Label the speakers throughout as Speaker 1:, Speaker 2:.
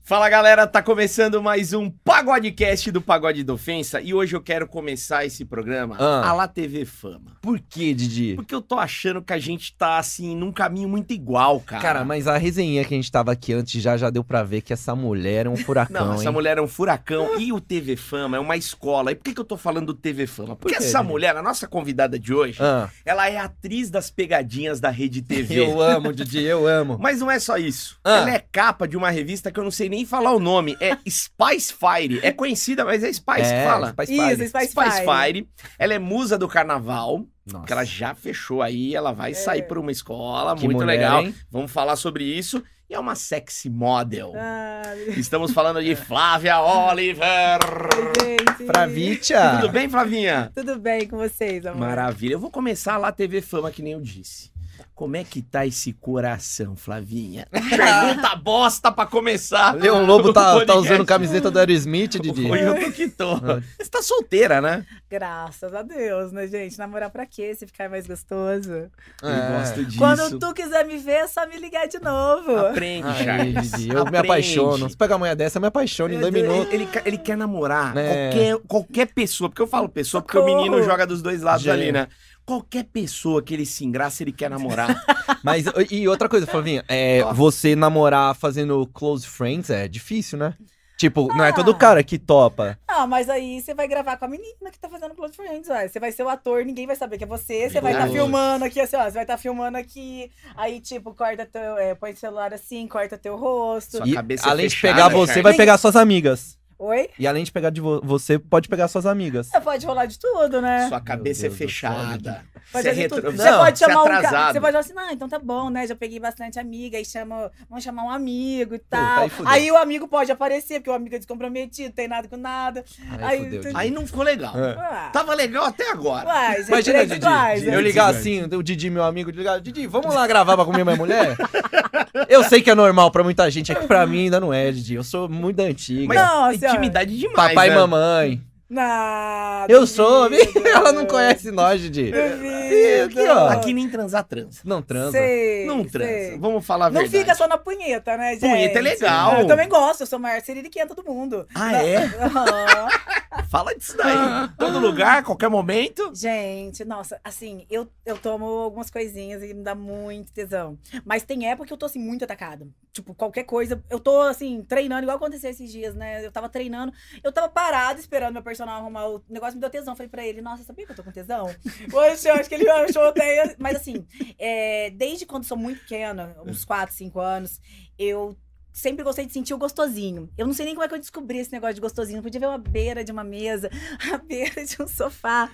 Speaker 1: Fala galera, tá começando mais um Pagodecast do Pagode da Ofensa e hoje eu quero começar esse programa
Speaker 2: Ah.
Speaker 1: à La TV Fama.
Speaker 2: Por que, Didi?
Speaker 1: Porque eu tô achando que a gente tá assim num caminho muito igual, cara.
Speaker 2: Cara, mas a resenha que a gente tava aqui antes já já deu pra ver que essa mulher é um furacão,
Speaker 1: Não, essa
Speaker 2: hein?
Speaker 1: mulher é um furacão e o TV Fama é uma escola. E por que, que eu tô falando do TV Fama? Porque
Speaker 2: Por quê,
Speaker 1: essa
Speaker 2: Didi?
Speaker 1: mulher, a nossa convidada de hoje,
Speaker 2: Ah,
Speaker 1: ela é atriz das pegadinhas da Rede TV.
Speaker 2: eu amo, Didi, eu amo.
Speaker 1: Mas não é só isso.
Speaker 2: Ah.
Speaker 1: Ela é capa de uma revista que eu não sei nem falar o nome. É Spice Fire. É conhecida, mas é Spice
Speaker 2: É,
Speaker 1: que fala.
Speaker 2: Spice Fire.
Speaker 3: Isso, Spice,
Speaker 1: Spice
Speaker 3: Fire.
Speaker 1: Fire. Ela é musa do carnaval,
Speaker 2: Nossa,
Speaker 1: que ela já fechou aí. Ela
Speaker 3: É.
Speaker 1: vai sair por uma escola,
Speaker 2: que
Speaker 1: muito
Speaker 2: mulher,
Speaker 1: legal.
Speaker 2: hein?
Speaker 1: Vamos falar sobre isso. E é uma sexy model.
Speaker 3: Ah,
Speaker 1: Estamos falando de Flávia Oliver.
Speaker 3: gente.
Speaker 2: Fravitia.
Speaker 1: Tudo bem, Flavinha?
Speaker 3: Tudo bem com vocês, amor?
Speaker 1: Maravilha. Eu vou começar lá TV Fama, que nem eu disse. Como é que tá esse coração, Flavinha? Pergunta bosta pra começar.
Speaker 2: Leon Lobo tá,
Speaker 1: O
Speaker 2: tá
Speaker 1: podcast.
Speaker 2: usando camiseta do Aerosmith, Didi. É.
Speaker 1: Hoje eu tô que tô.
Speaker 2: Ah.
Speaker 1: Você tá solteira, né?
Speaker 3: Graças a Deus, né, gente? Namorar pra quê se ficar mais gostoso?
Speaker 2: É.
Speaker 1: Eu gosto disso.
Speaker 3: Quando tu quiser me ver, é só me ligar de novo.
Speaker 1: Aprende,
Speaker 2: Aí,
Speaker 1: Charles.
Speaker 2: Didi, eu me
Speaker 1: Aprende.
Speaker 2: apaixono. Se pegar uma mulher dessa, eu me apaixono em
Speaker 3: Meu
Speaker 2: dois
Speaker 3: Deus.
Speaker 2: minutos.
Speaker 1: Ele, ele quer- ele quer namorar
Speaker 2: É.
Speaker 1: qualquer, qualquer pessoa, porque eu falo pessoa, porque o
Speaker 3: Socorro.
Speaker 1: menino joga dos dois lados
Speaker 2: Gente.
Speaker 1: ali, né? Qualquer pessoa que ele se engraça, ele quer namorar.
Speaker 2: Mas, e outra coisa, Flavinha, é, você namorar fazendo close friends é difícil, né? Tipo, não é todo cara que topa.
Speaker 3: Ah, mas aí você vai gravar com a menina que tá fazendo Blood Friends, ué. Você vai ser o ator, ninguém vai saber que é você. Você vai estar
Speaker 1: Verdade.
Speaker 3: filmando aqui, assim, ó. Você vai estar filmando aqui. Aí, tipo, corta teu. é, põe o celular assim, corta teu rosto.
Speaker 1: Sua
Speaker 2: E,
Speaker 1: cabeça
Speaker 2: além de
Speaker 1: fechada,
Speaker 2: pegar você,
Speaker 1: Charles.
Speaker 2: vai pegar suas amigas.
Speaker 3: Oi?
Speaker 2: E além de pegar de vo- você, pode pegar suas amigas.
Speaker 3: Você pode rolar de tudo, né?
Speaker 1: Sua cabeça é
Speaker 2: Deus do céu,
Speaker 1: fechada.
Speaker 3: Pode
Speaker 1: Você é
Speaker 3: fazer tudo.
Speaker 1: retro...
Speaker 3: Você
Speaker 1: Não,
Speaker 3: pode
Speaker 1: você é
Speaker 3: chamar um cara.
Speaker 1: atrasado.
Speaker 3: Você pode falar assim, não, então tá bom, né? Já peguei bastante amiga e chama, vamos chamar um amigo e
Speaker 2: tá
Speaker 3: tal.
Speaker 2: aí fudeu.
Speaker 3: aí, o amigo pode aparecer, porque o amigo é descomprometido, tem nada com nada. Ah, Aí,
Speaker 2: fudeu,
Speaker 3: tu-
Speaker 2: Didi.
Speaker 1: Aí não ficou legal.
Speaker 2: É.
Speaker 3: Ué,
Speaker 1: Tava legal até agora.
Speaker 3: ué, gente,
Speaker 2: Imagina,
Speaker 3: três
Speaker 2: Didi,
Speaker 3: iguais, é né?
Speaker 2: eu ligar assim, o Didi, meu amigo, ligar, Didi, vamos lá gravar pra comer minha mulher? Eu sei que é normal pra muita gente, é que pra mim ainda não é, Didi. Eu sou muito da antiga.
Speaker 1: Mas
Speaker 3: Não, senhora.
Speaker 1: intimidade demais.
Speaker 2: Papai e
Speaker 1: né?
Speaker 2: mamãe.
Speaker 3: Nada.
Speaker 2: Eu sou,
Speaker 3: duvido.
Speaker 2: ela não conhece nós, Didi.
Speaker 3: Duvido.
Speaker 2: Aqui, ó.
Speaker 1: Aqui nem transar transa.
Speaker 2: Não transa.
Speaker 3: Sei,
Speaker 1: Não
Speaker 3: sei.
Speaker 1: transa. Vamos falar a
Speaker 3: Não
Speaker 1: verdade.
Speaker 3: fica só na punheta, né, gente?
Speaker 1: Punheta é legal.
Speaker 3: Eu também gosto, eu sou a maior siririquenta do mundo.
Speaker 1: Ah, é?
Speaker 3: Aham.
Speaker 1: Fala disso
Speaker 2: Ah.
Speaker 1: daí. Todo lugar, qualquer momento.
Speaker 3: Gente, nossa, assim, eu, eu tomo algumas coisinhas e me dá muito tesão. Mas tem época que eu tô, assim, muito atacada. Tipo, qualquer coisa. Eu tô, assim, treinando, igual aconteceu esses dias, né? Eu tava treinando, eu tava parada esperando meu personal arrumar o negócio, me deu tesão. Falei pra ele, nossa, sabia que eu tô com tesão? Poxa, eu acho que ele achou até. Mas, assim, é, desde quando sou muito pequena, uns
Speaker 1: Hum.
Speaker 3: 4, 5 anos, eu. Sempre gostei de sentir o gostosinho. Eu não sei nem como é que eu descobri esse negócio de gostosinho. Eu podia ver uma beira de uma mesa, a beira de um sofá.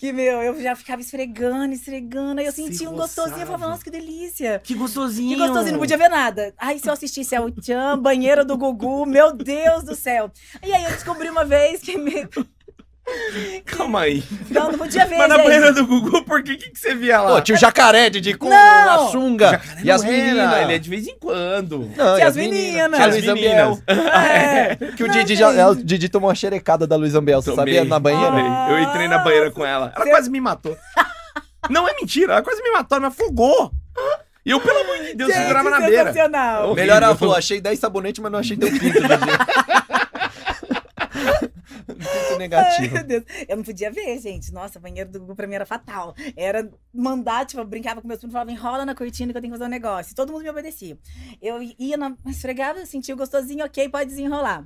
Speaker 3: Que, meu, eu já ficava esfregando, esfregando. Aí eu
Speaker 1: Se
Speaker 3: sentia um
Speaker 1: roçava.
Speaker 3: gostosinho. Eu falava, nossa, que delícia.
Speaker 1: Que gostosinho.
Speaker 3: Que gostosinho, não podia ver nada. Aí se eu assistisse ao Tchan, banheira do Gugu, meu Deus do céu. E aí eu descobri uma vez que... Me...
Speaker 1: Calma aí.
Speaker 3: Não, não podia ver,
Speaker 1: Mas na
Speaker 3: gente.
Speaker 1: banheira do Gugu, por que, que, que você via lá?
Speaker 2: Pô, tinha o jacaré, Didi, com
Speaker 3: Não!
Speaker 2: a sunga.
Speaker 1: Cara,
Speaker 2: E as
Speaker 1: não era.
Speaker 2: meninas.
Speaker 1: Ele é de vez em quando.
Speaker 2: Não, e
Speaker 3: Tinha as meninas.
Speaker 2: Tinha a
Speaker 1: As
Speaker 2: Luiz
Speaker 1: meninas.
Speaker 2: Ambiel.
Speaker 3: É.
Speaker 2: Que o
Speaker 3: Não,
Speaker 2: Didi, já,
Speaker 3: gente.
Speaker 2: é, o Didi tomou uma xerecada da Luiz Ambiel, você
Speaker 1: Tomei.
Speaker 2: sabia? Na banheira.
Speaker 3: Ah.
Speaker 1: Eu entrei na banheira com ela. Ela quase me matou. Não é mentira, ela quase me matou, ela me afogou. E eu, pelo amor de Deus,
Speaker 3: Gente,
Speaker 1: segurava na beira.
Speaker 3: sensacional.
Speaker 1: Horrível.
Speaker 2: Melhor ela falou, achei 10 sabonetes, mas não achei teu pinto, Didi. Pinto
Speaker 3: Ai,
Speaker 2: negativo.
Speaker 3: meu Deus. Eu não podia ver, gente. Nossa, banheiro do Gugu pra mim era fatal. Era mandar, tipo, eu brincava com meus primos, falava, enrola na cortina que eu tenho que fazer um negócio. Todo mundo me obedecia. Eu ia na esfregava, sentia o gostosinho, ok, pode desenrolar.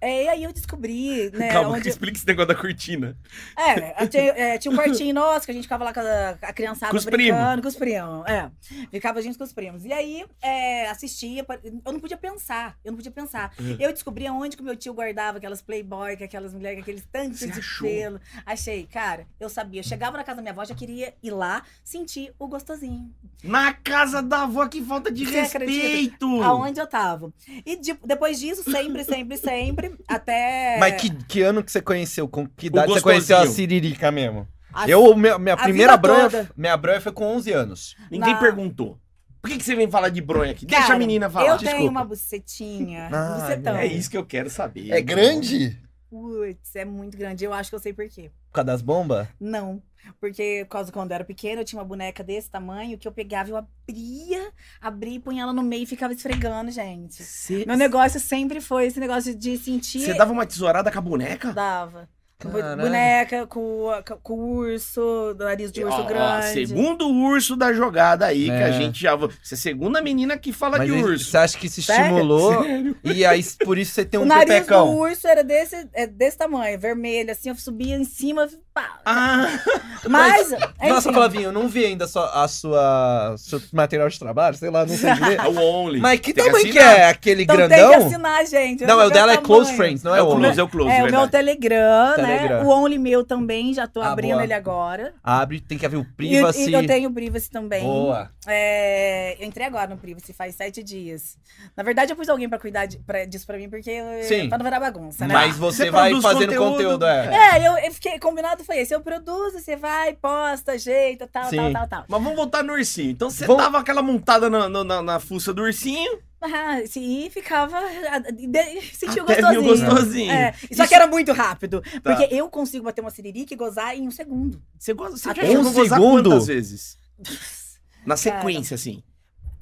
Speaker 3: É, e aí eu descobri, né,
Speaker 1: Calma,
Speaker 3: onde...
Speaker 1: explica esse negócio da cortina.
Speaker 3: É, tinha, é, tinha um quartinho nosso que a gente ficava lá com a, a criançada
Speaker 1: Com os
Speaker 3: brincando, com os primos. É, ficava junto com os primos. E aí, é, assistia, pa- eu não podia pensar, eu não podia pensar. Eu descobria onde que meu tio guardava aquelas playboy, que aquelas mulheres, com aqueles tanques
Speaker 1: Você
Speaker 3: de
Speaker 1: achou?
Speaker 3: pelo. Achei, cara, eu sabia. Eu chegava na casa da minha avó, já queria ir lá sentir o gostosinho.
Speaker 1: Na casa da avó, que falta de
Speaker 3: Você acredita?
Speaker 1: respeito.
Speaker 3: Aonde eu tava. E de- depois disso, sempre, sempre, sempre, até...
Speaker 2: Mas que, que ano que você conheceu? Com que idade você
Speaker 1: gostosinho.
Speaker 2: conheceu a Siririca mesmo?
Speaker 3: a-
Speaker 2: Eu, minha, minha
Speaker 3: a
Speaker 2: primeira
Speaker 3: vida
Speaker 2: branha,
Speaker 3: toda.
Speaker 2: minha branha foi com 11 anos.
Speaker 1: Ninguém
Speaker 3: Na-
Speaker 1: perguntou. Por que, que você vem falar de bronha aqui? Deixa
Speaker 3: Cara,
Speaker 1: a menina falar.
Speaker 3: Eu
Speaker 2: Desculpa.
Speaker 3: tenho uma bucetinha,
Speaker 2: Ah,
Speaker 3: um bucetão.
Speaker 1: É isso que eu quero saber.
Speaker 2: grande?
Speaker 3: Putz, é muito grande. Eu acho que eu sei por quê.
Speaker 2: Por causa das bombas?
Speaker 3: Não, porque por causa quando eu era pequena, eu tinha uma boneca desse tamanho que eu pegava, eu abria, abria, e punha ela no meio e ficava esfregando, gente.
Speaker 1: Você
Speaker 3: Meu negócio sempre foi esse negócio de sentir.
Speaker 1: você dava uma tesourada com a boneca?
Speaker 3: Dava. Com bo-
Speaker 2: Caralho.
Speaker 3: Boneca, com, com o urso, do nariz de urso
Speaker 1: Ó, ó,
Speaker 3: grande.
Speaker 1: segundo urso da jogada aí, que
Speaker 2: É.
Speaker 1: a gente já. Você é a segunda menina que fala
Speaker 2: Mas
Speaker 1: de
Speaker 2: aí
Speaker 1: urso.
Speaker 2: você acha que se
Speaker 3: Sério?
Speaker 2: estimulou e aí por isso você tem
Speaker 3: o
Speaker 2: um
Speaker 3: nariz do
Speaker 2: pepecão?
Speaker 3: urso era desse, é desse tamanho, vermelho, assim, eu subia em cima, pá.
Speaker 1: Ah,
Speaker 3: Mas, é
Speaker 2: Nossa,
Speaker 3: enfim,
Speaker 2: Flavinho, eu não vi ainda a sua, a sua- seu material de trabalho, sei lá, não sei dizer.
Speaker 1: é o Only.
Speaker 2: Mas que
Speaker 1: Tem
Speaker 2: tamanho que
Speaker 1: assinar.
Speaker 2: é aquele
Speaker 3: então tem que
Speaker 2: grandão?
Speaker 3: assinar, gente.
Speaker 2: Não, é o
Speaker 3: meu
Speaker 2: dela é Close
Speaker 3: tamanho.
Speaker 2: Friends, não
Speaker 1: é
Speaker 2: é
Speaker 1: o
Speaker 2: o
Speaker 1: Close, é o Close,
Speaker 3: É,
Speaker 1: de
Speaker 3: o meu
Speaker 1: verdade.
Speaker 3: Telegram,
Speaker 2: Telegram.
Speaker 3: né? O Only meu também, já tô
Speaker 2: Ah,
Speaker 3: abrindo
Speaker 2: boa.
Speaker 3: ele agora.
Speaker 2: Abre, tem que haver o
Speaker 3: E, eu-
Speaker 2: privacy.
Speaker 3: e eu tenho o Privacy também.
Speaker 2: Boa.
Speaker 3: É, eu entrei agora no Privacy, faz sete dias. Na verdade, eu pus alguém pra cuidar de- pra- disso pra mim, porque eu-
Speaker 2: Sim.
Speaker 3: pra não virar bagunça, né?
Speaker 2: Mas você,
Speaker 1: Você
Speaker 2: vai
Speaker 1: produz
Speaker 2: fazendo
Speaker 1: conteúdo.
Speaker 2: conteúdo, é.
Speaker 3: É, eu, eu fiquei combinado, foi esse. Eu produzo, você vai, posta, ajeita, tal,
Speaker 2: Sim.
Speaker 3: tal, tal, tal.
Speaker 1: Mas vamos voltar no ursinho. Então você
Speaker 2: Vamos-
Speaker 1: dava aquela montada na, na, na- na fuça do ursinho.
Speaker 3: Ah, e ficava. ah, de- Sentiu
Speaker 1: até vinha
Speaker 3: gostosinho.
Speaker 1: o gostosinho.
Speaker 3: É, só
Speaker 1: Isso-
Speaker 3: que era muito rápido.
Speaker 1: Tá.
Speaker 3: Porque eu consigo bater uma siririca e gozar em um segundo.
Speaker 1: Você gosta. Você
Speaker 3: Até
Speaker 1: já chegou
Speaker 2: um
Speaker 1: a gozar
Speaker 2: segundo?
Speaker 1: quantas vezes? Na sequência, assim.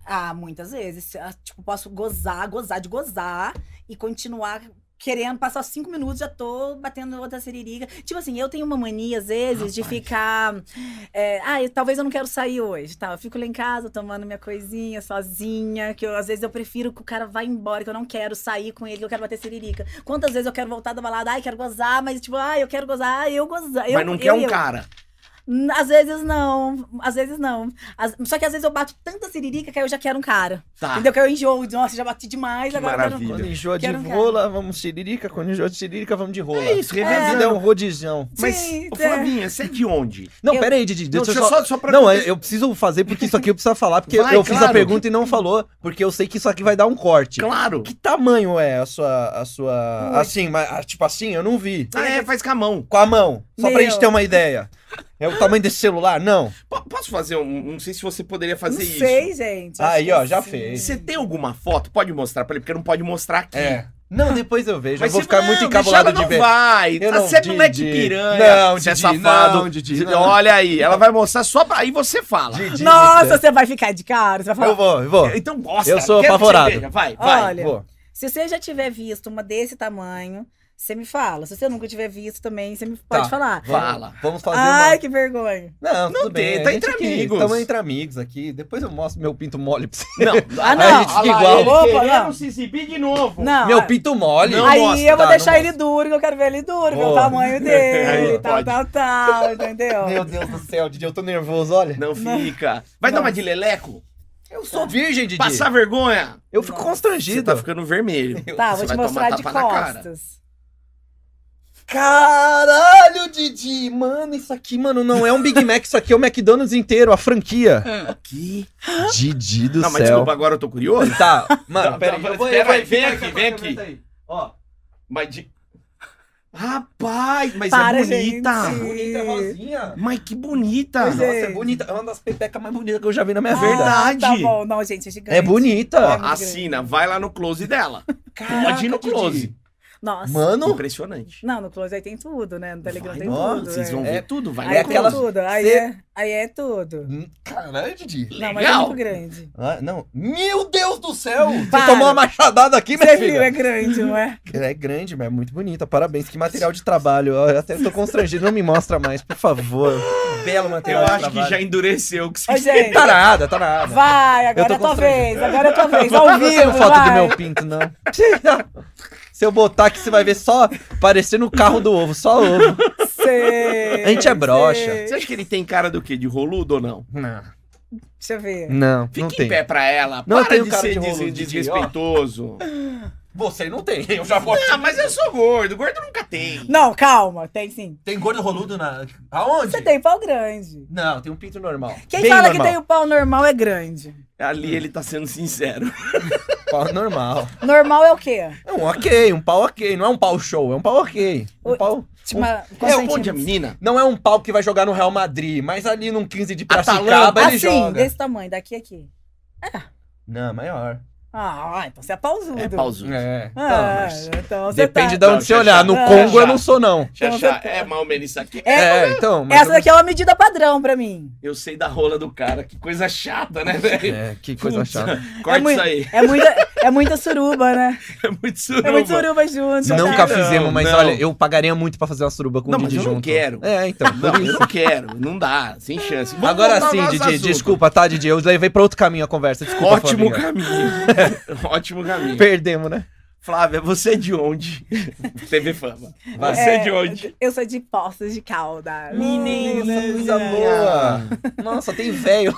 Speaker 3: Ah, muitas vezes. Ah, Tipo, posso gozar, gozar de gozar e continuar querendo passar cinco minutos, já tô batendo outra siririca. Tipo assim, eu tenho uma mania, às vezes, de ficar. é, ah, eu- talvez eu não quero sair hoje, tá? Eu fico lá em casa tomando minha coisinha sozinha, que eu, às vezes eu prefiro que o cara vá embora, que eu não quero sair com ele, que eu quero bater siririca. Quantas vezes eu quero voltar da balada, ai, quero gozar, mas tipo, ai, eu quero gozar, ai, eu gozar. eu-
Speaker 1: mas não quer
Speaker 3: eu-
Speaker 1: um
Speaker 3: eu.
Speaker 1: cara.
Speaker 3: Hum, Às vezes não, às vezes não. As- Só que às vezes eu bato tanta siririca que aí eu já quero um cara.
Speaker 2: Ah.
Speaker 1: Tá.
Speaker 3: Entendeu? Que eu enjoo. Nossa, já bati demais,
Speaker 1: Que
Speaker 3: agora eu
Speaker 1: maravilha.
Speaker 3: quero
Speaker 2: Quando enjoa de
Speaker 3: Quero um cara.
Speaker 2: rola, vamos xiririca. Quando enjoa de xiririca, vamos de rola.
Speaker 1: É isso,
Speaker 2: A
Speaker 1: revezando.
Speaker 2: vida é um rodizão.
Speaker 1: Mas,
Speaker 3: Sim, tá.
Speaker 1: ô, Flavinha, você é de onde?
Speaker 2: Não,
Speaker 3: Eu-
Speaker 2: pera aí, Didi.
Speaker 1: Não,
Speaker 2: Deixa
Speaker 1: deixa
Speaker 2: eu só...
Speaker 1: só pra
Speaker 2: Não, é, eu eu preciso fazer porque isso aqui eu preciso falar, porque
Speaker 1: Vai,
Speaker 2: eu fiz a
Speaker 1: claro.
Speaker 2: pergunta e não falou, porque eu sei que isso aqui vai dar um corte.
Speaker 1: Claro.
Speaker 2: Que tamanho é a sua. A sua...
Speaker 3: Ui.
Speaker 2: Assim, mas ah, tipo assim, eu não vi.
Speaker 1: Ah, é, faz com a mão.
Speaker 2: Com a mão. Só pra
Speaker 3: Meu.
Speaker 2: gente ter uma ideia. É o tamanho desse celular? Não.
Speaker 1: Po- posso fazer um. Não sei se você poderia
Speaker 3: Não
Speaker 1: fazer isso.
Speaker 3: sei, gente.
Speaker 2: Aí, ó,
Speaker 3: Acho que é assim.
Speaker 2: já
Speaker 3: sim.
Speaker 2: fez.
Speaker 1: Você tem alguma foto? Pode mostrar pra ele, porque não pode mostrar aqui.
Speaker 2: Não, depois É, eu vejo. eu vou
Speaker 1: É. se-
Speaker 2: ficar
Speaker 1: não,
Speaker 2: muito
Speaker 1: deixa
Speaker 2: encabulado
Speaker 1: ela
Speaker 2: de
Speaker 1: não
Speaker 2: ver.
Speaker 1: Vai,
Speaker 2: Eu
Speaker 1: tá
Speaker 2: não,
Speaker 1: sendo moleque
Speaker 2: Didi.
Speaker 1: piranha.
Speaker 2: Não,
Speaker 1: você é
Speaker 2: Didi,
Speaker 1: safado.
Speaker 2: não, Didi, não.
Speaker 1: Olha aí, ela vai mostrar só pra. Aí você fala.
Speaker 2: Didi,
Speaker 3: Nossa,
Speaker 2: você-
Speaker 3: você vai ficar de cara? Você vai
Speaker 2: Eu
Speaker 3: falar.
Speaker 2: vou, eu vou.
Speaker 1: Então gosta.
Speaker 2: Eu sou
Speaker 1: quero que você
Speaker 2: apavorado.
Speaker 1: veja, Vai, vai.
Speaker 3: Olha,
Speaker 2: vou.
Speaker 3: se você já tiver visto uma desse tamanho, você me fala. Se você nunca tiver visto também, você me
Speaker 2: Tá.
Speaker 3: pode falar.
Speaker 2: Vamos-
Speaker 1: Fala.
Speaker 2: Vamos fazer
Speaker 3: Ai,
Speaker 2: uma...
Speaker 3: que vergonha.
Speaker 2: Não, tudo
Speaker 1: Não
Speaker 2: bem.
Speaker 1: tem, tá
Speaker 2: a gente
Speaker 1: entre
Speaker 2: aqui-
Speaker 1: amigos.
Speaker 2: Tamo entre amigos aqui. Depois eu mostro meu pinto mole pra você.
Speaker 1: Não,
Speaker 3: Ah,
Speaker 2: Aí a
Speaker 3: não.
Speaker 2: gente fica
Speaker 1: Olha lá,
Speaker 2: igual.
Speaker 1: ele
Speaker 3: Opa,
Speaker 1: querendo
Speaker 3: não.
Speaker 1: se exibir de novo.
Speaker 3: Não.
Speaker 2: Meu
Speaker 3: ah,
Speaker 2: pinto mole.
Speaker 1: Não.
Speaker 3: aí
Speaker 1: mostra,
Speaker 3: eu vou
Speaker 2: tá, não
Speaker 3: deixar ele duro, que eu quero ver ele duro, ver o
Speaker 2: Boa.
Speaker 3: tamanho dele,
Speaker 1: Aí,
Speaker 3: tal,
Speaker 1: pode.
Speaker 3: tal, tal, entendeu?
Speaker 2: Meu Deus do céu, Didi, eu tô nervoso, olha.
Speaker 1: Não fica. Vai dar uma de leleco?
Speaker 2: Eu sou virgem, Didi.
Speaker 1: Passar vergonha?
Speaker 2: Eu fico
Speaker 3: Nossa,
Speaker 1: Você
Speaker 2: constrangido.
Speaker 1: tá ficando vermelho.
Speaker 3: Tá,
Speaker 1: Você
Speaker 3: vou te
Speaker 1: vai tomar
Speaker 3: mostrar de
Speaker 1: tapa na cara.
Speaker 3: costas.
Speaker 2: Caralho, Didi! Mano, isso aqui, mano, não é um Big Mac, isso aqui é o McDonald's inteiro, a franquia.
Speaker 1: Aqui.
Speaker 2: Didi do
Speaker 1: É. Não, mas
Speaker 2: céu.
Speaker 1: desculpa, agora eu tô curioso.
Speaker 2: Tá, mano,
Speaker 1: Tá,
Speaker 2: peraí.
Speaker 1: tá,
Speaker 2: eu vou- eu
Speaker 1: peraí,
Speaker 2: vou-
Speaker 1: vem
Speaker 2: fica
Speaker 1: aqui, vem
Speaker 2: com a
Speaker 1: aqui.
Speaker 2: câmera aí. Ó,
Speaker 1: Mas de. Rapaz, mas
Speaker 3: Para,
Speaker 1: é bonita.
Speaker 3: gente.
Speaker 2: bonita rosinha.
Speaker 1: Mas que bonita.
Speaker 3: Pois
Speaker 2: Nossa,
Speaker 1: É
Speaker 3: é.
Speaker 2: é bonita. É uma das pepecas mais bonitas que eu já vi na minha
Speaker 3: Ah,
Speaker 2: vida.
Speaker 3: Tá
Speaker 1: verdade.
Speaker 3: bom, não, gente, é gigante.
Speaker 2: É bonita.
Speaker 3: muito
Speaker 1: Assina, vai lá no close dela. Pode ir no
Speaker 2: Didi.
Speaker 1: close.
Speaker 3: Nossa.
Speaker 2: Mano,
Speaker 1: Impressionante.
Speaker 3: Não, no Close aí tem tudo, né? No Telegram
Speaker 1: Vai,
Speaker 3: tem
Speaker 2: ó,
Speaker 3: tudo.
Speaker 1: Vocês
Speaker 3: é.
Speaker 1: vão
Speaker 2: É.
Speaker 1: ver tudo, vai
Speaker 3: Aí
Speaker 2: É
Speaker 3: é
Speaker 1: no
Speaker 2: aquela-
Speaker 3: tudo, aí,
Speaker 2: Cê-
Speaker 3: é, aí é tudo.
Speaker 2: caralho, Didi.
Speaker 3: Não, mas é
Speaker 1: Legal.
Speaker 3: muito grande.
Speaker 2: Ah, não. Meu Deus do céu! Você
Speaker 3: Para.
Speaker 2: tomou uma machadada aqui, minha
Speaker 3: Você viu,
Speaker 2: filha.
Speaker 3: é grande, não é?
Speaker 2: Ela é grande, mas é muito bonita. Parabéns, que material de trabalho. Eu até tô constrangido, não me mostra mais, por favor. Belo
Speaker 1: Eu
Speaker 2: material de
Speaker 1: acho que
Speaker 2: trabalho.
Speaker 1: já endureceu. Que
Speaker 3: Ô,
Speaker 1: você...
Speaker 3: gente,
Speaker 2: Tá nada, tá nada.
Speaker 3: vai,
Speaker 2: Eu tô
Speaker 3: agora é tua
Speaker 2: constrangido.
Speaker 3: vez, agora é tua vez,
Speaker 2: Eu
Speaker 3: ao
Speaker 2: não
Speaker 3: vivo,
Speaker 2: tenho foto
Speaker 3: vai.
Speaker 2: do meu pinto, não. Se eu botar aqui, você vai ver só parecendo o carro do ovo, só ovo.
Speaker 3: Sei,
Speaker 2: A gente é broxa.
Speaker 3: sei.
Speaker 1: você acha que ele tem cara do quê? De roludo ou não?
Speaker 2: Não,
Speaker 3: Deixa eu ver.
Speaker 2: não,
Speaker 1: Fica em pé pra ela.
Speaker 2: Não, eu
Speaker 1: Para
Speaker 2: tenho
Speaker 1: de
Speaker 2: cara
Speaker 1: ser
Speaker 2: de
Speaker 1: des-
Speaker 2: roludo, Didi, ó.
Speaker 1: desrespeitoso.
Speaker 2: Você não tem, eu já vou.
Speaker 1: Ah, mas eu sou gordo. Gordo nunca tem.
Speaker 3: Não, calma, tem sim.
Speaker 2: Tem gordo roludo na. Aonde?
Speaker 3: Você tem pau grande.
Speaker 2: Não, tem um pinto normal.
Speaker 3: Quem
Speaker 2: Bem
Speaker 3: fala
Speaker 2: normal.
Speaker 3: que tem o pau normal é grande.
Speaker 1: Ali ele tá sendo sincero.
Speaker 3: um-
Speaker 2: Pau normal.
Speaker 3: Normal é o quê?
Speaker 2: É um ok, um pau ok. Não é um pau show, é um pau ok. Um
Speaker 3: Oi.
Speaker 2: pau.
Speaker 3: Tipo, uma-
Speaker 1: É
Speaker 3: quantos
Speaker 1: o onde a
Speaker 3: centímetros?
Speaker 1: menina?
Speaker 2: Não é um pau que vai jogar no Real Madrid, mas ali num 15 de
Speaker 1: Atalanta.
Speaker 2: Piracicaba ele
Speaker 3: Assim,
Speaker 2: joga.
Speaker 3: desse tamanho, daqui a aqui.
Speaker 2: Não, maior.
Speaker 3: Ah, então você é pausudo.
Speaker 1: É pausudo.
Speaker 2: É.
Speaker 1: Não,
Speaker 3: Ah,
Speaker 1: mas
Speaker 3: então você
Speaker 2: Depende de
Speaker 3: tá...
Speaker 1: da-
Speaker 2: onde você olhar. No
Speaker 3: Ah,
Speaker 2: Congo
Speaker 1: já.
Speaker 2: eu não sou, não.
Speaker 1: Xaxá,
Speaker 3: Então você-
Speaker 1: é mal menos isso aqui.
Speaker 3: É,
Speaker 2: É, então. mas
Speaker 3: essa
Speaker 2: eu-
Speaker 3: daqui é uma medida padrão pra mim.
Speaker 1: Eu sei da rola do cara. Que coisa chata, né, velho?
Speaker 2: É, que coisa
Speaker 1: Putz,
Speaker 2: chata.
Speaker 1: Corta
Speaker 3: é mui-
Speaker 1: isso aí.
Speaker 3: É muita, é muita suruba, né?
Speaker 1: É muito suruba.
Speaker 3: É muito suruba junto.
Speaker 2: Nunca
Speaker 3: tá?
Speaker 1: Não,
Speaker 2: fizemos, mas
Speaker 1: não.
Speaker 2: olha, eu pagaria muito pra fazer uma suruba com
Speaker 1: Não,
Speaker 2: o
Speaker 1: mas
Speaker 2: Didi
Speaker 1: eu não
Speaker 2: junto.
Speaker 1: quero.
Speaker 2: É, então.
Speaker 1: Não, eu não quero. Não dá. Sem chance. Vamos
Speaker 2: Agora
Speaker 1: voltar ao
Speaker 2: sim,
Speaker 1: nosso
Speaker 2: Didi,
Speaker 1: assunto.
Speaker 2: desculpa, tá, Didi? Eu levei pra outro caminho a conversa. Desculpa,
Speaker 1: Ótimo
Speaker 2: Flavinha.
Speaker 1: caminho. Ótimo caminho.
Speaker 2: Perdemos, né?
Speaker 1: Flávia, você é de onde? TV Fama. Você é de onde?
Speaker 3: Eu sou de Poços de Caldas.
Speaker 2: Nossa, coisa boa. Nossa, tem velho.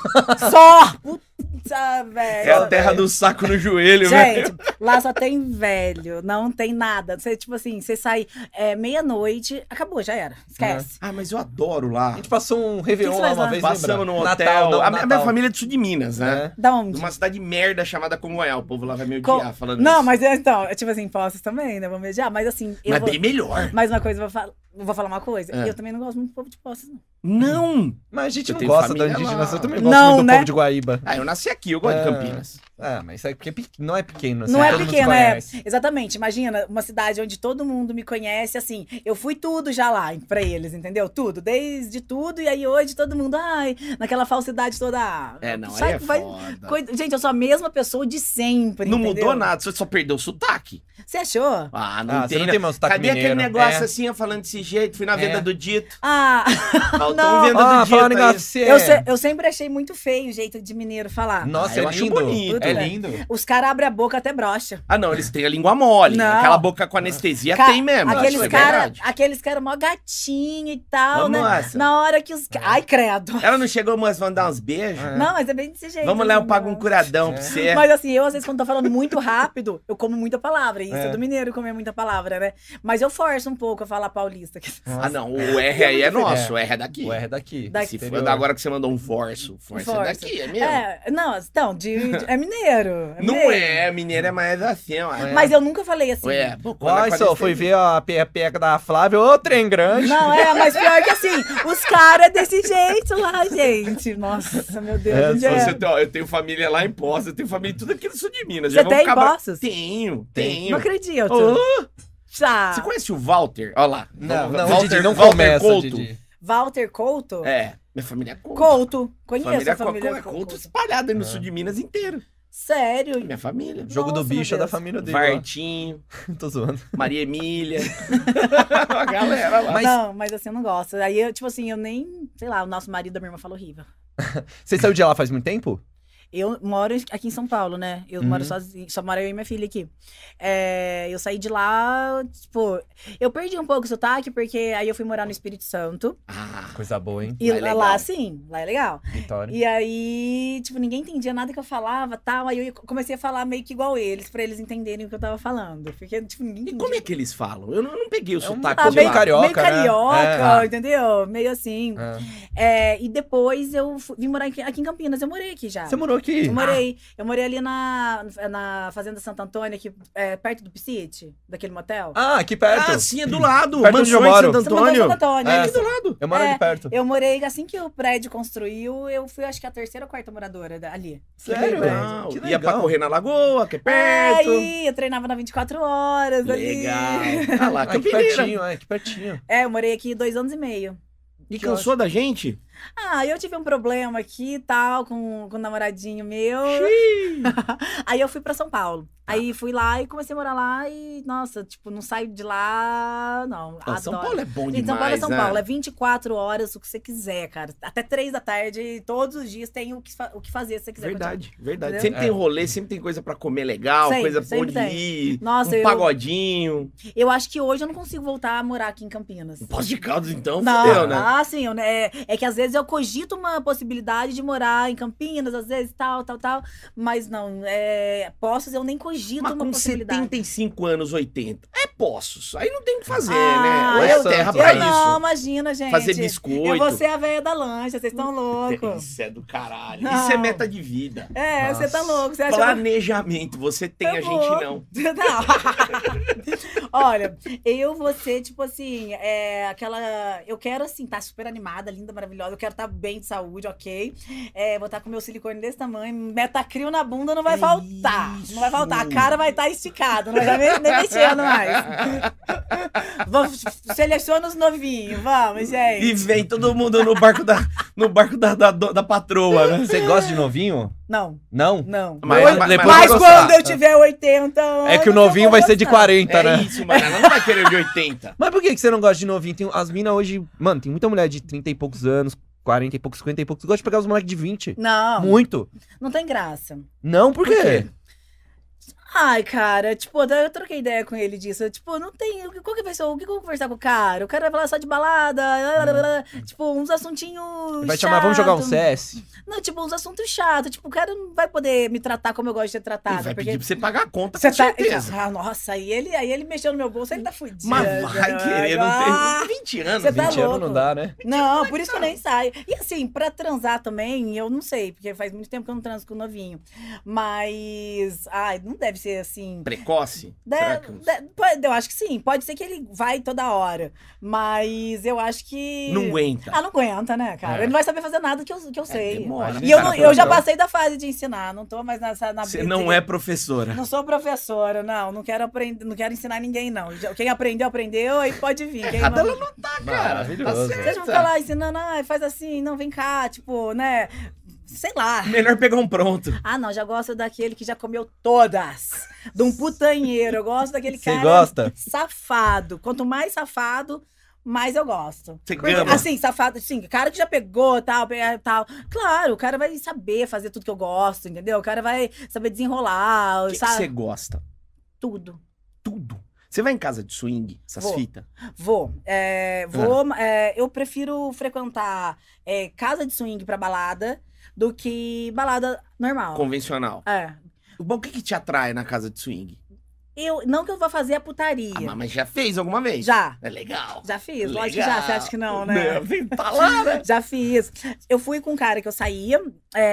Speaker 3: Só! Puta, velho.
Speaker 1: É a né? terra do saco no joelho, velho.
Speaker 3: Gente, lá só tem velho, não tem nada. Você, tipo assim, você sai é, meia-noite, acabou, já era. Esquece.
Speaker 1: Ah, mas eu adoro lá.
Speaker 2: A gente passou um Réveillon
Speaker 3: O que
Speaker 2: lá
Speaker 3: que você faz
Speaker 2: uma
Speaker 3: lá?
Speaker 2: vez,
Speaker 1: Passamos
Speaker 2: lembra?
Speaker 1: no hotel.
Speaker 2: Natal, não,
Speaker 1: a minha-
Speaker 2: Natal.
Speaker 1: minha família é do sul de Minas, né?
Speaker 2: É.
Speaker 3: Da onde?
Speaker 1: Numa cidade merda chamada Congonhal. O povo lá vai me
Speaker 3: Co-
Speaker 1: odiar falando
Speaker 3: Não,
Speaker 1: isso.
Speaker 3: mas é, então, é, tipo assim, Poços também, né? Vamos mediar. Mas assim, eu
Speaker 1: Mas
Speaker 3: vou...
Speaker 1: bem melhor.
Speaker 3: mais uma coisa, eu vou, fal- eu vou falar uma coisa.
Speaker 1: É.
Speaker 3: Eu também não gosto muito do povo de Poços, não.
Speaker 1: Não!
Speaker 2: Mas a gente
Speaker 1: Eu
Speaker 2: não
Speaker 1: tenho
Speaker 2: gosta da
Speaker 1: família
Speaker 2: indígena,
Speaker 1: lá.
Speaker 2: eu também gosto
Speaker 3: Não,
Speaker 2: muito do
Speaker 3: né?
Speaker 2: povo de Guaíba.
Speaker 1: Ah, eu nasci aqui, eu gosto
Speaker 2: É.
Speaker 1: de Campinas.
Speaker 2: Ah, mas é porque é pequ- não é pequeno, assim,
Speaker 3: Não é
Speaker 2: todo mundo se
Speaker 3: pequeno, é.
Speaker 2: conhece.
Speaker 3: Exatamente. Imagina uma cidade onde todo mundo me conhece, assim. Eu fui tudo já lá pra eles, entendeu? Tudo, desde tudo. E aí hoje todo mundo, ai, naquela falsidade toda. ah,
Speaker 1: É, não,
Speaker 3: sai-
Speaker 1: aí é
Speaker 3: vai-
Speaker 1: foda.
Speaker 3: coi- Gente, eu sou a mesma pessoa de sempre.
Speaker 1: Não
Speaker 3: entendeu?
Speaker 1: mudou nada, você só perdeu o sotaque.
Speaker 3: Você achou?
Speaker 1: Ah, não
Speaker 2: Ah, você
Speaker 1: tem.
Speaker 2: não
Speaker 1: né?
Speaker 2: tem meu sotaque
Speaker 1: Cadê aquele
Speaker 2: mineiro?
Speaker 1: negócio
Speaker 2: É.
Speaker 1: assim, eu falando desse jeito? Fui na venda
Speaker 2: É.
Speaker 1: do dito.
Speaker 3: Ah,
Speaker 1: Faltou
Speaker 3: Não.
Speaker 1: um venda
Speaker 2: Ah,
Speaker 1: do dito.
Speaker 2: falando em
Speaker 1: aí.
Speaker 2: negócio,
Speaker 3: eu, se- eu sempre achei muito feio o jeito de mineiro falar.
Speaker 2: Nossa,
Speaker 1: Ah, eu
Speaker 2: é
Speaker 1: acho
Speaker 2: lindo.
Speaker 1: bonito,
Speaker 2: é
Speaker 3: né?
Speaker 2: lindo.
Speaker 3: Os caras abrem a boca até brocha.
Speaker 1: Ah, não, eles têm a língua mole. né?
Speaker 3: Não.
Speaker 1: Aquela boca com anestesia
Speaker 3: Ca-
Speaker 1: tem mesmo.
Speaker 3: Aqueles
Speaker 1: acho que é
Speaker 3: caras
Speaker 1: verdade.
Speaker 3: aqueles cara mó gatinho e tal,
Speaker 1: Vamos
Speaker 3: né?
Speaker 1: nessa. É.
Speaker 3: Na hora que os. ca- Ai, credo.
Speaker 1: Ela não chegou, mas vamos dar uns beijos?
Speaker 2: É.
Speaker 3: Não, mas é bem desse jeito.
Speaker 1: Vamos lá, eu
Speaker 3: assim,
Speaker 1: pago
Speaker 3: né?
Speaker 1: um curadão
Speaker 2: É.
Speaker 1: pra você.
Speaker 3: Mas assim, eu às vezes quando tô falando muito rápido, eu como muita palavra. e Isso
Speaker 2: É.
Speaker 3: é do mineiro comer muita palavra, né? Mas eu forço um pouco a falar paulista. que-
Speaker 1: Ah, não, o R aí é nosso, o R é daqui.
Speaker 2: O R é daqui.
Speaker 3: Daqui.
Speaker 1: Se for
Speaker 2: Interior.
Speaker 1: da agora que você mandou um forço, forço é
Speaker 3: Forço.
Speaker 1: daqui, é mesmo?
Speaker 3: É, não, então, de, de- é mineiro. é
Speaker 1: Não
Speaker 3: mineiro.
Speaker 1: é, mineiro é mais assim, ó.
Speaker 2: É.
Speaker 3: Mas eu nunca falei assim.
Speaker 1: Ué, pô, quando
Speaker 2: Olha
Speaker 1: é
Speaker 2: só, foi ver a pepeca da Flávia, ô trem grande.
Speaker 3: Não, é, mas pior que assim, os caras é desse jeito lá, gente. Nossa, meu
Speaker 2: É,
Speaker 3: Deus. gente,
Speaker 1: Ó,
Speaker 3: É,
Speaker 1: você tem- ó, assim, eu tenho família lá em Poços, eu tenho família em tudo aquilo sul de Minas. já
Speaker 3: Você
Speaker 1: vamos
Speaker 3: tem
Speaker 1: acabar-
Speaker 3: Poços?
Speaker 1: Tenho,
Speaker 3: Não
Speaker 1: tenho.
Speaker 3: acredito. Tá,
Speaker 1: Ô,
Speaker 3: Já.
Speaker 1: Você conhece o Walter? Olha lá.
Speaker 2: Não,
Speaker 1: Vamos-
Speaker 2: não,
Speaker 1: Walter,
Speaker 2: Didi, não
Speaker 1: Walter
Speaker 2: começa,
Speaker 1: Couto.
Speaker 2: Didi.
Speaker 3: Walter Couto?
Speaker 1: É, minha família é Couto.
Speaker 3: Couto. Conheço
Speaker 1: família, é
Speaker 3: a família
Speaker 1: Couto, Couto, espalhada
Speaker 2: Ah.
Speaker 1: aí no sul de Minas inteiro.
Speaker 3: Sério?
Speaker 1: Minha família.
Speaker 2: Jogo do
Speaker 3: Nossa, meu
Speaker 2: bicho é da
Speaker 3: Deus.
Speaker 2: família dele.
Speaker 1: Vartinho,
Speaker 2: ó. Tô zoando.
Speaker 1: Maria Emília. a galera lá.
Speaker 2: Mas-
Speaker 3: Não, mas assim, eu não gosto. Aí, eu, tipo assim, eu nem... Sei lá, o nosso marido da minha irmã fala horrível.
Speaker 2: Você saiu de lá faz muito tempo?
Speaker 3: Eu moro aqui em São Paulo, né? Eu
Speaker 2: Uhum.
Speaker 3: moro sozinha, só moro eu e minha filha aqui. É, eu saí de lá, tipo, eu perdi um pouco o sotaque, porque aí eu fui morar no Espírito Santo.
Speaker 1: Ah,
Speaker 2: Coisa boa, hein?
Speaker 3: E
Speaker 1: Lá é
Speaker 3: lá,
Speaker 1: legal.
Speaker 3: sim, lá é legal.
Speaker 2: Vitória.
Speaker 3: E aí, tipo, ninguém entendia nada que eu falava tal. Aí eu comecei a falar meio que igual eles, pra eles entenderem o que eu tava falando. Porque, tipo, ninguém
Speaker 1: e
Speaker 3: entendia.
Speaker 1: como é que eles falam? Eu não, eu não peguei o
Speaker 2: É um-
Speaker 1: sotaque
Speaker 2: Ah,
Speaker 1: de
Speaker 2: bem
Speaker 1: lá.
Speaker 2: cari- carioca,
Speaker 3: meio
Speaker 2: né?
Speaker 3: carioca,
Speaker 2: É.
Speaker 3: entendeu? Meio assim.
Speaker 2: Ah.
Speaker 3: É, e depois eu fu- vim morar aqui, aqui em Campinas. Eu morei aqui já.
Speaker 2: Você morou aqui?
Speaker 3: Eu morei, eu morei ali na, na Fazenda Santo Antônio, aqui, é, perto do Piscite, daquele motel.
Speaker 2: Ah, aqui perto.
Speaker 1: Ah, sim, é do lado.
Speaker 2: Perto onde eu moro.
Speaker 1: Santo
Speaker 3: Você mandou em
Speaker 1: Antônio.
Speaker 3: Santo Antônio.
Speaker 2: É.
Speaker 3: né?
Speaker 1: Aqui do lado.
Speaker 2: Eu moro
Speaker 3: É,
Speaker 2: aqui perto.
Speaker 3: Eu morei, assim que o prédio construiu, eu fui acho que a terceira ou quarta moradora da- ali.
Speaker 2: Sério?
Speaker 1: Legal.
Speaker 2: Que
Speaker 1: Ia pra
Speaker 2: legal.
Speaker 1: correr na lagoa, que é perto.
Speaker 3: Aí, eu treinava na 24 horas
Speaker 1: Legal.
Speaker 3: ali.
Speaker 1: Ah lá,
Speaker 2: Aqui
Speaker 1: Campineira.
Speaker 2: pertinho, é, aqui pertinho.
Speaker 3: É, eu morei aqui dois anos e meio.
Speaker 1: E cansou da gente?
Speaker 3: Ah, eu tive um problema aqui e tal, com, com o namoradinho meu. aí eu fui pra São Paulo.
Speaker 1: Ah.
Speaker 3: Aí fui lá e comecei a morar lá e, nossa, tipo, não saio de lá, não.
Speaker 1: Ah, São
Speaker 3: Adoro.
Speaker 1: Paulo é bom demais,
Speaker 3: Em São Paulo é São
Speaker 1: né?
Speaker 3: Paulo, é 24 horas o que você quiser, cara. Até 3 da tarde, todos os dias tem o que, fa- o que fazer se você quiser.
Speaker 1: Verdade, verdade.
Speaker 3: é Entendeu?
Speaker 1: Sempre tem
Speaker 2: É.
Speaker 1: rolê, sempre tem coisa pra comer legal,
Speaker 3: Sempre,
Speaker 1: coisa pra
Speaker 3: sempre
Speaker 1: onde
Speaker 3: tem.
Speaker 1: ir.
Speaker 3: Nossa,
Speaker 1: um
Speaker 3: eu-
Speaker 1: pagodinho.
Speaker 3: Eu acho que hoje eu não consigo voltar a morar aqui em Campinas.
Speaker 1: Um poço de caldo, então,
Speaker 3: Não,
Speaker 1: fudeu, né?
Speaker 3: ah, sim, eu, né, é, é que às vezes eu cogito uma possibilidade de morar em Campinas, às vezes tal, tal, tal, mas não, é, Poços eu nem cogito
Speaker 1: Mas
Speaker 3: uma
Speaker 1: com
Speaker 3: possibilidade.
Speaker 1: 75 anos, 80. É poços. Aí não tem o que fazer,
Speaker 3: Ah,
Speaker 1: né? Ou é
Speaker 2: eu-
Speaker 1: terra
Speaker 2: eu
Speaker 1: pra
Speaker 3: eu não, imagina, gente.
Speaker 1: isso. Fazer
Speaker 3: Eu
Speaker 1: biscoito.
Speaker 3: vou ser a velha da lancha, vocês estão loucos.
Speaker 1: Isso é do caralho.
Speaker 3: Não.
Speaker 1: Isso é meta de vida.
Speaker 3: É, você tá
Speaker 2: Nossa.
Speaker 3: louco. Você acha
Speaker 1: Planejamento, você tem,
Speaker 3: Tá
Speaker 1: a gente
Speaker 3: bom.
Speaker 1: não.
Speaker 3: Não. Olha, eu vou ser, tipo assim, é, aquela. Eu quero, assim, estar super animada, linda, maravilhosa. Eu quero estar bem de saúde, ok? É, vou estar com meu silicone desse tamanho. Metacrio na bunda não vai
Speaker 1: É
Speaker 3: faltar. Não vai faltar. A
Speaker 1: isso.
Speaker 3: cara vai estar esticada, não vai nem nem mexendo mais. Vamos, seleciona os novinhos, vamos, gente.
Speaker 1: E vem todo mundo no barco da, no barco da, da, da patroa, né?
Speaker 2: Você gosta de novinho?
Speaker 3: Não,
Speaker 2: Não?
Speaker 3: não.
Speaker 1: Mas-
Speaker 2: Depois-
Speaker 1: mas-
Speaker 2: depois
Speaker 1: mas
Speaker 3: Mas
Speaker 2: vai
Speaker 3: quando
Speaker 2: gostar.
Speaker 3: eu tiver 80
Speaker 2: É que o
Speaker 3: anos, eu
Speaker 2: novinho
Speaker 3: vou
Speaker 2: vai ser de
Speaker 3: gostar.
Speaker 2: 40, né?
Speaker 1: É isso, mano. Ela não vai querer o de 80.
Speaker 2: Mas por que, que você não gosta de novinho? Tem, as minas hoje. Mano, tem muita mulher de 30 e poucos anos, 40 e poucos, 50 e poucos. Gosta de pegar os moleques de 20.
Speaker 3: Não,
Speaker 2: Muito.
Speaker 3: não tem graça.
Speaker 2: Não, por quê?
Speaker 3: Ai, cara, tipo, eu troquei ideia com ele disso. Tipo, não tem. Qual que vai ser? O que eu vou conversar com o cara? O cara vai falar só de balada, lá, lá, lá, lá,
Speaker 1: Hum.
Speaker 3: tipo, uns assuntinhos.
Speaker 2: Vai chamar, vamos jogar um
Speaker 3: chato.
Speaker 2: CS.
Speaker 3: Não, tipo, uns assuntos chatos. Tipo, o cara não vai poder me tratar como eu gosto de ser
Speaker 1: Ele
Speaker 3: tratada.
Speaker 1: vai
Speaker 3: Tá, porque
Speaker 1: pedir pra você pagar a conta,
Speaker 3: você
Speaker 1: com
Speaker 3: tá.
Speaker 1: certeza.
Speaker 3: Ah, nossa, aí ele, aí ele mexeu no meu bolso, ele tá fudido.
Speaker 1: Mas vai querer, não
Speaker 3: Ah,
Speaker 1: tem então. 20 anos.
Speaker 3: Você tá
Speaker 2: 20 anos não
Speaker 3: louco.
Speaker 2: dá, né?
Speaker 3: Não, por isso que eu nem saio. E assim, pra transar também, eu não sei, porque faz muito tempo que eu não transo com o novinho. Mas. Ai, não deve ser assim.
Speaker 1: Precoce?
Speaker 3: Da-
Speaker 1: Será que uns-
Speaker 3: da- pode- Né? eu acho que sim. Pode ser que ele vai toda hora. Mas eu acho que.
Speaker 1: Não aguenta.
Speaker 3: Ah, não aguenta, né, cara?
Speaker 1: É.
Speaker 3: Ele não vai saber fazer nada que eu, que eu sei.
Speaker 1: demora,
Speaker 3: e eu,
Speaker 1: cara,
Speaker 3: não- eu já
Speaker 1: então.
Speaker 3: passei da fase de ensinar, não tô mais nessa. Na
Speaker 1: Você não é professora.
Speaker 3: Não sou professora, não. Não quero aprender, não quero ensinar ninguém, não. Já- Quem aprendeu, aprendeu, aí pode vir. Quem
Speaker 1: Errada
Speaker 3: não...
Speaker 1: ela não tá, cara.
Speaker 2: Maravilhoso.
Speaker 1: Tá
Speaker 3: Vocês vão
Speaker 1: certa.
Speaker 3: ficar lá ensinando, ah, faz assim, não, vem cá, tipo, né? Sei lá.
Speaker 1: Melhor pegar um pronto.
Speaker 3: Ah, não, já gosto daquele que já comeu todas. De um putanheiro. Eu gosto daquele
Speaker 2: Você
Speaker 3: cara
Speaker 2: gosta?
Speaker 3: safado. Quanto mais safado, mais eu gosto.
Speaker 1: Você gama.
Speaker 3: Assim, safado, sim, cara que já pegou, tal, pe- tal. Claro, o cara vai saber fazer tudo que eu gosto, entendeu? O cara vai saber desenrolar,
Speaker 1: O que que
Speaker 3: sabe?
Speaker 1: você gosta?
Speaker 3: Tudo.
Speaker 1: Tudo. Você vai em casa de swing, essas
Speaker 3: Vou.
Speaker 1: fitas?
Speaker 3: Vou. é, vou
Speaker 1: Ah.
Speaker 3: é, eu prefiro frequentar é, casa de swing pra balada do que balada normal.
Speaker 1: Convencional.
Speaker 3: É.
Speaker 1: Bom, o que, que te atrai na casa de swing?
Speaker 3: Eu, não que eu vá fazer a
Speaker 1: Ah,
Speaker 3: putaria.
Speaker 1: mas- mas já fez alguma vez?
Speaker 3: já.
Speaker 1: É legal.
Speaker 3: Já fiz, lógico que já. Você acha que não, né?
Speaker 1: Não, tá lá, né?
Speaker 3: Já fiz. Eu fui com um cara que eu saía.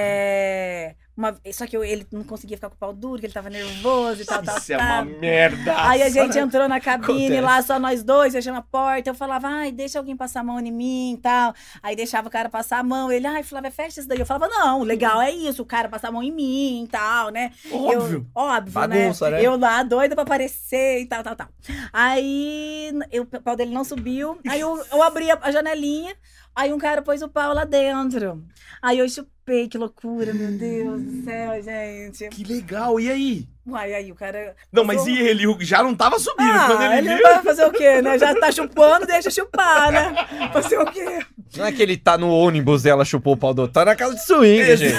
Speaker 3: é, uma- só que eu- ele não conseguia ficar com o pau duro, que ele tava nervoso e tal, tal,
Speaker 1: Isso é
Speaker 3: tal.
Speaker 1: uma merda.
Speaker 3: Aí a gente entrou na cabine
Speaker 1: Acontece.
Speaker 3: lá, só nós dois, fechando a porta. Eu falava, ai, deixa alguém passar a mão em mim e tal. Aí deixava o cara passar a mão. Ele, ai, Flávia, fecha isso daí. Eu falava, não, legal é isso, o cara passar a mão em mim e tal, né?
Speaker 1: é Óbvio.
Speaker 3: Eu, óbvio,
Speaker 2: Bagunça, né?
Speaker 3: Eu lá, doida pra aparecer e tal, tal, tal. Aí eu, o pau dele não subiu. Aí eu, eu abri a, a janelinha, aí um cara pôs o pau lá dentro. Aí eu chupei, que loucura, meu Deus do céu, gente.
Speaker 1: Que legal. E aí?
Speaker 3: Uai, aí o cara.
Speaker 1: Não, mas
Speaker 3: Passou- um
Speaker 1: e ele? O- Já não tava subindo. Quando
Speaker 3: ah,
Speaker 1: ele,
Speaker 3: ele,
Speaker 1: viu...
Speaker 3: vai fazer o quê, né? Já tá chupando, deixa chupar, né? Fazer o quê?
Speaker 2: Não é que ele tá no ônibus e ela chupou o pau do outro. Tá na casa de swing, gente.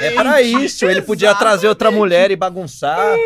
Speaker 2: É pra isso. Ele podia trazer outra mulher e bagunçar.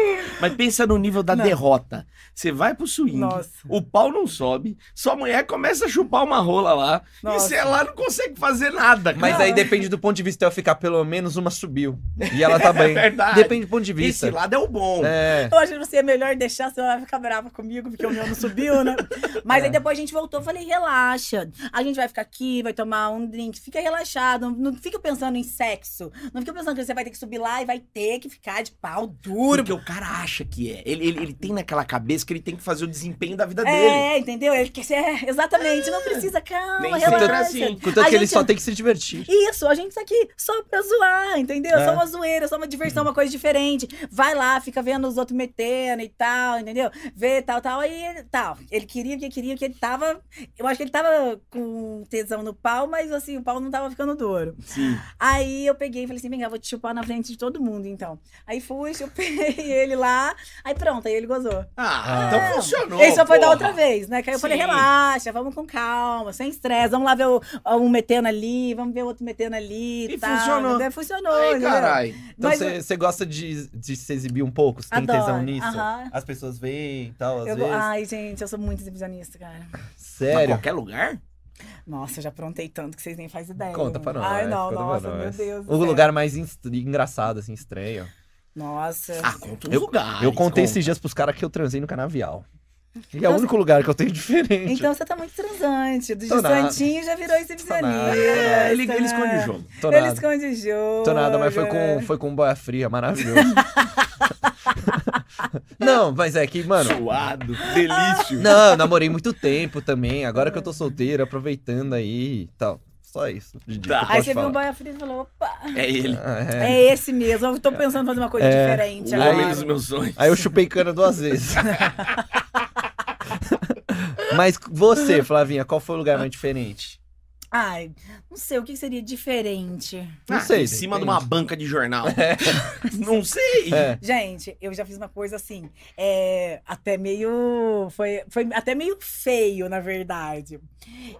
Speaker 1: Mas pensa no nível da
Speaker 3: Não.
Speaker 1: derrota. Você vai pro swing,
Speaker 3: Nossa.
Speaker 1: o pau não sobe, sua mulher começa a chupar uma rola lá,
Speaker 3: Nossa.
Speaker 1: e você lá não consegue fazer nada.
Speaker 2: Mas
Speaker 1: cara.
Speaker 2: aí depende do ponto de vista. Eu ficar pelo menos uma subiu. E ela tá bem.
Speaker 1: É verdade.
Speaker 2: Depende do ponto de
Speaker 1: Esse
Speaker 2: vista.
Speaker 1: lado é o bom.
Speaker 2: É.
Speaker 3: Eu acho que você é melhor deixar, senão ela vai ficar brava comigo, porque o meu não subiu, né? Mas
Speaker 2: É.
Speaker 3: aí depois a gente voltou, eu falei, relaxa. A gente vai ficar aqui, vai tomar um drink, fica relaxado. Não fica pensando em sexo. Não fica pensando que você vai ter que subir lá e vai ter que ficar de pau duro.
Speaker 1: Porque o cara acha que é. Ele, ele, ele tem naquela cabeça que ele tem que fazer o desempenho da vida dele.
Speaker 3: É, entendeu? Ele quer ser. é, Exatamente, não precisa,
Speaker 1: Nem
Speaker 3: calma,
Speaker 1: sempre
Speaker 3: relaxa.
Speaker 1: é assim.
Speaker 2: Contanto
Speaker 3: A
Speaker 2: que ele
Speaker 3: gente- é
Speaker 2: só tem que se divertir.
Speaker 3: Isso, a gente tá aqui só pra zoar, entendeu?
Speaker 2: É.
Speaker 3: Só uma zoeira, só uma diversão, uma coisa diferente. Vai lá, fica vendo os outros metendo e tal, entendeu? Vê tal, tal, aí tal. Ele queria, que queria, que ele tava. Eu acho que ele tava com tesão no pau, mas assim, o pau não tava ficando duro.
Speaker 1: Sim.
Speaker 3: Aí eu peguei e falei assim: vem cá, vou te chupar na frente de todo mundo, então. Aí fui, chupei ele lá, aí pronto, aí ele gozou.
Speaker 1: Ah,
Speaker 2: Ah.
Speaker 1: então funcionou.
Speaker 3: Ele só foi da
Speaker 1: porra.
Speaker 3: outra vez, né? Que aí eu falei,
Speaker 1: Sim.
Speaker 3: relaxa, vamos com calma, sem estresse, vamos lá ver o, um metendo ali, vamos ver o outro metendo ali.
Speaker 1: E
Speaker 3: tal,
Speaker 1: funcionou.
Speaker 3: entendeu? Funcionou,
Speaker 1: Ai,
Speaker 3: entendeu?
Speaker 1: caralho.
Speaker 2: Então
Speaker 3: Mas
Speaker 2: você você gosta de, de se exibir um pouco? Você tem
Speaker 3: Adoro,
Speaker 2: tesão nisso?
Speaker 3: aham.
Speaker 2: As pessoas veem e tal, às
Speaker 3: eu go- Ah.
Speaker 2: vezes.
Speaker 3: Ai, gente, eu sou muito exibicionista, cara.
Speaker 1: Pra
Speaker 2: Sério?
Speaker 1: qualquer lugar?
Speaker 3: Nossa, eu já aprontei tanto que vocês nem fazem ideia.
Speaker 2: Conta pra nós.
Speaker 3: Ai, não,
Speaker 2: conta pra
Speaker 3: nossa, meu
Speaker 2: nós.
Speaker 3: Deus. do
Speaker 2: O
Speaker 3: céu.
Speaker 2: lugar mais ens- engraçado, assim, estranho.
Speaker 3: Nossa.
Speaker 1: Ah, conta um
Speaker 2: Eu-
Speaker 1: lugar.
Speaker 2: eu contei esses dias pros caras que eu transei no canavial. E é o único lugar que eu tenho diferente.
Speaker 3: Então você tá muito transante. Do
Speaker 2: Tô nada.
Speaker 3: Santinho já virou exibicionista.
Speaker 2: nada.
Speaker 1: É, ele, ele esconde o jogo.
Speaker 2: Tô
Speaker 3: Ele
Speaker 2: nada.
Speaker 3: esconde o jogo.
Speaker 2: Tô nada, mas foi com, foi com boia fria, maravilhoso. não, mas é que, mano.
Speaker 1: Suado, delício.
Speaker 2: Não, eu namorei muito tempo também. Agora que eu tô solteiro, aproveitando aí e tal. Só isso. de dica
Speaker 1: Tá.
Speaker 2: que eu
Speaker 3: Aí
Speaker 2: posso
Speaker 3: você viu
Speaker 2: falar.
Speaker 3: o Boia Fria e falou, opa,
Speaker 1: É ele.
Speaker 2: Ah, é.
Speaker 3: é. esse mesmo. Eu tô pensando em fazer uma coisa
Speaker 2: É.
Speaker 1: O
Speaker 3: diferente
Speaker 2: Aí-
Speaker 1: homem
Speaker 3: agora.
Speaker 1: dos meus sonhos.
Speaker 2: Aí eu chupei cana duas vezes. Mas você, Flavinha, qual foi o lugar mais diferente?
Speaker 3: Ai, não sei, o que seria diferente?
Speaker 2: Não sei.
Speaker 1: Ah, Em cima de
Speaker 2: depende.
Speaker 1: uma banca de jornal. Não sei.
Speaker 2: É.
Speaker 3: Gente, eu já fiz uma coisa assim, é, até meio. Foi, foi até meio feio, na verdade.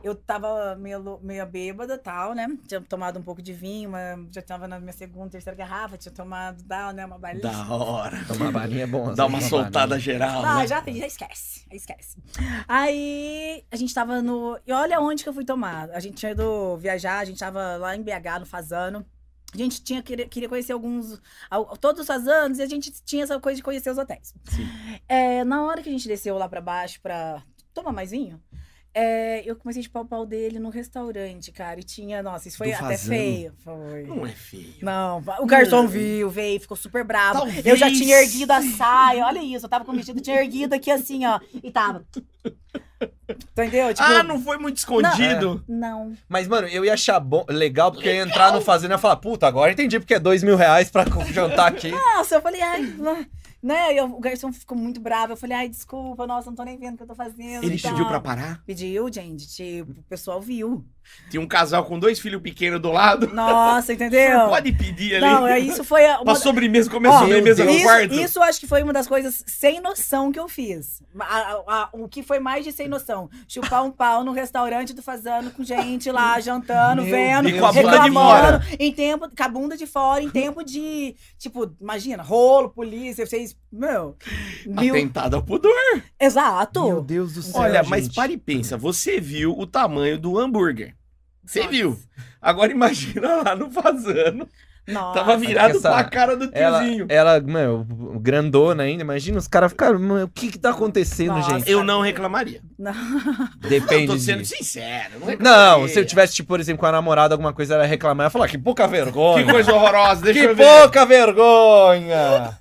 Speaker 3: Eu tava meio, meio bêbada tal, né? Tinha tomado um pouco de vinho, uma- já tava na minha segunda, terceira garrafa, tinha tomado tal, né? Uma balinha.
Speaker 1: Da hora.
Speaker 2: Tomar balinha é bom. assim,
Speaker 1: Dá uma
Speaker 2: tomar
Speaker 1: soltada
Speaker 2: balinha.
Speaker 1: geral.
Speaker 3: Ah,
Speaker 1: né?
Speaker 3: já tem, já esquece, já esquece. Aí a gente tava no. E olha onde que eu fui tomar. A gente tinha ido viajar, a gente tava lá em BH, no Fazano. A gente tinha queria, queria conhecer alguns. al- Todos os Fazanos e a gente tinha essa coisa de conhecer os hotéis.
Speaker 1: Sim.
Speaker 3: É, na hora que a gente desceu lá pra baixo pra tomar mais vinho. é, eu comecei de pau pau dele no restaurante, cara. E tinha, nossa, isso foi
Speaker 1: Do
Speaker 3: até
Speaker 1: Fazano?
Speaker 3: feio. Foi.
Speaker 1: Não é feio.
Speaker 3: Não, o garçom
Speaker 1: Não.
Speaker 3: viu, veio, ficou super bravo.
Speaker 1: Hum. Talvez.
Speaker 3: Eu já tinha erguido a saia, olha isso, eu tava com o vestido, tinha erguido aqui assim, ó, e tava. Entendeu? Tipo,
Speaker 1: Ah, não foi muito escondido.
Speaker 3: não.
Speaker 2: Mas, mano, eu ia achar bom, legal, porque eu ia entrar no fazenda e ia falar, puta, agora eu entendi porque é dois mil reais pra co- jantar aqui.
Speaker 3: Nossa, eu falei, ai, não. né? Eu, o garçom ficou muito bravo. Eu falei, ai, desculpa, nossa, não tô nem vendo o que eu tô fazendo.
Speaker 1: Ele
Speaker 3: e tal.
Speaker 1: pediu pra parar.
Speaker 3: Pediu, gente, tipo, o pessoal viu.
Speaker 1: Tinha um casal com dois filhos pequenos do lado.
Speaker 3: Nossa, entendeu?
Speaker 1: Não pode pedir ali.
Speaker 3: Não, é isso foi a-
Speaker 1: Pra
Speaker 3: uma,
Speaker 1: sobremesa, começa a
Speaker 3: Ó,
Speaker 1: sobremesa no
Speaker 3: isso,
Speaker 1: um quarto.
Speaker 3: isso acho que foi uma das coisas sem noção que eu fiz. A- a- a- o que foi mais de sem noção? Chupar um pau no restaurante do Fazano com gente lá jantando,
Speaker 2: Meu
Speaker 3: vendo,
Speaker 1: Deus. E com a bunda de
Speaker 3: reclamando,
Speaker 1: fora.
Speaker 3: em tempo, com a bunda de fora, em tempo de, tipo, imagina, rolo, polícia, vocês, meu, mil-
Speaker 1: Atentado ao pudor.
Speaker 3: exato.
Speaker 2: Meu Deus do céu.
Speaker 1: Olha, mas
Speaker 2: gente.
Speaker 1: para e pensa. Você viu o tamanho do hambúrguer. Você viu. Agora imagina lá no fazano.
Speaker 3: Nossa.
Speaker 1: Tava virado
Speaker 2: essa-
Speaker 1: pra cara do
Speaker 2: Ela,
Speaker 1: tiozinho.
Speaker 2: ela, mano, grandona ainda, imagina, os caras ficaram, mano, o que que tá acontecendo,
Speaker 3: Nossa.
Speaker 2: gente?
Speaker 1: Eu não reclamaria.
Speaker 3: Não.
Speaker 2: Depende
Speaker 1: Não, tô sendo
Speaker 2: de-
Speaker 1: sincero. Não,
Speaker 2: Não,
Speaker 1: reclamaria.
Speaker 2: se eu tivesse, tipo, por exemplo, com a namorada, alguma coisa, ela ia reclamar, ia falar, que pouca vergonha.
Speaker 1: Que coisa horrorosa. Deixa
Speaker 2: Que
Speaker 1: eu ver.
Speaker 2: pouca vergonha!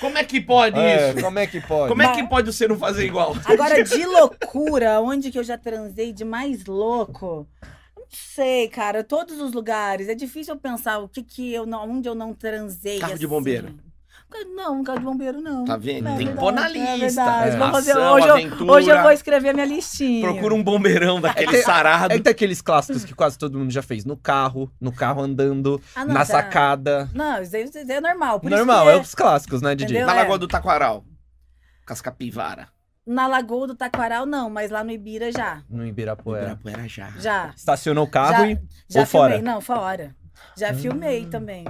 Speaker 1: Como é que pode
Speaker 2: É,
Speaker 1: isso?
Speaker 2: como é que pode?
Speaker 1: Como é que pode você não fazer igual?
Speaker 3: Agora, de loucura, onde que eu já transei de mais louco? Eu Não sei, cara. Todos os lugares. É difícil eu pensar o que que eu não, onde eu não transei.
Speaker 1: Carro de bombeiro.
Speaker 3: Ca- Não, carro de bombeiro não.
Speaker 1: Tá vendo?
Speaker 3: É
Speaker 1: Tem que
Speaker 3: verdade,
Speaker 1: pôr na
Speaker 3: é
Speaker 1: lista.
Speaker 3: verdade.
Speaker 2: É.
Speaker 3: Vou fazer-
Speaker 1: Ação,
Speaker 3: hoje, eu,
Speaker 1: aventura.
Speaker 3: hoje eu vou escrever minha listinha.
Speaker 1: Procura um bombeirão daquele sarado.
Speaker 2: É que tem aqueles clássicos que quase todo mundo já fez. No carro, no carro andando,
Speaker 3: Ah, não,
Speaker 2: na
Speaker 3: tá.
Speaker 2: sacada.
Speaker 3: Não, isso aí isso aí é normal. Por
Speaker 2: Normal,
Speaker 3: isso
Speaker 2: é
Speaker 3: que
Speaker 2: os clássicos, né, Didi?
Speaker 3: Entendeu?
Speaker 1: Na
Speaker 3: é.
Speaker 1: Lagoa do Taquaral. Cascapivara.
Speaker 3: Na Lagoa do Taquaral, não, mas lá no Ibira já.
Speaker 2: No Ibirapuera.
Speaker 1: Ibirapuera já.
Speaker 3: Já.
Speaker 2: Estacionou o carro
Speaker 3: Já-
Speaker 2: e
Speaker 3: Já
Speaker 2: Ou
Speaker 3: filmei.
Speaker 2: fora?
Speaker 3: Não, fora. Já filmei também.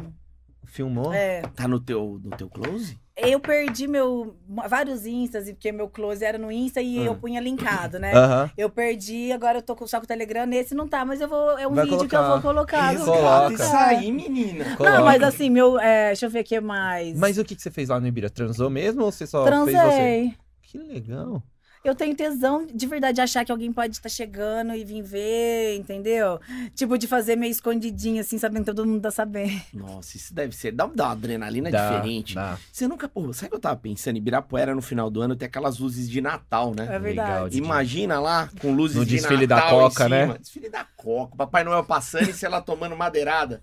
Speaker 2: filmou.
Speaker 3: É.
Speaker 1: Tá no teu, no teu close?
Speaker 3: Eu perdi meu vários instas, e porque meu close era no Insta e
Speaker 2: Hum.
Speaker 3: eu punha linkado, né?
Speaker 2: Aham.
Speaker 3: Eu perdi, agora eu tô com só com o Telegram, nesse não tá, mas eu vou. É um
Speaker 2: Vai
Speaker 3: vídeo que
Speaker 2: colocar.
Speaker 3: eu vou colocar.
Speaker 2: Isso,
Speaker 3: vou
Speaker 2: coloca.
Speaker 3: colocar.
Speaker 1: Isso aí, menina.
Speaker 2: Coloca.
Speaker 3: Não, mas assim, meu. é, deixa eu ver o que mais.
Speaker 2: Mas o que, que você fez lá no Ibira? Transou mesmo ou você só fez você?
Speaker 3: Transei.
Speaker 2: Que legal.
Speaker 3: Eu tenho tesão de verdade de achar que alguém pode estar chegando e vir ver, entendeu? Tipo, de fazer meio escondidinho, assim, sabendo que todo mundo tá sabendo.
Speaker 1: Nossa, isso deve ser. Dá, dá uma adrenalina
Speaker 2: Dá,
Speaker 1: é diferente.
Speaker 2: dá.
Speaker 1: Você nunca. Pô, sabe o que eu tava pensando? Ibirapuera no final do ano tem aquelas luzes de Natal, né?
Speaker 3: É verdade.
Speaker 2: Didi.
Speaker 1: Imagina lá com luzes
Speaker 2: No
Speaker 1: de
Speaker 2: desfile da
Speaker 1: Natal em
Speaker 2: Coca,
Speaker 1: cima.
Speaker 2: né?
Speaker 1: Desfile da Coca. Papai Noel passando e sei lá tomando madeirada.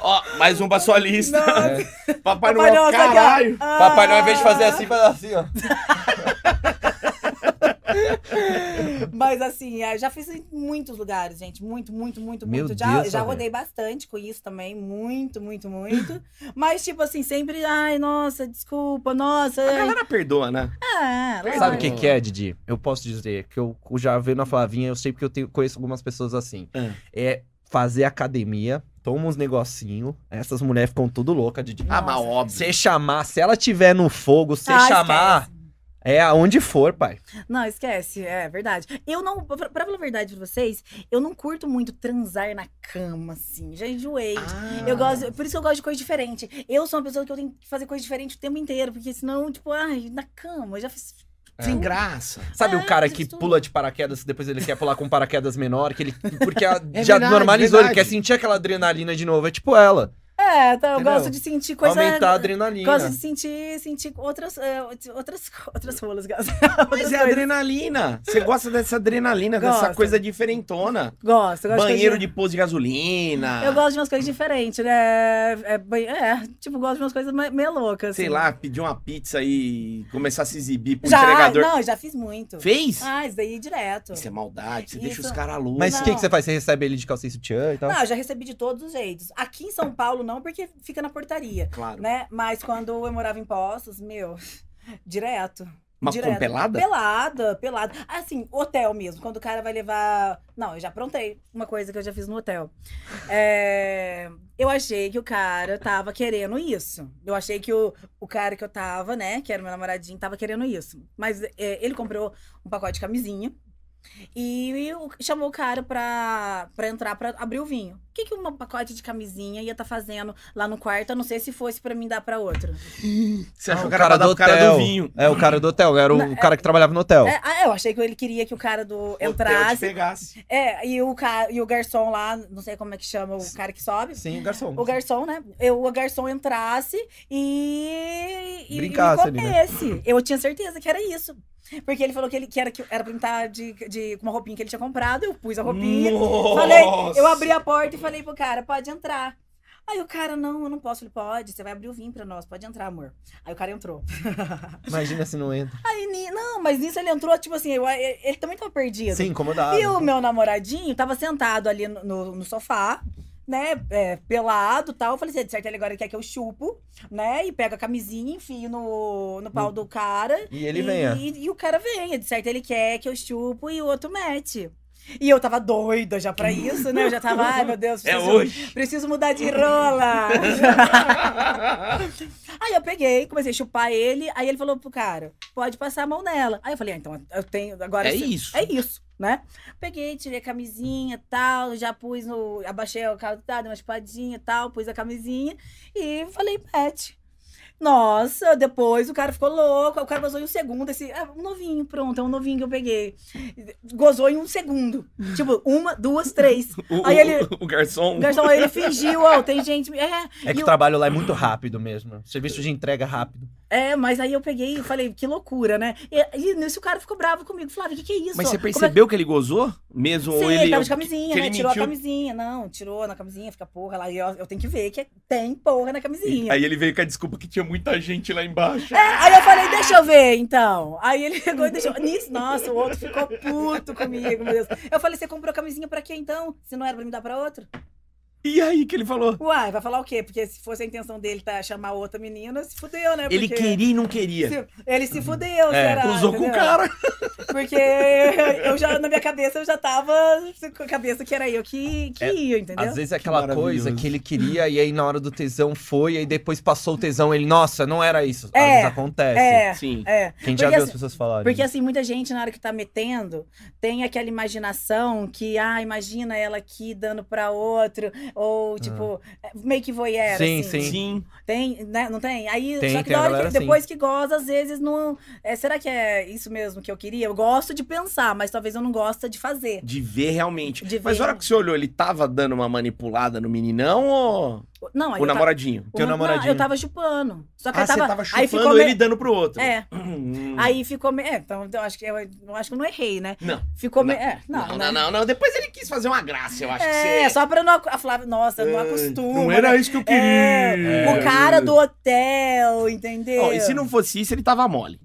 Speaker 1: Ó, mais um pra sua lista.
Speaker 3: Nossa.
Speaker 1: Papai,
Speaker 3: Papai
Speaker 1: Noel,
Speaker 3: Noel, sabe que-
Speaker 1: caralho.
Speaker 3: Ah!
Speaker 2: É. Papai Noel, ao invés de fazer assim, faz assim, ó.
Speaker 3: Mas assim, é, já fiz em muitos lugares, gente. Muito, muito, muito,
Speaker 2: Meu
Speaker 3: muito. Já,
Speaker 2: Deus,
Speaker 3: já
Speaker 2: Sabrina.
Speaker 3: rodei bastante com isso também. Muito, muito, muito. Mas, tipo assim, sempre, ai, nossa, desculpa, nossa.
Speaker 1: A
Speaker 3: ai.
Speaker 1: galera perdoa, né?
Speaker 3: Ah,
Speaker 1: Sabe
Speaker 2: Sabe
Speaker 3: lógico.
Speaker 2: o que, que é, Didi? Eu posso dizer que eu já vendo a Flavinha, eu sei porque eu tenho- conheço algumas pessoas assim.
Speaker 1: Ah.
Speaker 2: É fazer academia, toma uns negocinho, essas mulheres ficam tudo louca, Didi.
Speaker 1: Ah, mas
Speaker 3: Nossa.
Speaker 1: óbvio.
Speaker 2: Você chamar, se ela tiver no fogo, você
Speaker 3: Ah,
Speaker 2: chamar,
Speaker 3: esquece.
Speaker 2: é aonde for, pai.
Speaker 3: Não, esquece, é verdade. Eu não, pra pra falar a verdade pra vocês, eu não curto muito transar na cama, assim. Já enjoei.
Speaker 1: Ah.
Speaker 3: Eu gosto, por isso que eu gosto de coisa diferente. Eu sou uma pessoa que eu tenho que fazer coisa diferente o tempo inteiro, porque senão, tipo, ai, na cama, eu já fiz
Speaker 1: Ah, Sem graça.
Speaker 2: Sabe o
Speaker 3: Ah,
Speaker 2: cara
Speaker 3: mas
Speaker 2: que
Speaker 3: isso tudo.
Speaker 2: pula de paraquedas, depois ele quer pular com um paraquedas menor, que ele. Porque a-
Speaker 1: É
Speaker 2: já
Speaker 1: verdade,
Speaker 2: normalizou, ele quer
Speaker 1: verdade.
Speaker 2: sentir aquela adrenalina de novo. É tipo ela.
Speaker 3: É, então eu
Speaker 2: Entendeu?
Speaker 3: gosto de sentir coisa.
Speaker 2: Aumentar a adrenalina.
Speaker 3: Gosto de sentir, sentir outras, é, outras, outras rolas, guys.
Speaker 1: Mas
Speaker 3: Outras
Speaker 1: é
Speaker 3: coisas.
Speaker 1: adrenalina. Você gosta dessa adrenalina, dessa
Speaker 3: Gosto.
Speaker 1: coisa diferentona.
Speaker 3: Gosto, eu gosto
Speaker 1: Banheiro
Speaker 3: de...
Speaker 1: de posto de gasolina.
Speaker 3: Eu gosto de umas coisas diferentes, né? É, banhe- é, tipo, gosto de umas coisas me- meio loucas.
Speaker 1: Sei
Speaker 3: assim.
Speaker 1: lá, pedir uma pizza e começar a se exibir pro
Speaker 3: Já,
Speaker 1: entregador.
Speaker 3: não, já fiz muito.
Speaker 1: Fez?
Speaker 3: Ah, isso daí direto.
Speaker 1: Isso é maldade, você
Speaker 3: Isso.
Speaker 1: deixa os caras loucos.
Speaker 2: Mas o que,
Speaker 3: Não.
Speaker 2: que você faz? Você recebe ele de calcinha e sutiã e tal?
Speaker 3: Não, eu já recebi de todos os jeitos. Aqui em São Paulo não, porque fica na portaria,
Speaker 1: Claro.
Speaker 3: né? Mas quando eu morava em Poços, meu, direto.
Speaker 1: Uma
Speaker 3: direto.
Speaker 1: com pelada?
Speaker 3: Pelada, pelada. Assim, hotel mesmo, quando o cara vai levar... Não, eu já aprontei uma coisa que eu já fiz no hotel. É, Eu achei que o cara tava querendo isso. Eu achei que o, o cara que eu tava, né, que era meu namoradinho, tava querendo isso. Mas é, ele comprou um pacote de camisinha. E o- chamou o cara pra, pra entrar pra abrir o vinho. O que, que um pacote de camisinha ia tá fazendo lá no quarto? Eu não sei se fosse pra mim dar pra outro.
Speaker 1: Você achou
Speaker 2: Ah,
Speaker 1: que era pra dar pro cara do vinho.
Speaker 2: É, o cara do hotel. Era o
Speaker 3: Não,
Speaker 2: cara que trabalhava no hotel.
Speaker 3: É, ah, eu achei que ele queria que o cara do
Speaker 1: Hotel te
Speaker 3: entrasse.
Speaker 1: pegasse.
Speaker 3: É, e o, ca... e o garçom lá, não sei como é que chama o cara que sobe.
Speaker 2: Sim, garçom.
Speaker 3: O garçom, né? Eu, o garçom entrasse e. e
Speaker 2: Brincasse
Speaker 3: e
Speaker 2: ali,
Speaker 3: me
Speaker 2: né?
Speaker 3: comesse. Eu tinha certeza que era isso. Porque ele falou que, ele, que, era, que era pra mim estar de, de, com uma roupinha que ele tinha comprado. Eu pus a roupinha.
Speaker 1: Nossa!
Speaker 3: Falei, eu abri a porta e falei pro cara, pode entrar. Aí o cara, não, eu não posso. Ele, pode, você vai abrir o vinho pra nós, pode entrar, amor. Aí o cara entrou.
Speaker 2: Imagina se não entra.
Speaker 3: Aí, ni- não, mas nisso ele entrou, tipo assim, eu- ele também tava perdido.
Speaker 2: Sim, incomodado.
Speaker 3: E o meu namoradinho tava sentado ali no, no- no sofá, né? é, pelado e tal. Eu falei assim, de certo ele agora quer que eu chupo, né? E pega a camisinha, enfio no, no pau do cara.
Speaker 2: E ele é.
Speaker 3: e,
Speaker 2: venha.
Speaker 3: E, e o cara venha. De certo ele quer que eu chupo e o outro mete. E eu tava doida já pra isso, né? Eu já tava, ai meu Deus,
Speaker 1: É
Speaker 3: preciso,
Speaker 1: hoje.
Speaker 3: preciso mudar de rola. aí eu peguei, comecei a chupar ele. Aí ele falou pro cara, pode passar a mão nela. Aí eu falei, ah, então eu tenho agora...
Speaker 1: É
Speaker 3: se-
Speaker 1: isso.
Speaker 3: é isso, né? Peguei, tirei a camisinha e tal, já pus no. Abaixei o carro, tá, dei uma espadinha e tal, pus a camisinha e falei, pet. Nossa, depois o cara ficou louco, o cara gozou em um segundo, esse, é um novinho, pronto, é um novinho que eu peguei. Gozou em um segundo. Tipo, uma, duas, três.
Speaker 1: O,
Speaker 3: Aí
Speaker 1: o-
Speaker 3: ele-
Speaker 1: o garçom.
Speaker 3: O garçom, aí ele fingiu, ó, tem gente. É,
Speaker 2: É que o
Speaker 3: e o-
Speaker 2: trabalho lá é muito rápido mesmo. Serviço de entrega rápido.
Speaker 3: é, mas aí eu peguei e falei, que loucura, né? E, e nisso o cara ficou bravo comigo. Flávio, o que, que é isso?
Speaker 1: Mas você
Speaker 3: Como é que-
Speaker 1: percebeu que ele gozou? Mesmo
Speaker 3: Sim,
Speaker 1: ou
Speaker 3: ele
Speaker 1: ele. é
Speaker 3: tava de camisinha,
Speaker 1: que
Speaker 3: né?
Speaker 1: ele
Speaker 3: Tirou
Speaker 1: mentiu.
Speaker 3: a camisinha. Não, tirou na camisinha, fica porra lá. E eu, eu tenho que ver que é- tem porra na camisinha. Aí...
Speaker 1: Aí ele veio com a desculpa que tinha muita gente lá embaixo.
Speaker 3: eu falei, deixa eu ver, então. Aí ele pegou e deixou. Nisso, nossa, o outro ficou puto comigo, meu Deus. Eu falei, você comprou a camisinha pra quê, então? Se não era pra me dar pra outro?
Speaker 1: E aí que ele falou?
Speaker 3: Uai, vai falar o quê? Porque se fosse a intenção dele tá, chamar outra menina, se fudeu, né?
Speaker 1: Ele
Speaker 3: Porque
Speaker 1: queria e não queria.
Speaker 3: se- ele se
Speaker 2: É,
Speaker 3: fudeu, será?
Speaker 1: Cruzou com o
Speaker 3: Entendeu?
Speaker 1: cara.
Speaker 3: Porque eu já, na minha cabeça, eu já tava com a cabeça que era eu que, que ia, entendeu?
Speaker 2: Às vezes é aquela
Speaker 1: maravilhoso.
Speaker 2: coisa que ele queria e aí na hora do tesão foi, aí depois passou o tesão, ele, nossa, não era isso. Às
Speaker 3: É,
Speaker 2: vezes acontece.
Speaker 3: É,
Speaker 1: Sim.
Speaker 2: A
Speaker 3: é.
Speaker 2: gente
Speaker 3: Porque
Speaker 2: já viu as
Speaker 3: assim-
Speaker 2: pessoas falarem.
Speaker 3: Porque assim, muita gente na hora que tá metendo, tem aquela imaginação que, ah, imagina ela aqui dando pra outro, ou tipo, é, meio que voyeur,
Speaker 2: Sim,
Speaker 3: assim.
Speaker 2: sim.
Speaker 1: Ah. Sim.
Speaker 3: Tem, né? Não tem? Aí,
Speaker 2: Tem,
Speaker 3: só que
Speaker 2: tem a
Speaker 3: na hora
Speaker 2: galera
Speaker 3: que,
Speaker 2: assim.
Speaker 3: depois que goza, às vezes não... é, será que é isso mesmo que eu queria? Eu gosto de pensar, mas talvez eu não goste de fazer.
Speaker 1: De ver realmente.
Speaker 3: De
Speaker 1: Mas
Speaker 3: ver.
Speaker 1: na hora que você olhou, ele tava dando uma manipulada no meninão ou
Speaker 3: Não, aí
Speaker 1: o
Speaker 3: eu tava-
Speaker 1: namoradinho?
Speaker 2: Teu
Speaker 3: o nam-
Speaker 2: namoradinho.
Speaker 3: Não, eu tava chupando. Só que
Speaker 1: Ah,
Speaker 3: eu
Speaker 1: você
Speaker 3: tava...
Speaker 1: tava
Speaker 3: aí ficou
Speaker 1: chupando
Speaker 3: meio-
Speaker 1: ele dando pro outro.
Speaker 3: É,
Speaker 1: Hum.
Speaker 3: aí ficou... meio- É, então eu acho que eu, eu acho que eu não errei, né?
Speaker 1: Não.
Speaker 3: Ficou...
Speaker 1: Não.
Speaker 3: meio- É,
Speaker 1: Não, não,
Speaker 3: né?
Speaker 1: não, não, Depois ele quis fazer uma graça, eu acho que
Speaker 3: É,
Speaker 1: você. Ah,
Speaker 3: só pra eu não. ac- A Flávia, nossa, eu não
Speaker 1: É,
Speaker 3: acostumo. né?
Speaker 1: isso que eu
Speaker 3: É, O cara do hotel, entendeu?
Speaker 1: Ó, e se não fosse isso, ele tava mole.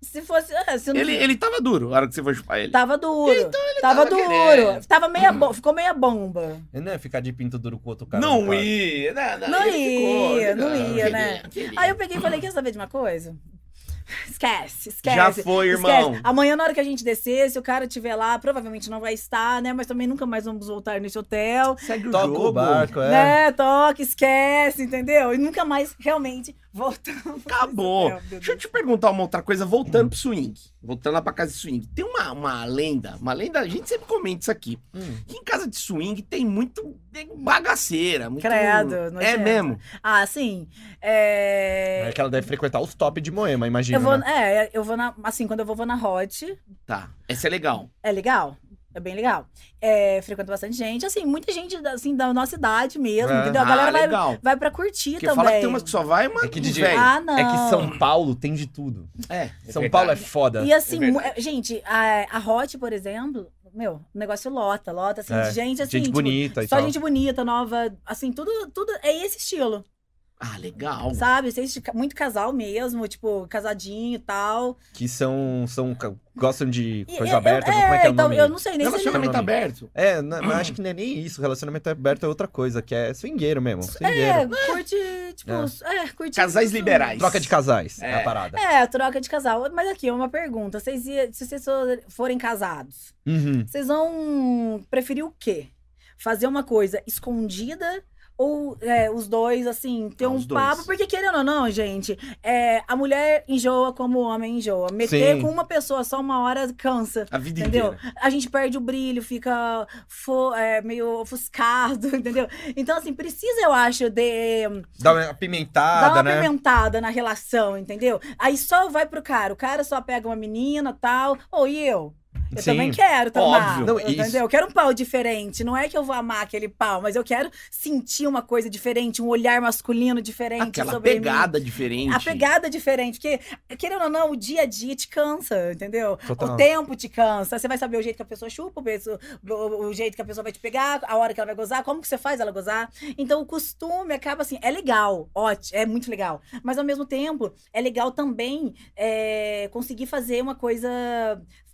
Speaker 3: Se fosse. ah, se não-
Speaker 1: Ele, ele tava duro na hora que você foi chupar ele.
Speaker 3: Tava duro. tava,
Speaker 1: tava
Speaker 3: duro.
Speaker 1: querendo.
Speaker 3: Tava meia bo... Ficou meia bomba.
Speaker 2: Eu Não é ficar de pinto duro com outro cara. no
Speaker 1: não
Speaker 2: quarto.
Speaker 1: ia. Não, não,
Speaker 3: Não
Speaker 1: ele ficou,
Speaker 3: ia,
Speaker 1: ele-
Speaker 3: não ia,
Speaker 1: queria,
Speaker 3: né?
Speaker 1: queria.
Speaker 3: Aí eu peguei e falei: quer saber de uma coisa? Esquece, esquece.
Speaker 1: Já foi, irmão.
Speaker 3: Esquece. Amanhã, na hora que a gente descer, se o cara estiver lá, provavelmente não vai estar, né? Mas também nunca mais vamos voltar nesse hotel.
Speaker 1: Segue o
Speaker 2: Toca
Speaker 1: jogo.
Speaker 2: o barco, é.
Speaker 3: Né? Toca, esquece, entendeu? E nunca mais realmente Voltamos.
Speaker 1: Acabou.
Speaker 3: Meu Deus.
Speaker 1: Deixa eu te perguntar uma outra coisa, voltando pro swing. Voltando lá pra casa de swing. Tem uma, uma lenda, uma lenda, a gente sempre comenta isso aqui.
Speaker 2: Hum.
Speaker 1: Que em casa de swing tem muito tem bagaceira. Muito...
Speaker 3: Credo,
Speaker 1: É
Speaker 3: nojento.
Speaker 1: mesmo.
Speaker 3: Ah, sim. É...
Speaker 2: É que ela deve frequentar os top de Moema, imagina.
Speaker 3: Eu vou,
Speaker 2: né?
Speaker 3: é, eu vou na. Assim, quando eu vou, vou na Hot,
Speaker 1: Tá. Essa é legal.
Speaker 3: é legal. É bem legal. É, frequento bastante gente. Assim, muita gente da- assim, da nossa idade mesmo,
Speaker 2: É.
Speaker 3: entendeu? A galera
Speaker 1: ah,
Speaker 3: vai,
Speaker 1: legal.
Speaker 3: vai pra curtir
Speaker 1: Porque
Speaker 3: também.
Speaker 1: fala que tem umas que só vai, uma
Speaker 2: É que de
Speaker 1: velho.
Speaker 2: jeito.
Speaker 3: Ah, não.
Speaker 2: É que São Paulo tem de tudo.
Speaker 3: Ah.
Speaker 1: É.
Speaker 2: São Paulo é foda.
Speaker 3: E assim,
Speaker 1: É
Speaker 3: mu-
Speaker 1: verdade.
Speaker 3: gente, a, a Hot, por exemplo, meu, o negócio lota, lota, assim,
Speaker 2: É,
Speaker 3: de gente assim.
Speaker 2: gente
Speaker 3: tipo,
Speaker 2: bonita e
Speaker 3: Só
Speaker 2: tal.
Speaker 3: gente bonita, nova, assim, tudo, tudo é esse estilo,
Speaker 1: Ah, legal.
Speaker 3: sabe? Esse estilo- muito casal mesmo, tipo, casadinho e tal.
Speaker 2: Que são, são. ca- Gostam de
Speaker 3: E
Speaker 2: coisa
Speaker 3: eu- eu-
Speaker 2: aberta. como é que é o
Speaker 3: então,
Speaker 2: nome?
Speaker 3: eu não sei nem se
Speaker 1: Relacionamento
Speaker 2: nome.
Speaker 1: aberto.
Speaker 2: É, não, mas acho que não é nem isso. Relacionamento aberto é outra coisa, que é swingueiro mesmo.
Speaker 3: É,
Speaker 2: Swingueiro.
Speaker 3: curte, tipo, é, curte.
Speaker 1: Casais liberais.
Speaker 2: Troca de casais é
Speaker 1: É.
Speaker 2: a parada.
Speaker 3: É, troca de casal. Mas aqui, uma pergunta. Vocês ia- se vocês for- forem casados,
Speaker 2: Uhum.
Speaker 3: vocês vão preferir o quê? Fazer uma coisa escondida? Ou é, os dois, assim, ter
Speaker 1: Ah,
Speaker 3: um
Speaker 1: os dois.
Speaker 3: papo? Porque querendo ou não, gente, é, a mulher enjoa como o homem enjoa. Meter
Speaker 2: Sim.
Speaker 3: com uma pessoa só uma hora cansa.
Speaker 1: A vida
Speaker 3: Entendeu?
Speaker 1: inteira.
Speaker 3: A gente perde o brilho, fica fo- é, meio ofuscado, entendeu? Então, assim, precisa, eu acho, de
Speaker 2: Dá uma apimentada,
Speaker 3: dá uma
Speaker 2: né?
Speaker 3: pimentada na relação, entendeu? Aí só vai pro cara. O cara só pega uma menina tal. Ou e eu? Eu
Speaker 2: Sim.
Speaker 3: também quero tomar.
Speaker 1: Óbvio.
Speaker 2: Não,
Speaker 3: entendeu?
Speaker 2: isso.
Speaker 3: Eu quero um pau diferente. Não é que eu vou amar aquele pau, mas eu quero sentir uma coisa diferente, um olhar masculino diferente
Speaker 1: Aquela
Speaker 3: sobre
Speaker 1: pegada
Speaker 3: mim.
Speaker 1: diferente.
Speaker 3: A pegada é diferente, porque, querendo ou não, o dia a dia te cansa, entendeu?
Speaker 2: Total.
Speaker 3: é O tempo te cansa. Você vai saber o jeito que a pessoa chupa, o peso- o, o jeito que a pessoa vai te pegar, a hora que ela vai gozar, como que você faz ela gozar. Então, o costume acaba assim, é legal, ótimo, é muito legal. Mas, ao mesmo tempo, é legal também é, conseguir fazer uma coisa...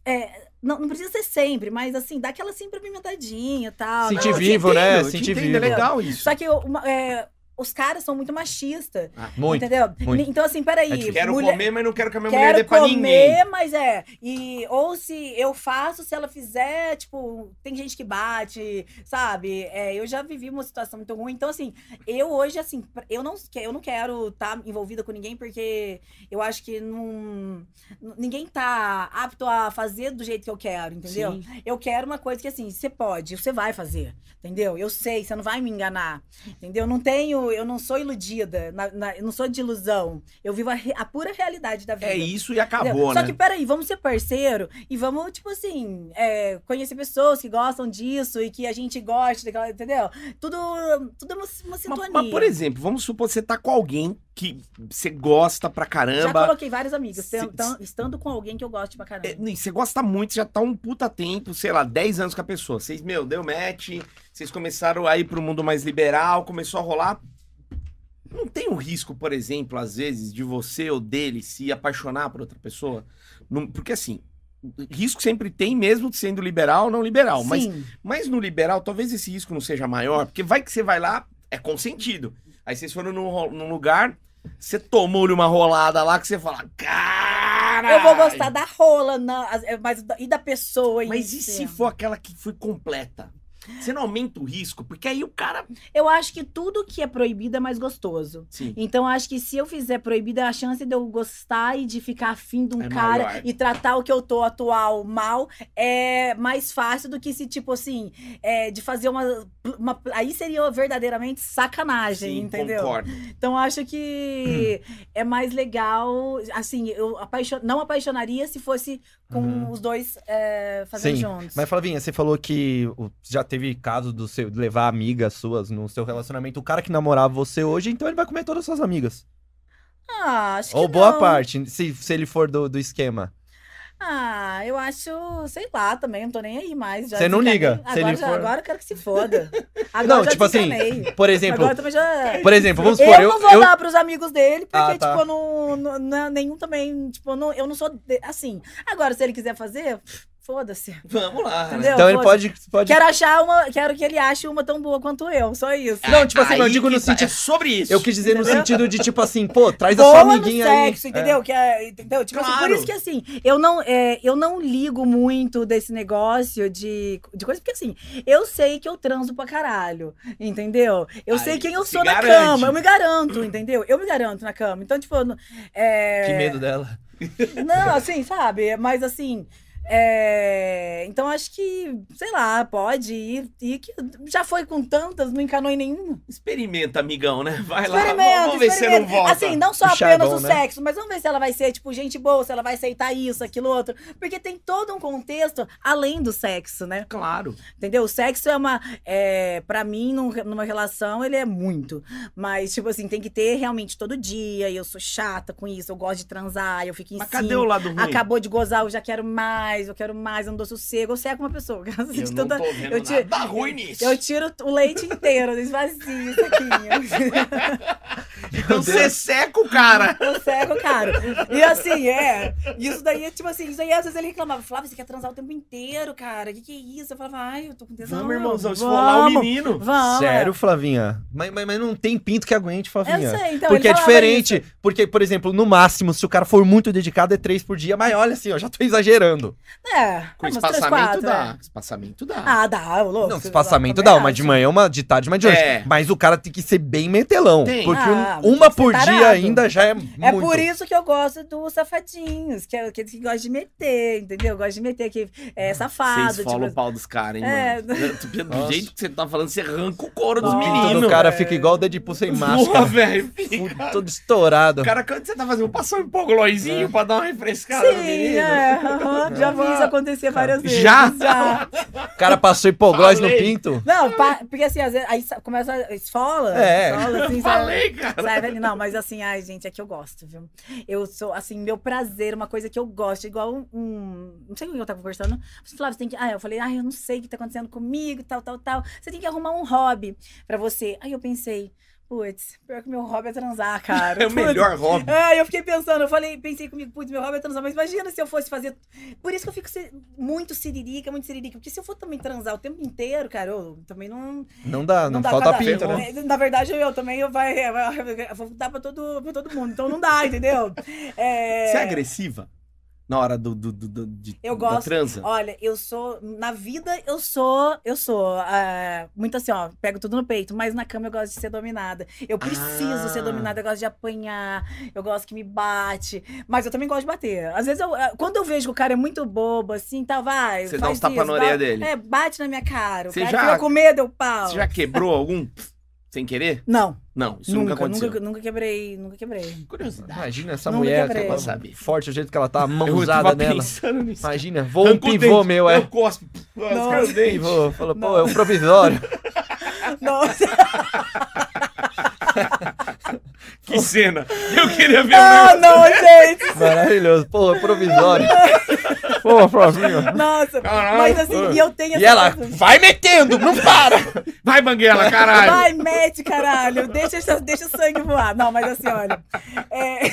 Speaker 3: é, não, não precisa ser sempre, mas assim, dá aquela sempre pimentadinha e tal.
Speaker 2: Sentir
Speaker 3: Não,
Speaker 1: eu te
Speaker 2: vivo, né?
Speaker 1: entendo, eu te
Speaker 2: Sentir
Speaker 1: entendo, É
Speaker 2: vivo.
Speaker 1: legal isso.
Speaker 3: Só que uma- é, os caras são muito machistas.
Speaker 2: Muito.
Speaker 3: entendeu?
Speaker 2: muito.
Speaker 3: Então, assim, peraí.
Speaker 2: É difícil.
Speaker 1: Quero
Speaker 3: mulher-
Speaker 1: comer, mas não quero que a minha mulher dê
Speaker 3: Quero
Speaker 1: pra
Speaker 3: comer,
Speaker 1: ninguém.
Speaker 3: mas é. E, ou se eu faço, se ela fizer, tipo, tem gente que bate, sabe? É, eu já vivi uma situação muito ruim. Então, assim, eu hoje, assim, pra- eu não, que- eu não quero estar envolvida com ninguém, porque eu acho que não, n- ninguém tá apto a fazer do jeito que eu quero, entendeu?
Speaker 1: Sim.
Speaker 3: Eu quero uma coisa que, assim, você pode, você vai fazer, entendeu? Eu sei, você não vai me enganar, entendeu? Eu não tenho, eu não sou iludida, na- na- eu não sou de ilusão. Eu vivo a, re- a pura realidade da vida.
Speaker 1: É isso e
Speaker 3: entendeu?
Speaker 1: acabou,
Speaker 3: Só
Speaker 1: né?
Speaker 3: que, peraí, vamos ser parceiro e vamos, tipo assim, é, conhecer pessoas que gostam disso e que a gente gosta, daquela, entendeu? Tudo, tudo é uma, uma
Speaker 1: Mas-
Speaker 3: sintonia.
Speaker 1: Mas, por exemplo, vamos supor que você tá com alguém que você gosta pra
Speaker 3: Já
Speaker 1: caramba.
Speaker 3: coloquei vários amigos,
Speaker 1: Se-
Speaker 3: estando, estando com alguém que eu gosto pra caramba.
Speaker 1: é, e Você gosta muito, já tá um puta tempo, sei lá, 10 anos com a pessoa. Vocês, meu, deu match, vocês começaram a ir pro mundo mais liberal, começou a rolar. Não tem o risco, por exemplo, às vezes, de você ou dele se apaixonar por outra pessoa? Não- porque assim, risco sempre tem, mesmo sendo liberal ou não liberal. Mas
Speaker 3: Sim,
Speaker 1: Mas no liberal, talvez esse risco não seja maior, porque vai que você vai lá, é consentido. Aí vocês foram num, ro- num lugar, você tomou-lhe uma rolada lá que você fala, cara!
Speaker 3: eu vou gostar da rola, não, as- é, mas, da- e da pessoa.
Speaker 1: Mas e
Speaker 3: isso.
Speaker 1: se for aquela que foi completa? Você não aumenta o risco, porque aí o cara.
Speaker 3: Eu acho que tudo que é proibido é mais gostoso.
Speaker 1: Sim.
Speaker 3: Então, acho que se eu fizer proibido, a chance de eu gostar e de ficar afim de um
Speaker 1: É
Speaker 3: cara
Speaker 1: maior.
Speaker 3: e tratar o que eu tô atual mal é mais fácil do que se, tipo assim, é, de fazer uma, uma- Aí seria verdadeiramente sacanagem,
Speaker 1: sim,
Speaker 3: entendeu?
Speaker 1: concordo.
Speaker 3: Então, acho que
Speaker 2: Hum.
Speaker 3: é mais legal. Assim, eu apaixo- não apaixonaria se fosse com
Speaker 2: Uhum.
Speaker 3: os dois é, fazendo
Speaker 2: Sim,
Speaker 3: juntos.
Speaker 2: Mas, Flavinha, você falou que o- já teve caso do seu, de levar amigas suas no seu relacionamento. O cara que namorava você hoje, então ele vai comer todas as suas amigas.
Speaker 3: Ah, acho que
Speaker 2: Ou boa
Speaker 3: não.
Speaker 2: parte, se, se ele for do, do esquema.
Speaker 3: Ah, eu acho, sei lá, também, não tô nem aí mais. já
Speaker 2: Você não
Speaker 3: desencanei.
Speaker 2: liga, se
Speaker 3: Agora,
Speaker 2: ele
Speaker 3: já-
Speaker 2: for-
Speaker 3: agora eu quero que se foda. Agora
Speaker 2: Não,
Speaker 3: eu já
Speaker 2: tipo assim,
Speaker 3: desencanei.
Speaker 2: Por exemplo,
Speaker 3: Agora também já.
Speaker 2: por exemplo, vamos
Speaker 3: Eu
Speaker 2: supor, eu,
Speaker 3: não vou
Speaker 2: eu-
Speaker 3: dar pros amigos dele, porque,
Speaker 2: Ah, tá.
Speaker 3: tipo, eu não, não, não- nenhum também, tipo, eu não, eu não sou de- assim. Agora, se ele quiser fazer, Foda-se.
Speaker 1: Vamos lá. né?
Speaker 3: Entendeu?
Speaker 2: Então ele
Speaker 3: Pô,
Speaker 2: pode. pode...
Speaker 3: Quero achar uma. Quero que ele ache uma tão boa quanto eu. Só isso.
Speaker 2: Não, tipo assim,
Speaker 1: Aí
Speaker 2: eu digo
Speaker 1: que
Speaker 2: no
Speaker 1: tá,
Speaker 2: sentido.
Speaker 1: é sobre isso.
Speaker 2: Eu quis dizer no
Speaker 3: Entendeu?
Speaker 2: sentido de, tipo assim, pô, traz a
Speaker 3: boa
Speaker 2: sua
Speaker 3: no
Speaker 2: amiguinha aí.
Speaker 3: sexo, entendeu? Que é, entendeu? Tipo assim,
Speaker 1: Claro.
Speaker 3: por isso que assim, eu não, é, eu não ligo muito desse negócio de, de coisa, porque assim, eu sei que eu transo pra caralho, entendeu? Eu
Speaker 1: Aí,
Speaker 3: sei quem eu
Speaker 1: se
Speaker 3: sou
Speaker 1: garante.
Speaker 3: na cama, eu me garanto, entendeu? Eu me garanto na cama. Então, tipo, eu não- é,
Speaker 2: É. Que medo dela.
Speaker 3: Não, assim, sabe? Mas assim. é, Então acho que, sei lá, pode ir. E que já foi com tantas, não encanou em nenhuma.
Speaker 1: Experimenta, amigão, né? Vai lá,
Speaker 3: Experimenta,
Speaker 1: vamos, vamos ver se você não
Speaker 3: experimenta.
Speaker 1: volta.
Speaker 3: Assim, não só
Speaker 2: Puxar é
Speaker 3: apenas
Speaker 2: bom,
Speaker 3: o
Speaker 2: né?
Speaker 3: sexo, mas vamos ver se ela vai ser, tipo, gente boa, se ela vai aceitar isso, aquilo, outro. Porque tem todo um contexto além do sexo, né?
Speaker 1: Claro.
Speaker 3: Entendeu? O sexo é uma. É, para mim, num- numa relação, ele é muito. Mas, tipo assim, tem que ter realmente todo dia. E eu sou chata com isso, eu gosto de transar, eu fico em
Speaker 1: Mas
Speaker 3: cima.
Speaker 1: cadê o lado ruim?
Speaker 3: Acabou de gozar, eu já quero mais, eu quero mais, eu não dou sossego. Eu seco uma pessoa. graças
Speaker 1: Eu
Speaker 3: de
Speaker 1: não
Speaker 3: tanta-
Speaker 1: tô vendo
Speaker 3: eu te-
Speaker 1: nada Tá ruim nisso.
Speaker 3: eu tiro o leite inteiro, eu esvazio isso aqui.
Speaker 1: Então você seca o cara.
Speaker 3: Eu cego, cara. E assim, é. Isso daí, é tipo assim, isso aí às vezes ele reclamava. Falava, você quer transar o tempo inteiro, cara. O que, que é isso? Eu falava, ai, eu tô com tesão.
Speaker 1: Vamos, irmãozão, esfolar o menino.
Speaker 3: Vamos.
Speaker 2: Sério, Flavinha? Mas, mas, mas não tem pinto que aguente,
Speaker 3: é. Eu
Speaker 2: Flavinha.
Speaker 3: sei, então.
Speaker 2: porque é
Speaker 3: ele falava
Speaker 2: diferente. Porque, por exemplo, no máximo, se o cara for muito dedicado, é três por dia. Mas olha assim, ó, já tô exagerando.
Speaker 3: isso. É.
Speaker 1: Com
Speaker 3: umas três,
Speaker 1: espaçamento
Speaker 3: quatro,
Speaker 1: dá.
Speaker 3: é.
Speaker 1: Espaçamento dá.
Speaker 3: Ah, dá, ô louco.
Speaker 2: não,
Speaker 3: você
Speaker 2: espaçamento
Speaker 3: também
Speaker 2: dá, uma
Speaker 3: acha.
Speaker 2: de manhã, uma de tarde, uma de noite.
Speaker 1: É.
Speaker 2: Mas o cara tem que ser bem metelão.
Speaker 1: Tem.
Speaker 2: Porque
Speaker 3: Ah,
Speaker 2: um-
Speaker 3: tem
Speaker 2: uma
Speaker 3: que ser
Speaker 2: por dia
Speaker 3: tarado.
Speaker 2: ainda já é,
Speaker 3: É
Speaker 2: muito.
Speaker 3: por isso que eu gosto dos safadinhos, que é aqueles que gostam de meter, entendeu? Eu gosto de meter, que
Speaker 1: Ah,
Speaker 3: é safado.
Speaker 1: Vocês
Speaker 3: Tipo,
Speaker 1: falam o pau dos caras, hein,
Speaker 3: É.
Speaker 1: mano? Do
Speaker 2: Nossa.
Speaker 1: jeito que você tá falando, você arranca o couro dos
Speaker 2: O
Speaker 3: Nossa.
Speaker 2: pinto
Speaker 1: meninos.
Speaker 2: do cara fica igual o Deadpool sem máscara.
Speaker 1: Porra, velho.
Speaker 2: Fu-
Speaker 1: fica-
Speaker 2: Todo estourado.
Speaker 1: O cara, quando você tá fazendo, passou um
Speaker 2: É.
Speaker 1: pogloizinho pra dar uma refrescada no
Speaker 3: Sim,
Speaker 1: menino.
Speaker 3: é. aham, Já vi isso acontecer várias vezes.
Speaker 1: Já?
Speaker 3: Já.
Speaker 2: O cara passou hipoglós no
Speaker 1: Falei.
Speaker 2: pinto.
Speaker 3: Não, pa- porque assim, às vezes, aí sa- começa a esfola,
Speaker 2: É.
Speaker 3: esfola, assim,
Speaker 1: Eu
Speaker 3: sabe?
Speaker 1: falei, cara.
Speaker 3: Sabe, ali, Não, mas assim, ai, gente, é que eu gosto, viu? Eu sou, assim, meu prazer, uma coisa que eu gosto, igual um. um- não sei com quem eu tava conversando. Você falava, você tem que. Ah, eu falei, ai, eu não sei o que tá acontecendo comigo, tal, tal, tal. Você tem que arrumar um hobby pra você. Aí eu pensei, putz, pior que meu hobby é transar, cara.
Speaker 1: É o melhor hobby.
Speaker 3: É, eu fiquei pensando, eu falei, pensei comigo, putz, meu hobby é transar, mas imagina se eu fosse fazer. Por isso que eu fico se- muito siririca, muito siririca. Porque se eu for também transar o tempo inteiro, cara, eu também não.
Speaker 2: Não dá, não,
Speaker 3: dá
Speaker 2: falta
Speaker 3: cada-
Speaker 2: pinto, né?
Speaker 1: Ferrou.
Speaker 3: É, Na verdade, eu também eu vai, é, vai- eu vou dar pra todo, pra todo mundo. Então não dá, entendeu? É,
Speaker 1: Você é agressiva? Na hora do, do, do- do- de,
Speaker 3: Eu
Speaker 1: da
Speaker 3: gosto.
Speaker 1: transa?
Speaker 3: Olha, eu sou. Na vida, eu sou. Eu sou. ah, muito assim, ó. Pego tudo no peito, mas na cama eu gosto de ser dominada. Eu preciso
Speaker 1: Ah.
Speaker 3: ser dominada, eu gosto de apanhar, eu gosto que me bate. Mas eu também gosto de bater. Às vezes, eu, ah, quando eu vejo que o cara é muito bobo, assim, tá, vai.
Speaker 1: Você dá
Speaker 3: faz
Speaker 1: uns tapa
Speaker 3: isso,
Speaker 1: na
Speaker 3: dá-
Speaker 1: orelha dele.
Speaker 3: É, bate na minha cara. O
Speaker 1: Você
Speaker 3: cara
Speaker 1: já-
Speaker 3: fica com medo, eu pau.
Speaker 1: Você já quebrou algum sem querer?
Speaker 3: Não,
Speaker 1: Não, isso nunca,
Speaker 3: nunca,
Speaker 1: aconteceu.
Speaker 3: nunca, nunca quebrei, nunca quebrei.
Speaker 1: Curiosidade.
Speaker 2: Imagina essa
Speaker 3: Não me
Speaker 2: mulher
Speaker 3: quebrei.
Speaker 2: aquela-
Speaker 1: Sabe.
Speaker 2: forte, o jeito que ela tá, a
Speaker 1: Eu
Speaker 2: mãozada
Speaker 1: tava
Speaker 2: nela.
Speaker 1: pensando nisso.
Speaker 2: Imagina, voa um
Speaker 1: Arrancou o
Speaker 2: pivô
Speaker 1: dente,
Speaker 2: meu, é.
Speaker 1: Eu cospo.
Speaker 3: Não.
Speaker 1: Os dentes.
Speaker 2: Pivô, falou, pô,
Speaker 3: Não.
Speaker 2: é um provisório.
Speaker 3: Nossa.
Speaker 1: Que cena. Eu queria ver
Speaker 3: Ah,
Speaker 1: o meu.
Speaker 3: não, gente!
Speaker 2: Maravilhoso, pô, é um provisório. Pô, Flavinho.
Speaker 3: Nossa!
Speaker 1: Caralho.
Speaker 3: Mas assim, e eu tenho
Speaker 2: E ela,
Speaker 3: coisa-
Speaker 2: vai metendo, não para!
Speaker 1: Vai, Banguela, caralho.
Speaker 3: Vai, mete, caralho! Deixa, essa- deixa o sangue voar. Não, mas assim, olha. é,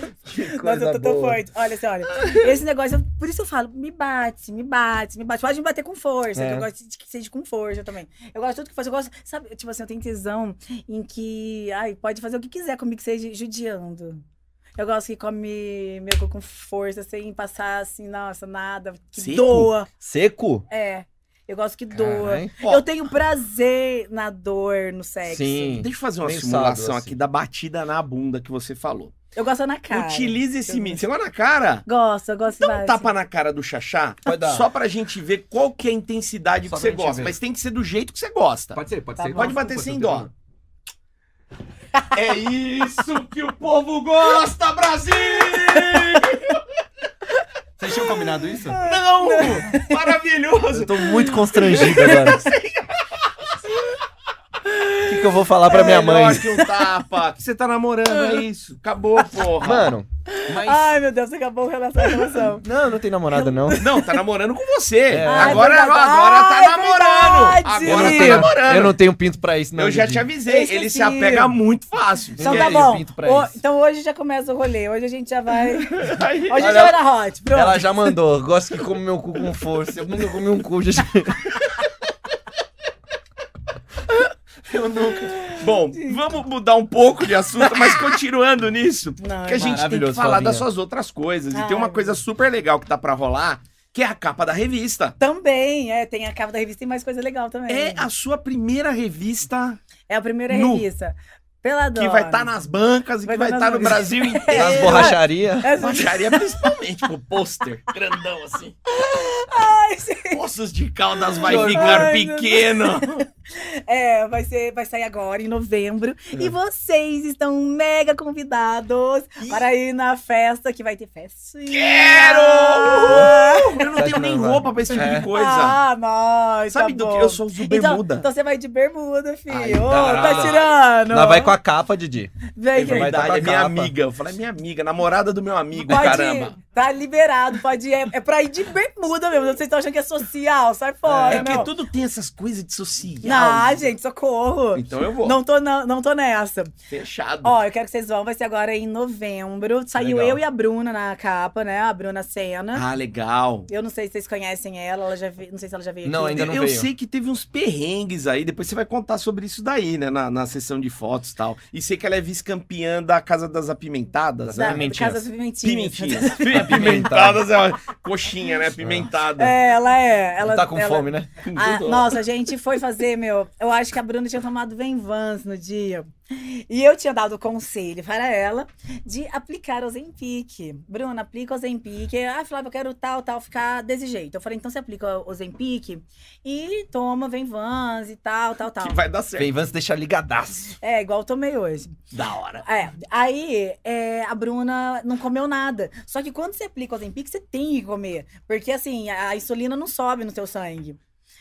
Speaker 3: Nossa, eu tô tão forte. Olha, assim, olha. Esse negócio, eu- por isso eu falo, me bate, me bate, me bate. Pode me bater com força.
Speaker 2: É.
Speaker 3: que eu gosto de que seja com força também. Eu gosto de tudo que faz. Eu gosto, sabe, tipo assim, eu tenho tesão em que. Ai, pode fazer o que quiser comigo, que seja judiando. Eu gosto que come meu cu com força, sem passar assim, nossa, nada. Que
Speaker 1: Seco?
Speaker 3: doa.
Speaker 2: Seco?
Speaker 3: É. Eu gosto que doa.
Speaker 2: Caralho.
Speaker 1: Ó,
Speaker 3: Eu tenho prazer na dor, no sexo.
Speaker 2: Sim.
Speaker 1: Deixa eu fazer uma
Speaker 2: Pensado,
Speaker 1: simulação
Speaker 2: assim.
Speaker 1: aqui da batida na bunda que você falou.
Speaker 3: Eu gosto na cara.
Speaker 1: Utiliza esse mini. Você vai na cara?
Speaker 3: Gosto, eu gosto
Speaker 1: Dá um
Speaker 3: mais.
Speaker 1: tapa na cara do Xaxá,
Speaker 2: Pode dar.
Speaker 1: só pra gente ver qual que é a intensidade
Speaker 4: Só pra
Speaker 1: que você
Speaker 4: gente
Speaker 1: gosta.
Speaker 4: ver.
Speaker 1: Mas tem que ser do jeito que você gosta.
Speaker 4: Pode ser, pode
Speaker 3: Tá
Speaker 4: ser.
Speaker 3: bom.
Speaker 1: Pode
Speaker 4: Não,
Speaker 1: bater
Speaker 4: desculpa,
Speaker 1: sem
Speaker 4: não
Speaker 1: dó.
Speaker 4: tem problema.
Speaker 1: É isso que o povo gosta, Brasil!
Speaker 4: Vocês tinham combinado isso?
Speaker 1: Não! Maravilhoso!
Speaker 2: Eu tô muito constrangido agora. O que, que
Speaker 3: É,
Speaker 2: eu vou falar pra minha
Speaker 1: Melhor
Speaker 2: mãe?
Speaker 1: que um tapa. Que Você tá namorando, é isso. Acabou, porra.
Speaker 2: Mano, Mas.
Speaker 3: Ai, meu Deus, acabou o relação. relação.
Speaker 2: Não, não tem namorada, não.
Speaker 1: Não, tá namorando com você.
Speaker 3: Ah, é
Speaker 1: Agora,
Speaker 3: verdade.
Speaker 1: agora tá
Speaker 3: Ah, é
Speaker 1: namorando.
Speaker 3: verdade.
Speaker 1: Agora
Speaker 3: Eu
Speaker 1: tá
Speaker 3: tenho-
Speaker 1: namorando.
Speaker 2: Eu não tenho pinto pra isso, não.
Speaker 1: Eu já
Speaker 2: Didi.
Speaker 1: te avisei,
Speaker 3: Eu
Speaker 1: ele se
Speaker 3: esqueci.
Speaker 1: apega muito fácil.
Speaker 3: Então
Speaker 2: Ninguém
Speaker 3: tá
Speaker 2: é
Speaker 3: bom.
Speaker 2: pinto pra
Speaker 3: Ô,
Speaker 2: isso.
Speaker 3: então hoje já começa o rolê. Hoje a gente já vai. Hoje a gente
Speaker 2: Olha-
Speaker 3: vai na hot. Pronto.
Speaker 2: Ela já mandou. Gosto que come meu cu com força. Eu nunca comi um cu, Didi.
Speaker 1: Eu nunca. Bom, vamos mudar um pouco de assunto, mas continuando nisso,
Speaker 3: Não,
Speaker 1: que a
Speaker 3: é
Speaker 1: gente tem que
Speaker 2: maravilhoso,
Speaker 1: falar
Speaker 2: Flavinha.
Speaker 1: das suas outras coisas. E
Speaker 3: Ai,
Speaker 1: tem uma
Speaker 3: meu
Speaker 1: coisa super legal que tá pra rolar, que é a capa da revista.
Speaker 3: Também, é, tem a capa da revista e mais coisa legal também.
Speaker 1: É a sua primeira revista
Speaker 3: É a primeira
Speaker 1: Nu.
Speaker 3: revista. Peladona.
Speaker 1: que vai tá estar nas bancas e
Speaker 3: Vai
Speaker 1: que vai
Speaker 3: tá
Speaker 1: estar
Speaker 3: nas
Speaker 1: no
Speaker 3: bancas.
Speaker 1: Brasil inteiro.
Speaker 2: Nas borracharias.
Speaker 3: Essa-
Speaker 1: Baixaria principalmente, com o pôster grandão assim.
Speaker 3: Ai, gente.
Speaker 1: Poços de Caldas vai
Speaker 2: Ai,
Speaker 1: ficar
Speaker 3: meu
Speaker 1: pequeno.
Speaker 3: É, vai, ser, vai sair agora, em novembro.
Speaker 2: É.
Speaker 3: E vocês estão mega convidados para ir na festa, que vai ter festa.
Speaker 1: Quero! Uhul! Eu não tenho nem roupa pra esse tipo
Speaker 2: É.
Speaker 1: de coisa.
Speaker 3: Ah, nós.
Speaker 1: Sabe
Speaker 3: tá
Speaker 1: do que?
Speaker 3: bom.
Speaker 1: Eu sou uso
Speaker 3: Então,
Speaker 1: bermuda.
Speaker 3: então você vai de bermuda, filho.
Speaker 2: Ai,
Speaker 3: Ô,
Speaker 2: caralho.
Speaker 3: tá tirando.
Speaker 2: Ela vai com a capa, Didi.
Speaker 3: Vem,
Speaker 1: É
Speaker 2: Ele vai
Speaker 3: gente.
Speaker 2: dar
Speaker 1: verdade,
Speaker 2: pra
Speaker 1: é minha
Speaker 2: capa.
Speaker 1: amiga. Eu falei, é minha amiga, namorada do meu amigo,
Speaker 3: Pode
Speaker 1: caramba.
Speaker 3: ir, tá liberado, pode ir. É, é pra ir de bermuda mesmo. Vocês estão achando que é social, sai fora.
Speaker 1: É porque
Speaker 3: não.
Speaker 1: tudo tem essas coisas de
Speaker 2: é
Speaker 1: social.
Speaker 3: Não, gente, socorro.
Speaker 1: Então eu vou.
Speaker 3: Não tô, na- não tô nessa.
Speaker 1: Fechado.
Speaker 3: Ó, eu quero que vocês vão, vai ser agora em novembro. Saiu
Speaker 2: Legal.
Speaker 3: eu e a Bruna na capa, né? A Bruna Senna.
Speaker 1: Ah, legal.
Speaker 3: Eu não sei se vocês conhecem ela, ela já veio, não sei se ela já veio
Speaker 2: Não,
Speaker 3: aqui.
Speaker 2: ainda não
Speaker 1: eu
Speaker 2: veio.
Speaker 1: sei que teve uns perrengues aí, depois você vai contar sobre isso daí, né? Na, na sessão de fotos e tal. E sei que ela é vice-campeã da Casa das Apimentadas,
Speaker 2: Das
Speaker 1: né?
Speaker 3: Da,
Speaker 2: Pimentinhas.
Speaker 3: Casa Pimentinhas.
Speaker 1: Pimentinhas. Apimentadas é uma coxinha, né? Pimentada.
Speaker 3: É, ela é. Ela,
Speaker 2: tá com
Speaker 3: ela-
Speaker 2: fome, né?
Speaker 3: Ah, nossa, a gente foi fazer, meu. Eu acho que a Bruna tinha tomado Venvans no dia. E eu tinha dado o conselho para ela de aplicar o Zempic. Bruna, aplica o Zempic. Ah, Flávia, eu quero tal, tal, ficar desse jeito. Eu falei, então você aplica o Zempic e toma Venvans e tal, tal, tal.
Speaker 1: Que vai dar certo.
Speaker 2: Vem, vamos deixar ligadaço.
Speaker 3: É, igual eu tomei hoje.
Speaker 1: Da hora.
Speaker 3: É, aí é, a Bruna não comeu nada. Só que quando você aplica o Ozempic, você tem que comer. Porque assim, a insulina não sobe no teu sangue.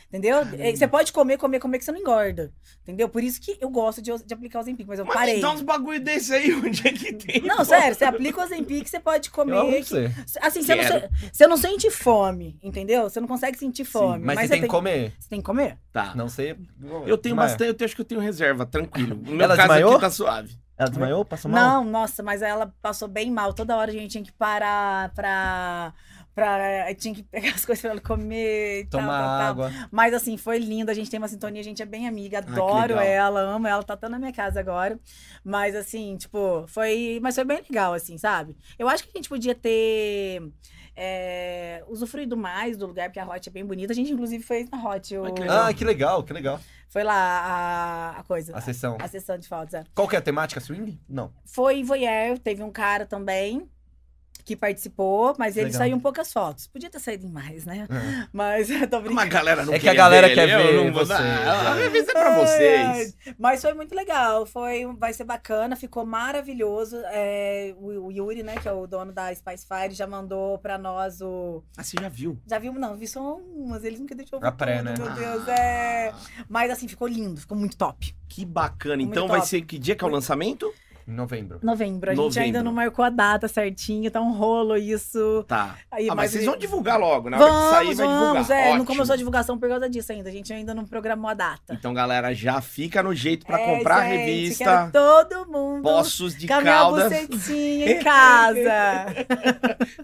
Speaker 3: Entendeu? É, Você pode comer, comer, comer que você não engorda. Entendeu? Por isso que eu gosto de, de aplicar o Ozempic, mas eu
Speaker 1: Mas me
Speaker 3: parei.
Speaker 1: dá
Speaker 2: então
Speaker 1: uns bagulho desse aí, onde é que tem?
Speaker 3: Não, sério, você aplica o Ozempic, você pode
Speaker 2: Eu
Speaker 3: comer.
Speaker 2: amo
Speaker 3: que-
Speaker 2: você.
Speaker 3: Assim, você não,
Speaker 1: Quero.
Speaker 3: se- você não sente fome, entendeu? Você não consegue sentir fome.
Speaker 2: Mas, você tem que comer.
Speaker 3: Você tem que comer.
Speaker 1: Tá.
Speaker 2: Não sei.
Speaker 1: Eu tenho
Speaker 2: Mas-
Speaker 1: bastante, eu acho que eu tenho reserva, tranquilo. No meu
Speaker 2: é? Ela
Speaker 1: caso
Speaker 2: desmaiou?
Speaker 1: aqui tá suave.
Speaker 2: Ela desmaiou?
Speaker 1: Tá
Speaker 2: Passou mal?
Speaker 3: Não, nossa, mas ela passou bem mal. Toda hora a gente tinha que parar pra. pra tinha que pegar as coisas pra ela comer e tal,
Speaker 2: Tomar
Speaker 3: tal, tal.
Speaker 2: água.
Speaker 3: Mas assim, foi lindo. A gente tem uma sintonia, a gente é bem amiga.
Speaker 1: que
Speaker 3: Adoro
Speaker 1: legal.
Speaker 3: ela, amo ela. Tá até na minha casa agora. Mas assim, tipo, foi. Mas foi bem legal, assim, sabe? Eu acho que a gente podia ter. É, usufruído mais do lugar, porque a Hot é bem bonita. A gente, inclusive, fez na Hot. o-
Speaker 1: Ai, que legal.
Speaker 2: Ah, que legal, que legal.
Speaker 3: Foi lá a, a coisa.
Speaker 2: A sessão.
Speaker 3: A sessão de fotos, é.
Speaker 2: Qual que é a temática? Swing? Não.
Speaker 3: Foi voyeur, teve um cara também que participou, mas ele
Speaker 2: Legal.
Speaker 3: saiu em poucas fotos. Podia ter saído em mais, né? Mas tô brincando.
Speaker 1: Mas a galera não
Speaker 2: É que a
Speaker 1: queria
Speaker 2: galera
Speaker 1: ver
Speaker 2: quer
Speaker 1: ele, eu
Speaker 2: ver
Speaker 1: não vou dar.
Speaker 2: vocês,
Speaker 1: A
Speaker 2: é.
Speaker 1: revista é pra
Speaker 3: Ai,
Speaker 1: vocês.
Speaker 3: Mas foi muito legal, foi, um, vai ser bacana, ficou maravilhoso. É, o, o Yuri, né, que é o dono da Spice Fire, já mandou pra nós o...
Speaker 1: Ah, você já viu?
Speaker 3: Já viu? Não, vi só umas, ele nunca deixou
Speaker 2: A pré, né?
Speaker 3: Meu
Speaker 1: Ah.
Speaker 3: Deus, é... Mas assim, ficou lindo, ficou muito top.
Speaker 1: Que bacana.
Speaker 3: Muito
Speaker 1: Então vai
Speaker 3: top.
Speaker 1: ser que dia que é o lançamento?
Speaker 2: Em novembro.
Speaker 3: Novembro, a gente ainda
Speaker 1: Novembro.
Speaker 3: não marcou a data certinho, tá um rolo isso.
Speaker 1: Tá.
Speaker 3: Aí,
Speaker 1: ah, mas vocês vão divulgar logo, né? na
Speaker 3: vamos,
Speaker 1: hora que sair vai divulgar.
Speaker 3: vamos, é, não
Speaker 1: Ótimo.
Speaker 3: começou a divulgação por causa disso ainda, a gente ainda não programou a data.
Speaker 1: Então, galera, já fica no jeito pra
Speaker 3: É,
Speaker 1: comprar a
Speaker 3: gente,
Speaker 1: revista
Speaker 3: quero todo mundo
Speaker 1: Poços de
Speaker 3: com a minha
Speaker 1: Caldas.
Speaker 3: bucetinha em casa.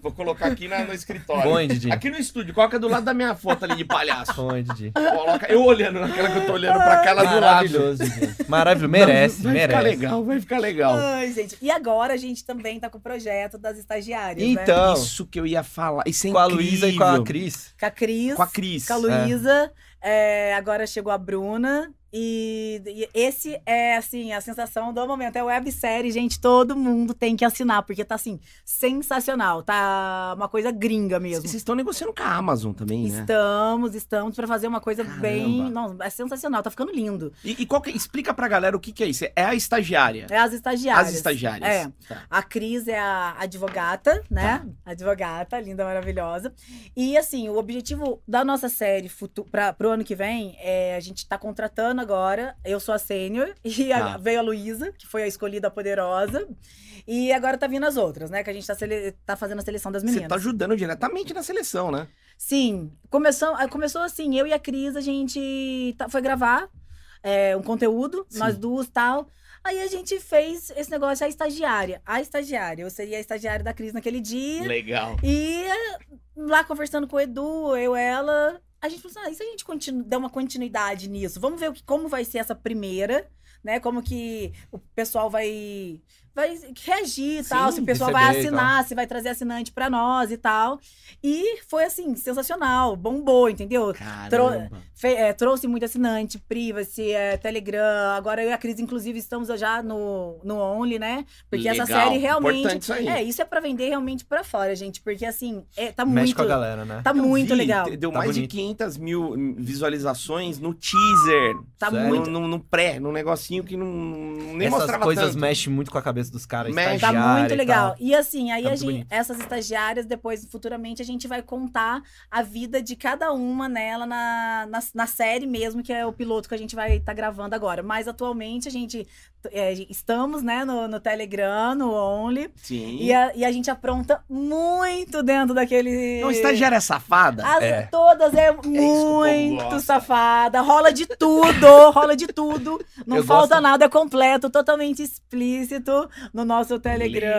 Speaker 1: Vou colocar aqui na- no escritório.
Speaker 2: Bom, hein, Didi?
Speaker 1: Aqui no estúdio, coloca do lado da minha foto ali de palhaço.
Speaker 2: Bom, hein, Didi?
Speaker 1: Coloca, eu olhando naquela que eu tô olhando
Speaker 3: Ah,
Speaker 1: pra cá, ela do lado.
Speaker 2: Maravilhoso, Didi. Maravilhoso. Merece,
Speaker 1: vai
Speaker 2: merece.
Speaker 1: ficar legal, vai ficar legal.
Speaker 3: Ai, gente. E agora a gente também tá com o projeto das estagiárias, né?
Speaker 2: Então,
Speaker 1: Isso que eu ia falar. Isso é
Speaker 2: com a
Speaker 1: incrível.
Speaker 2: Luísa e com a Cris.
Speaker 3: Com a Cris,
Speaker 1: Com a Cris.
Speaker 3: com a Luísa, é, agora chegou a Bruna. E, e esse é, assim, a sensação do momento. É websérie, gente, todo mundo tem que assinar, porque tá, assim, sensacional. Tá uma coisa gringa mesmo.
Speaker 1: Vocês estão negociando com a Amazon também, né?
Speaker 3: Estamos, estamos pra fazer uma coisa
Speaker 1: Caramba.
Speaker 3: bem. Não, é sensacional, tá ficando lindo.
Speaker 1: E, e qual que- explica pra galera o que, que é isso. É a estagiária.
Speaker 3: É as estagiárias.
Speaker 1: As estagiárias.
Speaker 3: É.
Speaker 1: Tá.
Speaker 3: A Cris é a advogata, né? Advogata, linda, maravilhosa. E assim, o objetivo da nossa série para pro ano que vem é a gente tá contratando agora. Eu sou a sênior. E a-
Speaker 1: Ah.
Speaker 3: veio a Luísa, que foi a escolhida poderosa. E agora tá vindo as outras, né? Que a gente tá, sele- tá fazendo a seleção das
Speaker 1: Você
Speaker 3: meninas.
Speaker 1: tá ajudando diretamente na seleção, né?
Speaker 3: Sim, começou, ah, começou assim, eu e a Cris, a gente tá- foi gravar é, um conteúdo, nós duas tal. Aí a gente fez esse negócio, a estagiária. A estagiária, eu seria a estagiária da Cris naquele dia.
Speaker 1: Legal.
Speaker 3: E eh, lá conversando com o Edu, eu, ela, a gente falou assim, ah, e se a gente continu- der uma continuidade nisso? Vamos ver o que, como vai ser essa primeira, né? Como que o pessoal vai, vai reagir e tal,
Speaker 2: Sim,
Speaker 3: se o pessoal vai
Speaker 2: receber e tal.
Speaker 3: assinar, se vai trazer assinante pra nós e tal. E foi assim, sensacional, bombou, entendeu?
Speaker 1: Caramba.
Speaker 3: Fe- é, trouxe muito assinante, Privacy, é, Telegram. Agora eu e a Cris, inclusive, estamos já no, no Only, né? Porque essa
Speaker 1: Legal.
Speaker 3: série realmente.
Speaker 1: Importante isso aí.
Speaker 3: É, isso é pra vender realmente pra fora, gente. Porque assim, é, tá
Speaker 2: Mexe
Speaker 3: muito.
Speaker 2: com a galera, né?
Speaker 3: Tá
Speaker 1: Eu
Speaker 3: muito
Speaker 1: vi,
Speaker 3: legal.
Speaker 1: Deu
Speaker 2: Tá
Speaker 1: mais de
Speaker 2: bonito.
Speaker 1: 500 mil visualizações no teaser.
Speaker 3: Tá
Speaker 2: Sério?
Speaker 3: muito.
Speaker 1: No, no- no pré, num negocinho que não, nem
Speaker 2: Essas
Speaker 1: mostrava
Speaker 2: coisas
Speaker 1: tanto.
Speaker 2: mexem muito com a cabeça dos caras.
Speaker 1: Mexe.
Speaker 3: Tá
Speaker 2: estagiário
Speaker 3: muito
Speaker 2: e
Speaker 3: legal.
Speaker 2: tal.
Speaker 3: E, assim, aí
Speaker 2: Tá
Speaker 3: a
Speaker 2: muito
Speaker 3: gente,
Speaker 2: bonito.
Speaker 3: essas estagiárias, depois, futuramente, a gente vai contar a vida de cada uma nela na, na, na série mesmo, que é o piloto que a gente vai estar gravando agora. Mas atualmente a gente é, estamos, né, no, no Telegram, no Only.
Speaker 1: Sim. É
Speaker 3: E a, e a gente apronta muito dentro daquele.
Speaker 2: um
Speaker 1: Não, estagiária um safada.
Speaker 3: As
Speaker 2: É.
Speaker 3: todas é
Speaker 1: gosta.
Speaker 3: muito safada, rola de tudo, rola de tudo. Não
Speaker 2: Eu
Speaker 3: falta
Speaker 2: gosto-
Speaker 3: nada, é completo, totalmente explícito no nosso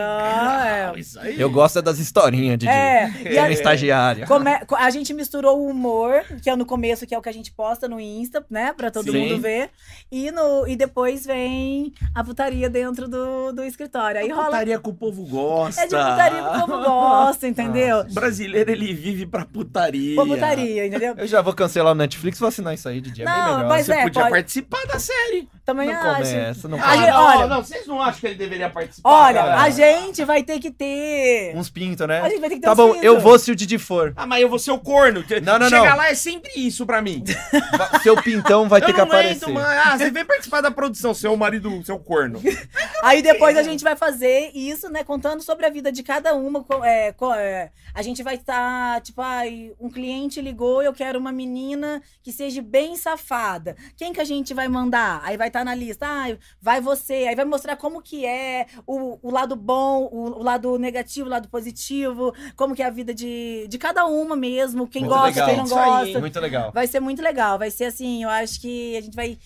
Speaker 1: Legal,
Speaker 3: Telegram.
Speaker 1: Ah, isso aí.
Speaker 2: Eu gosto é das historinhas,
Speaker 3: É.
Speaker 2: Didi.
Speaker 3: É, e
Speaker 2: Ele é
Speaker 3: a,
Speaker 2: estagiário.
Speaker 3: come- co- a gente misturou o humor, que é no começo, que é o que a gente posta no Insta, né? Pra todo
Speaker 2: Sim.
Speaker 3: mundo ver. E, no, e depois vem a putaria dentro do, do escritório. Aí rola.
Speaker 1: Putaria que o povo gosta.
Speaker 3: É de putaria que o povo gosta, entendeu?
Speaker 2: Ah.
Speaker 1: O brasileiro, ele vive pra putaria.
Speaker 3: Pô, putaria, entendeu?
Speaker 2: Eu já vou cancelar o Netflix e vou assinar isso aí, Didi. É bem
Speaker 3: Não,
Speaker 2: melhor.
Speaker 1: Você
Speaker 3: mas- é,
Speaker 1: podia
Speaker 3: pode-
Speaker 1: participar da série.
Speaker 3: Também
Speaker 2: Não
Speaker 3: acho.
Speaker 2: começa, não
Speaker 3: Ah,
Speaker 2: começa.
Speaker 3: gente- olha-
Speaker 1: não, vocês não acham que ele deveria participar?
Speaker 3: Olha,
Speaker 1: cara?
Speaker 3: a gente vai ter que ter.
Speaker 2: Uns pintos, né?
Speaker 3: A gente vai ter que ter
Speaker 2: Tá
Speaker 3: uns
Speaker 2: bom,
Speaker 3: filhos.
Speaker 2: eu vou se o Didi for.
Speaker 1: Ah, mas eu vou ser o corno.
Speaker 2: Não, não,
Speaker 1: Chega
Speaker 2: não.
Speaker 1: lá é sempre isso pra mim.
Speaker 2: Va- Seu pintão vai ter
Speaker 1: eu
Speaker 2: que
Speaker 1: não
Speaker 2: aparecer.
Speaker 1: aguento, mãe. Ah, você vem participar da produção, seu marido, seu corno.
Speaker 3: Aí depois a
Speaker 2: né?
Speaker 3: gente vai fazer isso, né? Contando sobre a vida de cada uma. co- é, co- é, a gente vai estar, tipo, ai, um cliente ligou, eu quero uma menina que seja bem safada. Quem que a gente vai mandar? Aí vai estar na lista. Ah, vai você. Aí vai mostrar como que é o, o lado bom, o, o lado negativo, o lado positivo. Como que é a vida de, de cada uma mesmo. Quem
Speaker 2: Muito
Speaker 3: gosta,
Speaker 2: legal.
Speaker 3: quem não
Speaker 1: Isso aí,
Speaker 3: gosta.
Speaker 2: Muito legal.
Speaker 3: Vai ser muito legal, vai ser assim, eu acho que a gente vai.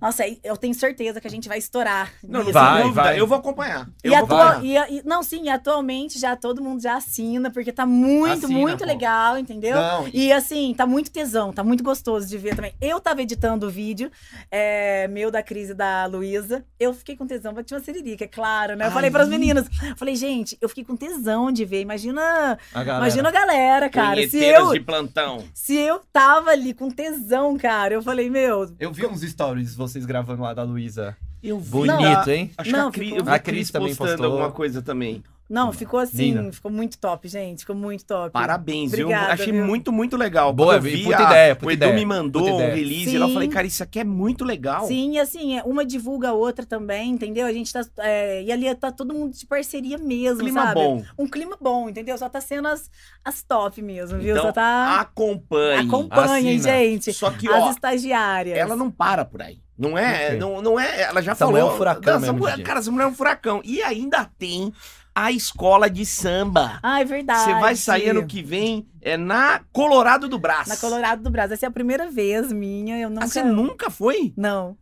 Speaker 3: Nossa, eu tenho certeza que a gente vai estourar.
Speaker 1: Não, não
Speaker 3: nisso.
Speaker 1: vai,
Speaker 2: Vai,
Speaker 1: dúvida.
Speaker 2: vai.
Speaker 1: Eu vou acompanhar.
Speaker 3: E,
Speaker 1: eu vou
Speaker 3: atua-
Speaker 1: acompanhar.
Speaker 3: e a- e- não, sim, e atualmente já todo mundo já assina, porque tá muito,
Speaker 2: Assina,
Speaker 3: muito
Speaker 2: pô.
Speaker 3: legal, entendeu?
Speaker 2: Não, e-
Speaker 3: E assim, tá muito tesão, tá muito gostoso de ver também. Eu tava editando o vídeo, é, meu da crise da Luísa. Eu fiquei com tesão, bati uma siririca, é claro, né? Eu falei para as meninas, eu falei, gente, eu fiquei com tesão de ver. Imagina,
Speaker 2: a galera.
Speaker 3: imagina a galera, cara. Se
Speaker 1: Punheteiras
Speaker 3: eu,
Speaker 1: de plantão.
Speaker 3: se eu tava ali com tesão, cara, eu falei, meu,
Speaker 2: Eu vi uns stories vocês gravando lá da Luísa.
Speaker 1: Eu vi.
Speaker 2: Bonito, hein?
Speaker 1: Acho
Speaker 3: Não,
Speaker 1: que a Cris,
Speaker 3: ficou-
Speaker 1: eu vi a
Speaker 2: A
Speaker 1: Cris
Speaker 2: Cris também
Speaker 1: postando
Speaker 2: postou.
Speaker 1: alguma coisa também.
Speaker 3: não, ficou assim,
Speaker 2: Linda.
Speaker 3: ficou muito top, gente, ficou muito top.
Speaker 1: Parabéns, eu
Speaker 3: Obrigada,
Speaker 1: achei
Speaker 3: viu?
Speaker 1: muito, muito legal.
Speaker 2: Boa,
Speaker 1: Quando eu vi
Speaker 2: puta
Speaker 1: a-
Speaker 2: ideia, puta
Speaker 1: O Edu
Speaker 2: ideia,
Speaker 1: me mandou
Speaker 2: puta
Speaker 1: um
Speaker 2: ideia.
Speaker 1: release e lá eu
Speaker 3: Sim.
Speaker 1: falei, cara, isso aqui é muito legal.
Speaker 3: Sim, e assim, é, uma divulga a outra também, entendeu? A gente tá. é, e ali tá todo mundo de parceria mesmo,
Speaker 1: Clima
Speaker 3: sabe?
Speaker 1: bom.
Speaker 3: Um clima bom, entendeu? Só tá sendo as, as top mesmo, viu?
Speaker 1: Então,
Speaker 3: Só tá.
Speaker 1: Acompanhe.
Speaker 3: Acompanhem,
Speaker 2: assina.
Speaker 3: gente.
Speaker 1: Só que,
Speaker 3: as
Speaker 1: ó,
Speaker 3: estagiárias.
Speaker 1: ela não para por aí. Não é,
Speaker 2: Ok.
Speaker 1: não, não é, ela já
Speaker 2: Essa
Speaker 1: falou.
Speaker 2: mulher é um furacão
Speaker 1: Não, essa
Speaker 2: mesmo,
Speaker 1: mulher-
Speaker 2: DJ.
Speaker 1: cara, essa mulher é um furacão. E ainda tem a escola de samba.
Speaker 3: Ah, é verdade.
Speaker 1: Você vai sair ano que vem é na Colorado do Braço.
Speaker 3: Na Colorado do Brasil. Essa é a primeira vez minha. Eu nunca.
Speaker 1: Ah, você nunca foi?
Speaker 3: Não.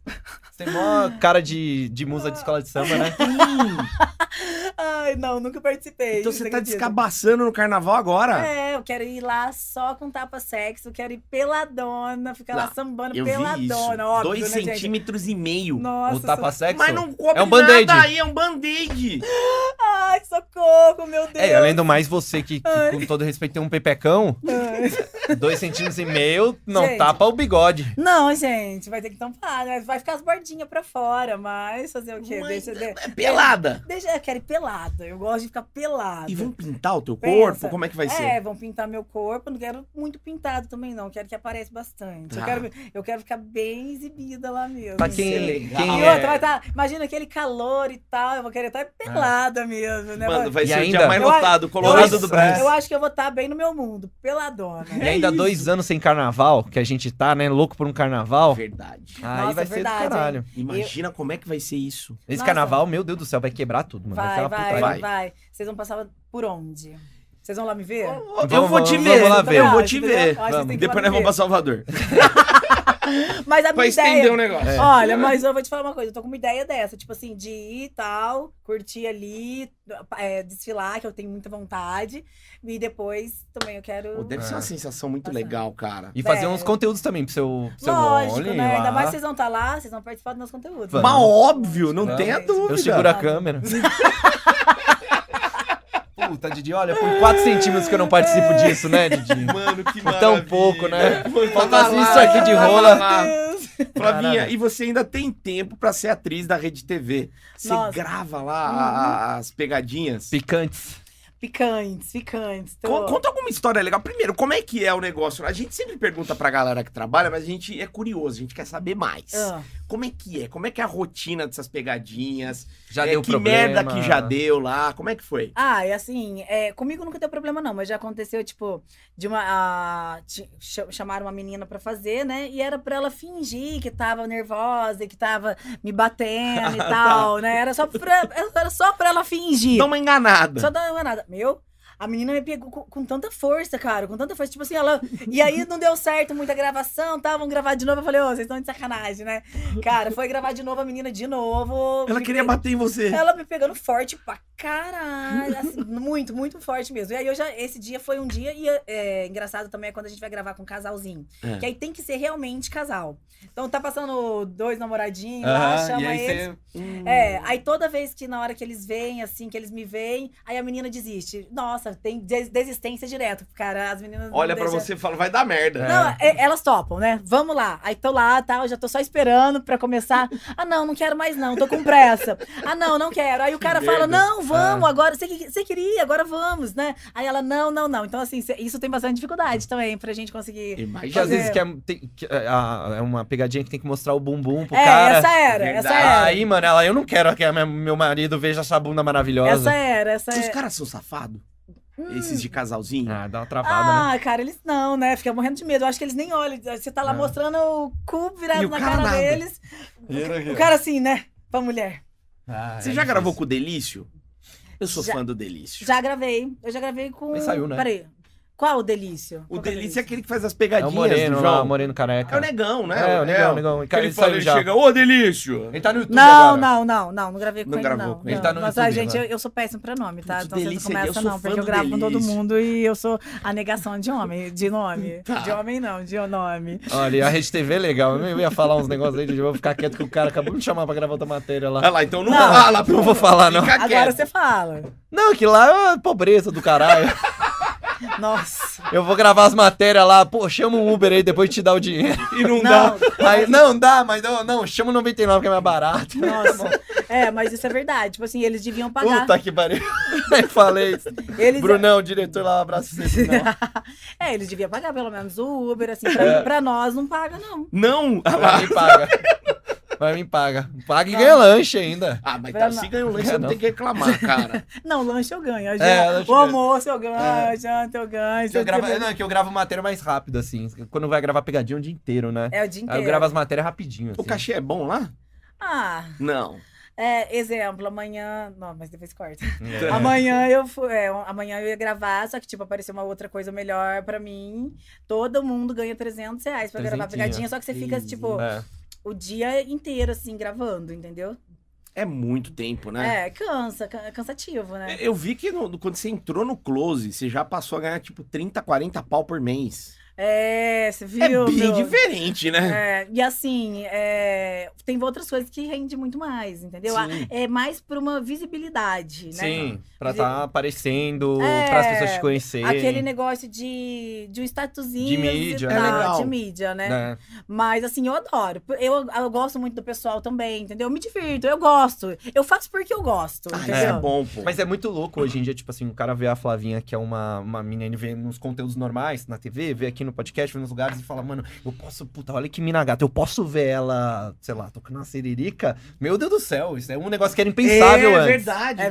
Speaker 2: Você tem mó cara de, de musa de escola de samba, né?
Speaker 3: Ai, não, nunca participei.
Speaker 1: então você tá
Speaker 3: acredita?
Speaker 1: descabaçando no carnaval agora?
Speaker 3: É, eu quero ir lá só com tapa sexo, quero ir peladona, ficar
Speaker 1: Lá,
Speaker 3: lá sambando
Speaker 1: Eu vi isso.
Speaker 3: peladona, óbvio,
Speaker 1: Dois
Speaker 3: né, gente?
Speaker 1: centímetros e meio.
Speaker 3: Nossa,
Speaker 2: o tapa sexo.
Speaker 1: Mas não cobre
Speaker 2: É um band-aid.
Speaker 1: nada aí, é um band-aid.
Speaker 3: so- Ai, socorro, meu Deus.
Speaker 2: É, e além do mais, você que, que, com todo respeito tem um pepecão, dois centímetros e meio, não
Speaker 3: Gente.
Speaker 2: tapa o bigode.
Speaker 3: Não, gente, vai ter que tampar, né? Vai ficar as bordinhas pra fora, mas fazer o quê?
Speaker 1: Mãe,
Speaker 3: Deixa, de-
Speaker 1: É pelada.
Speaker 3: deixa, eu quero ir pelada, eu gosto de ficar pelada.
Speaker 1: E vão pintar o teu
Speaker 3: Pensa.
Speaker 1: corpo? Como é que vai ser?
Speaker 3: É, vão pintar meu corpo, não quero muito pintado também, não. Quero que apareça bastante. Eu,
Speaker 1: Tá.
Speaker 3: quero, eu quero ficar bem exibida lá mesmo.
Speaker 2: Pra
Speaker 1: Isso é
Speaker 2: quem,
Speaker 1: legal.
Speaker 2: quem
Speaker 3: E
Speaker 2: é-
Speaker 3: outra, vai tá, imagina aquele calor e tal, eu vou querer estar pelada mesmo, né?
Speaker 1: Mano, vai
Speaker 2: E
Speaker 1: ser o
Speaker 2: ainda-
Speaker 1: dia mais
Speaker 3: Eu-
Speaker 1: lotado, colorado do Brasil.
Speaker 3: Eu acho que eu vou estar bem no meu mundo, peladona.
Speaker 2: E ainda dois anos sem carnaval, que a gente tá, né, louco por um carnaval.
Speaker 1: Verdade.
Speaker 2: Aí
Speaker 3: Nossa,
Speaker 2: vai
Speaker 3: é
Speaker 2: ser
Speaker 3: verdade,
Speaker 2: do
Speaker 3: hein?
Speaker 2: caralho.
Speaker 1: Imagina como é que vai ser isso.
Speaker 2: Esse
Speaker 3: Nossa.
Speaker 2: carnaval, meu Deus do céu, vai quebrar tudo, mano. ser
Speaker 3: Vai,
Speaker 2: uma
Speaker 3: vai,
Speaker 2: putaria.
Speaker 1: Vai.
Speaker 3: vai, Vocês vão passar por onde? Vocês vão lá me ver?
Speaker 1: eu vou te
Speaker 2: vamos-
Speaker 1: ver.
Speaker 2: vamos lá ver.
Speaker 1: Eu vou te ver.
Speaker 3: Ó, vocês
Speaker 2: Vamos.
Speaker 3: têm que ir
Speaker 1: Depois
Speaker 3: lá
Speaker 1: nós
Speaker 3: me
Speaker 1: vamos
Speaker 3: ver.
Speaker 1: pra Salvador.
Speaker 3: Mas a minha
Speaker 1: Pra estender
Speaker 3: ideia...
Speaker 1: o negócio.
Speaker 2: É.
Speaker 3: Olha, mas eu vou te falar uma coisa, eu tô com uma ideia dessa, tipo assim, de ir e tal, curtir ali, é, desfilar, que eu tenho muita vontade, e depois também eu quero...
Speaker 1: Pô, deve ser uma
Speaker 2: É.
Speaker 1: sensação muito
Speaker 3: Bastante.
Speaker 1: legal, cara.
Speaker 2: E fazer
Speaker 3: É.
Speaker 2: uns conteúdos também pro seu, pro seu
Speaker 3: Lógico,
Speaker 2: Only
Speaker 3: né? Ainda
Speaker 2: lá.
Speaker 3: mais que vocês vão estar lá, vocês vão participar dos nossos conteúdos.
Speaker 2: Vamos.
Speaker 1: Mas óbvio, não
Speaker 2: Não,
Speaker 1: tenha
Speaker 3: eu
Speaker 1: dúvida.
Speaker 2: Eu seguro a câmera. Puta, Didi, olha, por 4 centímetros que eu não participo
Speaker 3: É.
Speaker 2: disso, né, Didi?
Speaker 1: Mano, que
Speaker 2: Por
Speaker 1: maravilha.
Speaker 2: tão pouco, né?
Speaker 1: Mano,
Speaker 2: Faltasse
Speaker 1: tá lá,
Speaker 2: isso aqui de
Speaker 1: tá
Speaker 2: rola.
Speaker 1: lá. Flavinha,
Speaker 2: Caralho.
Speaker 1: e você ainda tem tempo pra ser atriz da Rede TV. Você
Speaker 3: Nossa. Uhum.
Speaker 1: grava lá a- as pegadinhas.
Speaker 2: Picantes.
Speaker 3: Picantes, picantes. tô-
Speaker 1: Con- Conta alguma história legal. Primeiro, como é que é o negócio? A gente sempre pergunta pra galera que trabalha, mas a gente é curioso, a gente quer saber mais.
Speaker 2: assim?
Speaker 3: Ah.
Speaker 1: Como é que é? Como é que é a rotina dessas pegadinhas?
Speaker 2: Já
Speaker 1: É,
Speaker 2: deu
Speaker 1: que
Speaker 2: problema.
Speaker 1: merda que já deu lá? Como é que foi?
Speaker 3: Ah, e assim, é, comigo nunca deu problema, não, mas já aconteceu, tipo, de uma. a- ti- cha- chamaram uma menina pra fazer, né? E era pra ela fingir que tava nervosa, e que tava me batendo e tal, né? Era só pra, era só pra ela fingir.
Speaker 1: Dá uma enganada.
Speaker 3: Só dá uma nada. Meu, a menina me pegou com, com tanta força, cara, com tanta força. Tipo assim, ela. E aí não deu certo muita gravação, tá? Vamos gravar de novo. Eu falei, ô, vocês estão de sacanagem, né? Cara, foi gravar de novo a menina de novo.
Speaker 1: Ela
Speaker 3: me
Speaker 1: queria
Speaker 3: pe-
Speaker 1: bater em você.
Speaker 3: ela me pegando forte pra caralho. assim, muito, muito forte mesmo. E aí eu já. Esse dia foi um dia. E é, engraçado também é quando a gente vai gravar com um casalzinho.
Speaker 1: É.
Speaker 3: Que aí tem que ser realmente casal. Então tá passando dois namoradinhos lá,
Speaker 4: Aham,
Speaker 3: chama
Speaker 4: e aí
Speaker 3: eles.
Speaker 4: você.
Speaker 1: Hum. Uhum.
Speaker 3: É, aí toda vez que na hora que eles vêm, assim, que eles me veem, aí a menina desiste. Nossa, tem des- desistência direto, cara. As meninas. não
Speaker 1: Olha pra
Speaker 3: deixam-
Speaker 1: você e fala, vai dar merda.
Speaker 3: Não, é- elas topam, né? Vamos lá. Aí tô lá, tal, já tô só esperando pra começar. Ah, não, não quero mais não, tô com pressa. Ah, não, não quero. Aí o cara fala,
Speaker 1: merda.
Speaker 3: não, vamos,
Speaker 1: Ah.
Speaker 3: agora, você que- você queria, agora vamos, né? Aí ela, não, não, não. Então, assim, cê- isso tem bastante dificuldade também pra gente conseguir.
Speaker 2: Que
Speaker 1: Imagina.
Speaker 2: às vezes quer, tem- que- ah, é uma pegadinha que tem que mostrar o bumbum pro
Speaker 3: é,
Speaker 2: cara.
Speaker 3: essa era, essa
Speaker 1: verdade.
Speaker 3: era.
Speaker 2: Aí, mano, ela, eu não quero que a minha- meu marido veja essa bunda maravilhosa.
Speaker 3: Essa era, essa
Speaker 1: Os
Speaker 3: era.
Speaker 1: caras são safados?
Speaker 3: é. Hum.
Speaker 1: Esses de casalzinho?
Speaker 2: Ah, dá uma travada, né?
Speaker 3: Ah, cara, eles não, né? Fica morrendo de medo. Eu acho que eles nem olham. Você tá lá
Speaker 2: É.
Speaker 3: mostrando o cu
Speaker 1: E
Speaker 3: virado
Speaker 1: o
Speaker 3: na
Speaker 1: cara
Speaker 3: cara
Speaker 1: nada. É.
Speaker 3: deles. O cara assim, né? Pra mulher. Ah, é
Speaker 1: Você já gravou com o Delício? Eu sou
Speaker 3: Já.
Speaker 1: fã do Delício.
Speaker 3: Já gravei. Eu já gravei com.
Speaker 2: Mas saiu, né?
Speaker 3: Peraí. Qual o Delício?
Speaker 1: O
Speaker 3: Qual que é
Speaker 1: Delício é aquele que faz as
Speaker 2: É o
Speaker 1: pegadinhas
Speaker 2: Moreno,
Speaker 1: do
Speaker 2: lá,
Speaker 1: João.
Speaker 2: o Moreno
Speaker 1: É o
Speaker 2: careca.
Speaker 1: Negão, né?
Speaker 2: é, o Negão, o
Speaker 1: É.
Speaker 2: Negão.
Speaker 1: Que
Speaker 2: Cara,
Speaker 1: ele
Speaker 2: ele
Speaker 1: fala,
Speaker 2: saiu
Speaker 1: ele
Speaker 2: já.
Speaker 1: chega, ô Delício!
Speaker 2: Ele tá no YouTube
Speaker 3: Não,
Speaker 2: agora.
Speaker 3: não, não, não. Não gravei
Speaker 1: é
Speaker 3: com
Speaker 1: Não
Speaker 3: ele,
Speaker 1: gravou
Speaker 3: não.
Speaker 1: com ele.
Speaker 3: Não.
Speaker 2: Tá no
Speaker 3: Mas,
Speaker 2: YouTube
Speaker 3: ah, gente,
Speaker 2: agora.
Speaker 3: eu, eu sou péssima pra nome, tá?
Speaker 1: Putz,
Speaker 3: então vocês não
Speaker 1: Delício, eu
Speaker 3: começam,
Speaker 1: sou
Speaker 3: não.
Speaker 1: fã
Speaker 3: Porque eu
Speaker 1: do
Speaker 3: gravo com todo
Speaker 1: Delício.
Speaker 3: mundo e eu sou a negação de homem. De nome.
Speaker 1: Tá.
Speaker 3: De homem, não. De nome.
Speaker 2: Olha, a Rede TV é legal. Eu ia falar uns negócios aí, eu vou ficar quieto que o cara acabou de me chamar pra gravar outra matéria lá.
Speaker 1: Olha lá, então não,
Speaker 3: Não.
Speaker 1: fala, pô.
Speaker 2: Não vou falar, não.
Speaker 1: Fica
Speaker 3: Agora
Speaker 1: Tá quieto.
Speaker 3: você fala.
Speaker 2: Não, que lá é pobreza do caralho.
Speaker 3: Nossa.
Speaker 2: Eu vou gravar as matérias lá. Pô, chama um Uber aí, depois te dá o dinheiro.
Speaker 1: E não, dá.
Speaker 3: Não,
Speaker 2: Aí, não dá, mas não, não, chama o 99 que é mais barato.
Speaker 1: Tá
Speaker 3: Nossa. É, mas isso é verdade. Tipo assim, eles deviam pagar.
Speaker 2: Puta que pariu. Aí falei isso.
Speaker 3: Eles...
Speaker 2: Brunão, diretor lá, um abraço pra você. Brunão.
Speaker 3: é, eles deviam pagar pelo menos o Uber, assim,
Speaker 2: É.
Speaker 3: pra, pra nós não paga, não.
Speaker 1: Não! Ah,
Speaker 2: Vai me paga. Vai me paga. Paga e ganha lanche ainda.
Speaker 1: Ah, mas
Speaker 3: Vai
Speaker 1: tá,
Speaker 3: lá.
Speaker 1: se ganha um lanche, você não
Speaker 2: Não.
Speaker 1: tem que reclamar, cara.
Speaker 3: Não, lanche eu ganho. a
Speaker 2: É,
Speaker 3: janta-
Speaker 2: lanche
Speaker 3: o
Speaker 2: eu ganho.
Speaker 3: almoço eu ganho, a janta eu ganho.
Speaker 2: Que eu
Speaker 3: tudo
Speaker 2: gravo,
Speaker 3: bem.
Speaker 2: não, é que eu gravo matéria mais rápido, assim. Quando vai gravar pegadinha o dia inteiro, né?
Speaker 3: É o dia
Speaker 2: Aí
Speaker 3: inteiro.
Speaker 2: eu gravo as matérias rapidinho, assim.
Speaker 1: O cachê é bom lá?
Speaker 3: Ah,
Speaker 1: Não.
Speaker 3: é, exemplo, amanhã. Não, mas depois corta.
Speaker 2: É.
Speaker 3: Amanhã eu fui. é, amanhã eu ia gravar, só que, tipo, apareceu uma outra coisa melhor pra mim. Todo mundo ganha 300 reais pra gravar
Speaker 2: Trezentinho.
Speaker 3: pegadinha, só que você fica, tipo,
Speaker 2: É.
Speaker 3: o dia inteiro, assim, gravando, entendeu?
Speaker 1: É muito tempo, né?
Speaker 3: É, cansa, can- é cansativo, né?
Speaker 1: Eu vi que no- quando você entrou no close, você já passou a ganhar tipo 30, 40 pau por mês.
Speaker 3: É, você viu?
Speaker 1: É bem
Speaker 3: meu?
Speaker 1: diferente, né?
Speaker 3: É, e assim, é, tem outras coisas que rende muito mais, entendeu? Ah,
Speaker 2: Sim.
Speaker 3: É mais por uma visibilidade, né?
Speaker 2: Sim, pra tá aparecendo,
Speaker 3: É,
Speaker 2: pras pessoas te conhecerem.
Speaker 3: Aquele né? negócio de, de um statuzinho.
Speaker 2: De mídia.
Speaker 3: e
Speaker 2: É
Speaker 3: tal,
Speaker 1: legal.
Speaker 3: De mídia, né?
Speaker 2: né?
Speaker 3: Mas assim, eu adoro. Eu, eu gosto muito do pessoal também, entendeu? Eu me divirto, eu gosto. Eu faço porque eu gosto,
Speaker 1: Ah, isso
Speaker 3: entendeu?
Speaker 1: é bom, pô.
Speaker 2: Mas é muito louco hoje em dia, tipo assim, o cara vê a Flavinha, que é uma, uma menina, ele vê nos conteúdos normais, na TV, vê aqui no podcast, vê nos lugares e fala, mano, eu posso, puta, olha que mina gata, eu posso ver ela, sei lá, tocando uma siririca. Meu Deus do céu, isso é um negócio que era impensável
Speaker 1: é
Speaker 2: antes.
Speaker 1: verdade,
Speaker 3: É
Speaker 1: é
Speaker 3: verdade,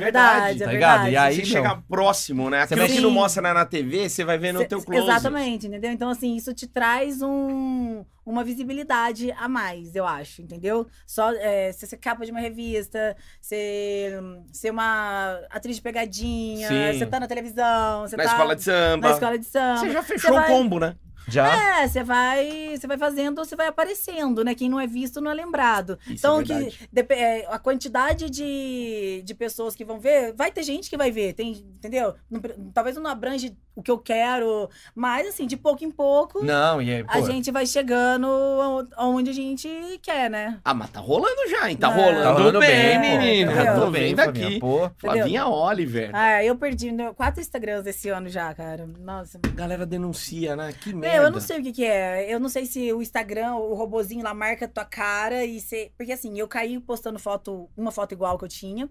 Speaker 1: verdade.
Speaker 3: é
Speaker 2: tá ligado?
Speaker 3: verdade.
Speaker 2: E aí,
Speaker 1: você
Speaker 2: meu,
Speaker 1: chega próximo, né? Aquilo
Speaker 2: mexe-
Speaker 1: que não mostra na, na TV, você vai ver no
Speaker 3: Cê-
Speaker 1: teu close.
Speaker 3: Exatamente, entendeu? Então, assim, isso te traz um, uma visibilidade a mais, eu acho, entendeu? Só é, você ser capa de uma revista, ser, ser uma atriz de pegadinha,
Speaker 2: Sim.
Speaker 3: você tá na televisão, você
Speaker 1: Na
Speaker 3: tá
Speaker 1: escola de samba.
Speaker 3: na escola de samba.
Speaker 1: Você já fechou
Speaker 3: vai-
Speaker 1: o combo, né?
Speaker 2: já...
Speaker 3: É, você vai, você vai fazendo, você vai aparecendo, né? Quem não é visto não é lembrado.
Speaker 1: Isso
Speaker 3: então,
Speaker 1: é
Speaker 3: que
Speaker 1: verdade.
Speaker 3: depe- é, a quantidade de, de pessoas que vão ver, vai ter gente que vai ver, tem, entendeu? Não pre- talvez não abrange o que eu quero, mas assim, de pouco em pouco,
Speaker 2: Não, e aí, pô, tá
Speaker 3: a gente tá vai chegando ao- aonde a gente quer, né?
Speaker 1: Ah, mas tá rolando já, hein? Tá
Speaker 3: Não.
Speaker 1: rolando,
Speaker 2: tá rolando
Speaker 1: bem,
Speaker 2: bem, pô.
Speaker 1: menino.
Speaker 3: Tá
Speaker 1: Tô
Speaker 3: rolando
Speaker 1: vendo
Speaker 2: Flavinha,
Speaker 1: aqui.
Speaker 2: pô.
Speaker 1: Flavinha Oliver.
Speaker 3: Ah, eu perdi né, quatro Instagrams esse ano já, cara. Nossa.
Speaker 1: Galera denuncia, né? Que merda.
Speaker 3: Meu, eu não sei o que que é. Eu não sei se o Instagram, o robozinho lá marca tua cara e você... Porque assim, eu caí postando foto, uma foto igual que eu tinha.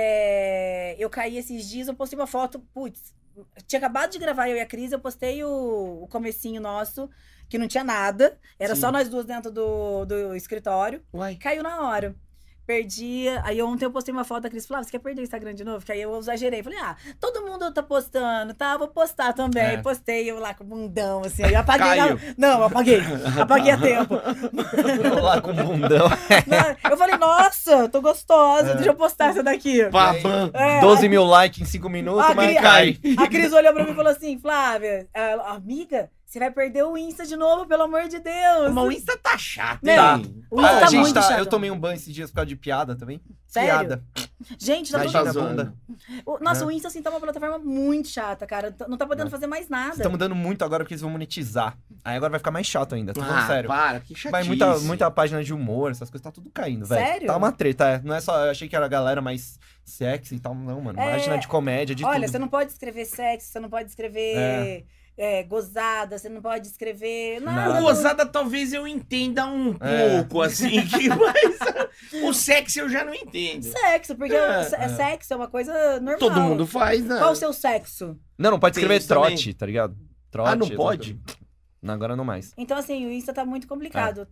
Speaker 3: É, Eu caí esses dias, eu postei uma foto, putz, tinha acabado de gravar eu e a Cris, eu postei o, o comecinho nosso, que não tinha nada. Era
Speaker 1: Sim.
Speaker 3: só nós duas dentro do, do escritório.
Speaker 1: Uai.
Speaker 3: Caiu na hora. Perdi. Aí ontem eu postei uma foto da Cris e falou: "Ah, você quer perder o Instagram de novo? Que aí eu exagerei. Falei, ah, todo mundo tá postando, tá? Vou postar também.
Speaker 2: É.
Speaker 3: Postei eu lá com o bundão, assim. Aí eu apaguei.
Speaker 1: Caiu.
Speaker 3: Não, não, apaguei. Apaguei a tempo.
Speaker 2: Tô lá com o bundão.
Speaker 3: Não, eu falei, nossa, tô
Speaker 2: É.
Speaker 3: gostosa, deixa eu postar essa daqui.
Speaker 1: Pavan.
Speaker 3: É,
Speaker 2: 12 mil likes em 5 minutos,
Speaker 3: Ah,
Speaker 2: mas
Speaker 3: queria-
Speaker 2: cai.
Speaker 3: A Cris olhou pra mim e falou assim: Flávia, ah, amiga, você vai perder o Insta de novo, pelo amor de Deus.
Speaker 1: Mas o Insta tá chato, hein?
Speaker 3: Meu, o Insta
Speaker 2: Ah,
Speaker 3: tá
Speaker 2: gente,
Speaker 3: muito
Speaker 2: tá-
Speaker 3: chato.
Speaker 2: eu tomei um banho esses dias por causa de piada também.
Speaker 3: Sério?
Speaker 2: Piada.
Speaker 3: Gente, tá
Speaker 1: Tá
Speaker 3: todo
Speaker 2: Imagina.
Speaker 1: tá zoando.
Speaker 3: O- Nossa,
Speaker 2: Né?
Speaker 3: o Insta, assim, tá uma plataforma muito chata, cara. T- Não tá podendo fazer mais nada.
Speaker 2: Vocês estão mudando muito agora porque eles vão monetizar. Aí agora vai ficar mais chato ainda, tô falando
Speaker 1: Ah,
Speaker 2: sério.
Speaker 1: para, que chatice.
Speaker 2: Vai muita, muita página de humor, essas coisas, tá tudo caindo, velho.
Speaker 3: Sério?
Speaker 2: Tá uma treta, é. Não é só, eu achei que era a galera mais sexy e tal, não, mano.
Speaker 3: É.
Speaker 2: Página de comédia, de
Speaker 3: Olha,
Speaker 2: tudo.
Speaker 3: você não pode escrever sexo, você não pode escrever é, gozada, você não pode escrever nada.
Speaker 2: Nada.
Speaker 1: Gozada, talvez eu entenda um
Speaker 2: É.
Speaker 1: pouco, assim, que, mas o sexo eu já não entendo.
Speaker 3: Sexo, porque
Speaker 1: É,
Speaker 3: se-
Speaker 2: é.
Speaker 3: sexo é uma coisa normal.
Speaker 1: Todo mundo faz, né?
Speaker 3: Qual o seu sexo?
Speaker 2: Não, não pode
Speaker 1: Tem
Speaker 2: escrever
Speaker 1: isso também.
Speaker 2: trote, tá ligado? Trote.
Speaker 1: Ah, não
Speaker 2: essas
Speaker 1: pode?
Speaker 2: coisas. Não, agora não mais.
Speaker 3: Então, assim, o Insta tá muito complicado.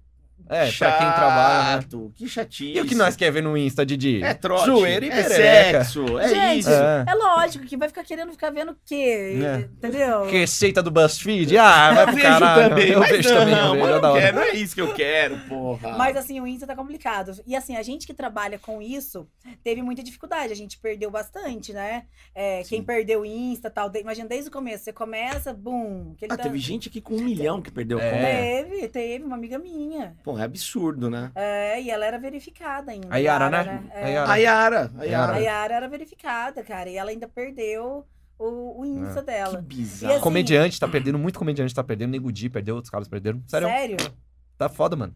Speaker 2: É, pra quem trabalha, né?
Speaker 1: Chato, Que chatice.
Speaker 2: E o que nós quer ver no Insta, Didi?
Speaker 1: É trote,
Speaker 2: Zoeira e
Speaker 1: é
Speaker 2: perereca.
Speaker 1: sexo, é
Speaker 3: Gente,
Speaker 1: isso.
Speaker 2: É.
Speaker 3: É. lógico que vai ficar querendo ficar vendo o quê?
Speaker 2: É.
Speaker 3: Entendeu?
Speaker 2: Receita do BuzzFeed? Ah, vai
Speaker 1: Eu
Speaker 2: pro
Speaker 1: vejo
Speaker 2: caralho.
Speaker 1: também,
Speaker 2: eu
Speaker 1: mas
Speaker 2: vejo
Speaker 1: não,
Speaker 2: também, eu
Speaker 1: mas
Speaker 2: vejo, é
Speaker 1: não,
Speaker 2: da hora.
Speaker 1: quero, não é isso que eu quero, porra.
Speaker 3: Mas assim, o Insta tá complicado. E assim, a gente que trabalha com isso teve muita dificuldade. A gente perdeu bastante, né? É, quem perdeu o Insta e tal. de- Imagina, desde o começo, você começa, bum. aquele
Speaker 1: Ah,
Speaker 3: tan-
Speaker 1: teve gente aqui com um milhão que perdeu
Speaker 2: É.
Speaker 1: a conta.
Speaker 3: Teve, teve, uma amiga minha.
Speaker 1: Porra, é absurdo, né?
Speaker 3: É, e ela era verificada ainda.
Speaker 2: A Yara, né?
Speaker 3: É.
Speaker 2: A Yara.
Speaker 1: A Yara, a
Speaker 3: A
Speaker 1: Yara.
Speaker 3: Yara era verificada, cara. E ela ainda perdeu o, o Insta
Speaker 1: Que
Speaker 3: dela.
Speaker 1: bizarro.
Speaker 3: assim-
Speaker 2: Comediante tá perdendo, muito comediante tá perdendo. Nego Di perdeu, outros caras perderam. Sério, tá foda, mano.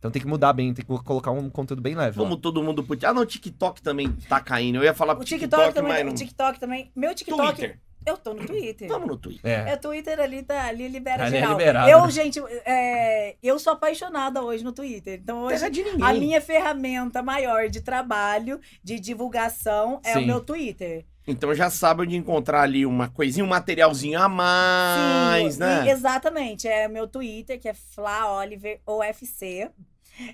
Speaker 2: Então tem que mudar bem, tem que co- colocar um conteúdo bem leve.
Speaker 1: Vamos todo mundo pro... Ah, não, o TikTok também tá caindo. Eu ia falar pro
Speaker 3: O TikTok,
Speaker 1: TikTok, mas
Speaker 3: também. tá-
Speaker 1: não...
Speaker 3: O TikTok também. Meu TikTok.
Speaker 1: Twitter.
Speaker 3: Eu tô no Twitter.
Speaker 1: Vamos no Twitter.
Speaker 2: lá. É.
Speaker 3: É, Twitter ali, tá, ali libera
Speaker 2: Ali é
Speaker 3: geral.
Speaker 2: liberado.
Speaker 3: Eu, gente, é, eu sou apaixonada hoje no Twitter. Então, hoje,
Speaker 1: Terra de
Speaker 3: a
Speaker 1: ninguém.
Speaker 3: minha ferramenta maior de trabalho, de divulgação, é
Speaker 2: Sim.
Speaker 3: o meu Twitter.
Speaker 1: Então já sabe onde encontrar ali uma coisinha, um materialzinho a mais,
Speaker 3: Sim, e-
Speaker 1: né?
Speaker 3: Exatamente. É o meu Twitter, que é Fla Oliver OFC.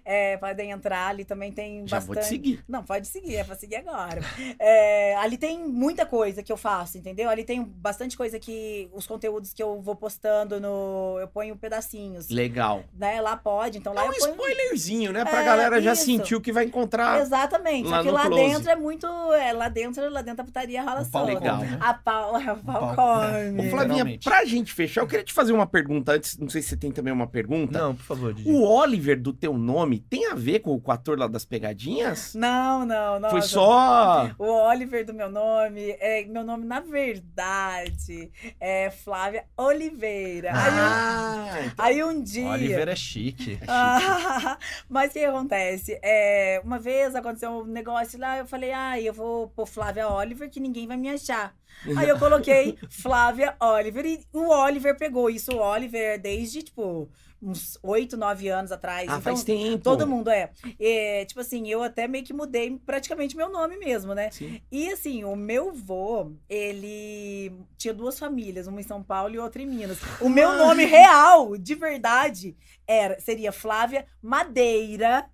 Speaker 3: É, podem entrar ali, também tem
Speaker 1: Já vou te
Speaker 3: bastante.
Speaker 1: seguir.
Speaker 3: Não, pode seguir, é pra seguir agora. É, ali tem muita coisa que eu faço, entendeu? Ali tem bastante coisa que. Os conteúdos que eu vou postando no. Eu ponho pedacinhos.
Speaker 1: Legal.
Speaker 3: né? Lá pode, então
Speaker 1: É
Speaker 3: lá
Speaker 1: um
Speaker 3: eu ponho...
Speaker 1: spoilerzinho, né? Pra
Speaker 3: É,
Speaker 1: galera já
Speaker 3: isso.
Speaker 1: sentir o que vai encontrar.
Speaker 3: Exatamente,
Speaker 1: Ah, lá
Speaker 3: só que
Speaker 1: no
Speaker 3: lá
Speaker 1: close.
Speaker 3: dentro é muito... É, lá dentro, lá dentro a putaria rola
Speaker 2: O pau
Speaker 3: solta.
Speaker 1: come,
Speaker 2: né?
Speaker 3: A pau, é, o pau
Speaker 2: pau-
Speaker 1: Ô,
Speaker 3: come.
Speaker 1: Flavinha,
Speaker 2: Literalmente.
Speaker 1: pra gente fechar, eu queria te fazer uma pergunta antes. Não sei se você tem também uma pergunta.
Speaker 3: Um
Speaker 2: Não, por favor, Didi.
Speaker 1: O Oliver do teu nome tem a ver com, com o ator lá das pegadinhas?
Speaker 3: Não, não, não.
Speaker 1: Foi só.
Speaker 3: O Oliver do meu nome, é, meu nome na verdade é Flávia Oliveira. um,
Speaker 1: Ah,
Speaker 3: Aí, um, aí um dia.
Speaker 2: Oliver é chique.
Speaker 3: Ah, mas o que acontece? É, uma vez aconteceu um negócio lá, eu falei, ah, eu vou pôr Flávia Oliver, que ninguém vai me achar. Aí eu coloquei Flávia Oliver e o Oliver pegou isso. O Oliver desde, tipo, uns 8, 9 anos atrás. Então,
Speaker 1: ah, faz tempo.
Speaker 3: todo mundo é. É, Tipo assim, eu até meio que mudei praticamente meu nome mesmo, né?
Speaker 1: Sim.
Speaker 3: E assim, o meu vô, ele tinha duas famílias, uma em São Paulo e outra em Minas. O meu
Speaker 1: Ah.
Speaker 3: nome real, de verdade, era seria Flávia Madeira.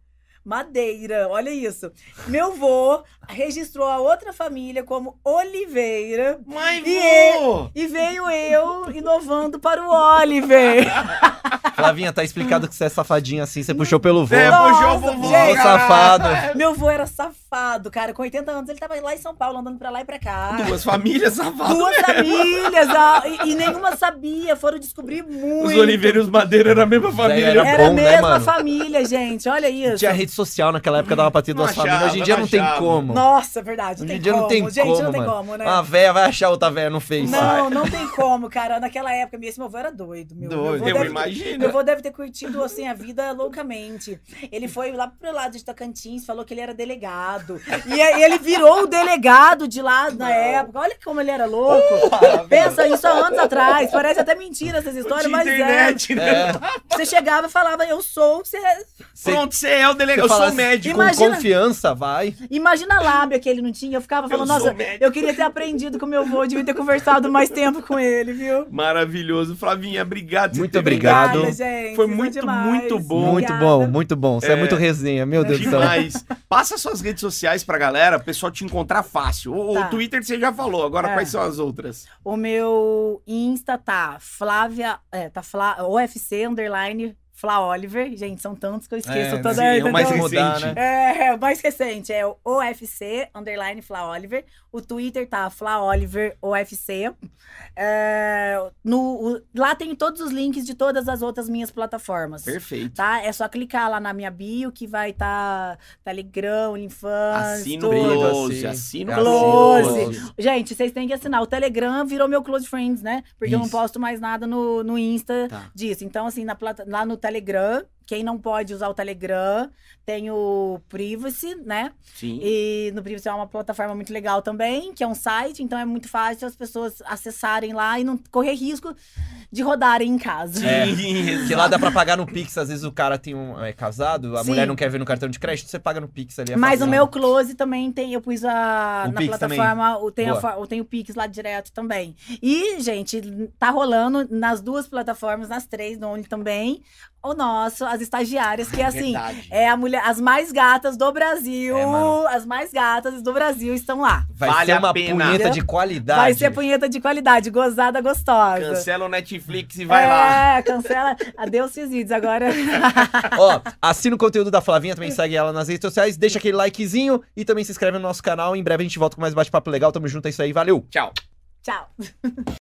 Speaker 3: Madeira, olha isso. Meu vô registrou a outra família como Oliveira
Speaker 1: Mas,
Speaker 3: E
Speaker 1: vô!
Speaker 3: e veio eu inovando para o Oliver.
Speaker 2: Flavinha, tá explicado que você é safadinha assim, você puxou pelo vô.
Speaker 1: Você
Speaker 3: é- Nossa,
Speaker 1: puxou o vovô,
Speaker 3: gente.
Speaker 1: cara.
Speaker 2: safado.
Speaker 3: Meu vô era safado, cara. Com 80 anos, ele tava lá em São Paulo, andando pra lá e pra cá.
Speaker 1: Duas famílias safadas.
Speaker 3: Duas famílias, ah, e, e nenhuma sabia, foram descobrir muito.
Speaker 1: Os Oliveira e os Madeira era a mesma família.
Speaker 2: Era
Speaker 3: Era
Speaker 2: bom,
Speaker 3: a
Speaker 2: né,
Speaker 3: mesma
Speaker 2: mano?
Speaker 3: família, gente, olha isso.
Speaker 2: Tinha rede social naquela época, dava pra ter
Speaker 1: Não
Speaker 2: duas famílias.
Speaker 1: achava,
Speaker 2: Hoje em dia
Speaker 1: não
Speaker 2: não tem
Speaker 1: achava.
Speaker 2: como.
Speaker 3: Nossa, verdade, não
Speaker 2: Hoje em
Speaker 3: tem
Speaker 2: dia
Speaker 3: como.
Speaker 2: não tem
Speaker 3: gente,
Speaker 2: como,
Speaker 3: não tem
Speaker 2: mano.
Speaker 3: como, né?
Speaker 2: Uma véia vai achar outra véia no Face.
Speaker 3: não, não tem como, cara. Naquela época, mesmo, meu avô era doido. Meu, meu
Speaker 4: Doido.
Speaker 3: avô
Speaker 1: Eu
Speaker 3: deve-
Speaker 1: imagino.
Speaker 3: Meu avô deve ter curtido assim a vida loucamente. Ele foi lá pro lado de Tocantins, falou que ele era delegado. E aí ele virou o delegado de lá na época. Olha como ele era louco. Pensa isso há anos atrás. Parece até mentira essas histórias,
Speaker 1: Tinha
Speaker 3: mas
Speaker 1: internet, né?
Speaker 2: É,
Speaker 3: é. Você chegava e falava, eu sou. Você...
Speaker 2: você
Speaker 1: Pronto, você é o delegado. Eu sou
Speaker 2: assim,
Speaker 1: o médico.
Speaker 2: Com
Speaker 3: Imagina-
Speaker 2: confiança, vai.
Speaker 3: Imagina a lábia que ele não tinha. Eu ficava falando,
Speaker 1: sou
Speaker 3: nossa,
Speaker 1: médico."
Speaker 3: eu queria ter aprendido com meu avô, devia ter conversado mais tempo com ele, viu?
Speaker 1: Maravilhoso. Flavinha, obrigado. por você
Speaker 2: Muito
Speaker 1: ter
Speaker 2: obrigado.
Speaker 1: vindo.
Speaker 3: Obrigada, gente.
Speaker 1: Foi
Speaker 3: Isso é
Speaker 1: muito,
Speaker 3: demais.
Speaker 1: muito bom.
Speaker 2: Muito
Speaker 3: Obrigada.
Speaker 2: bom, muito bom. Você é...
Speaker 1: É.
Speaker 2: muito resenha, meu Deus do céu.
Speaker 1: Demais. Passa suas redes sociais pra galera, o pessoal te encontrar fácil. O,
Speaker 3: Tá.
Speaker 1: o Twitter você já falou, agora
Speaker 3: É.
Speaker 1: quais são as outras?
Speaker 3: O meu Insta tá Flávia, é, tá Fla, UFC underline Fla Oliver. Gente, são tantos que eu esqueço
Speaker 2: É,
Speaker 3: toda
Speaker 2: sim,
Speaker 3: hora.
Speaker 1: é o mais
Speaker 3: entendeu?
Speaker 1: recente.
Speaker 2: Mudar, né?
Speaker 3: É, o mais recente é o OFC, underline Fla Oliver. O Twitter tá Fla Oliver OFC. É, no, o- lá tem todos os links de todas as outras minhas plataformas.
Speaker 1: Perfeito.
Speaker 3: Tá? É só clicar lá na minha bio que vai tá Telegram, Infância.
Speaker 1: Assina o
Speaker 3: tudo.
Speaker 2: Close,
Speaker 1: Close,
Speaker 2: assim.
Speaker 1: assina o
Speaker 3: Close.
Speaker 1: Close.
Speaker 3: Gente, vocês têm que assinar. O Telegram virou meu close friends, né? Porque eu não
Speaker 2: Isso.
Speaker 3: posto mais nada no, no Insta
Speaker 1: Tá.
Speaker 3: disso. Então, assim, na plata- lá no Telegram, quem não pode usar o Telegram, tem o Privacy, né?
Speaker 1: Sim.
Speaker 3: E no Privacy é uma plataforma muito legal também, que é um site. Então, é muito fácil as pessoas acessarem lá e não correr risco de rodarem em casa.
Speaker 2: É.
Speaker 1: Sim.
Speaker 2: Que lá dá pra pagar no Pix, às vezes o cara tem um, é casado, a
Speaker 3: Sim.
Speaker 2: mulher não quer ver no cartão de crédito, você paga no Pix ali. é
Speaker 3: Mas o
Speaker 2: fácil.
Speaker 3: meu close também tem, eu pus a,
Speaker 2: O
Speaker 3: na
Speaker 2: Pix também.
Speaker 3: plataforma, o- tem, a
Speaker 2: Boa.
Speaker 3: fa- o- tem o Pix lá direto também. E, gente, tá rolando nas duas plataformas, nas três, no Only também, o nosso, as estagiárias, que é assim,
Speaker 1: Verdade.
Speaker 3: é a mulher, as mais gatas do Brasil,
Speaker 2: Ah, É, mano.
Speaker 3: as mais gatas do Brasil estão lá.
Speaker 2: Vai
Speaker 1: Vale
Speaker 2: ser
Speaker 1: a
Speaker 2: uma
Speaker 1: pena.
Speaker 2: punheta de qualidade.
Speaker 3: Vai ser punheta de qualidade, gozada gostosa.
Speaker 1: Cancela o Netflix e vai
Speaker 3: é,
Speaker 1: lá.
Speaker 3: cancela. Adeus, esses vídeos agora.
Speaker 2: Ó, assina o conteúdo da Flavinha, também segue ela nas redes sociais, deixa aquele likezinho e também se inscreve no nosso canal. Em breve a gente volta com mais bate-papo legal. Tamo junto, é isso aí, valeu!
Speaker 1: Tchau.
Speaker 3: Tchau.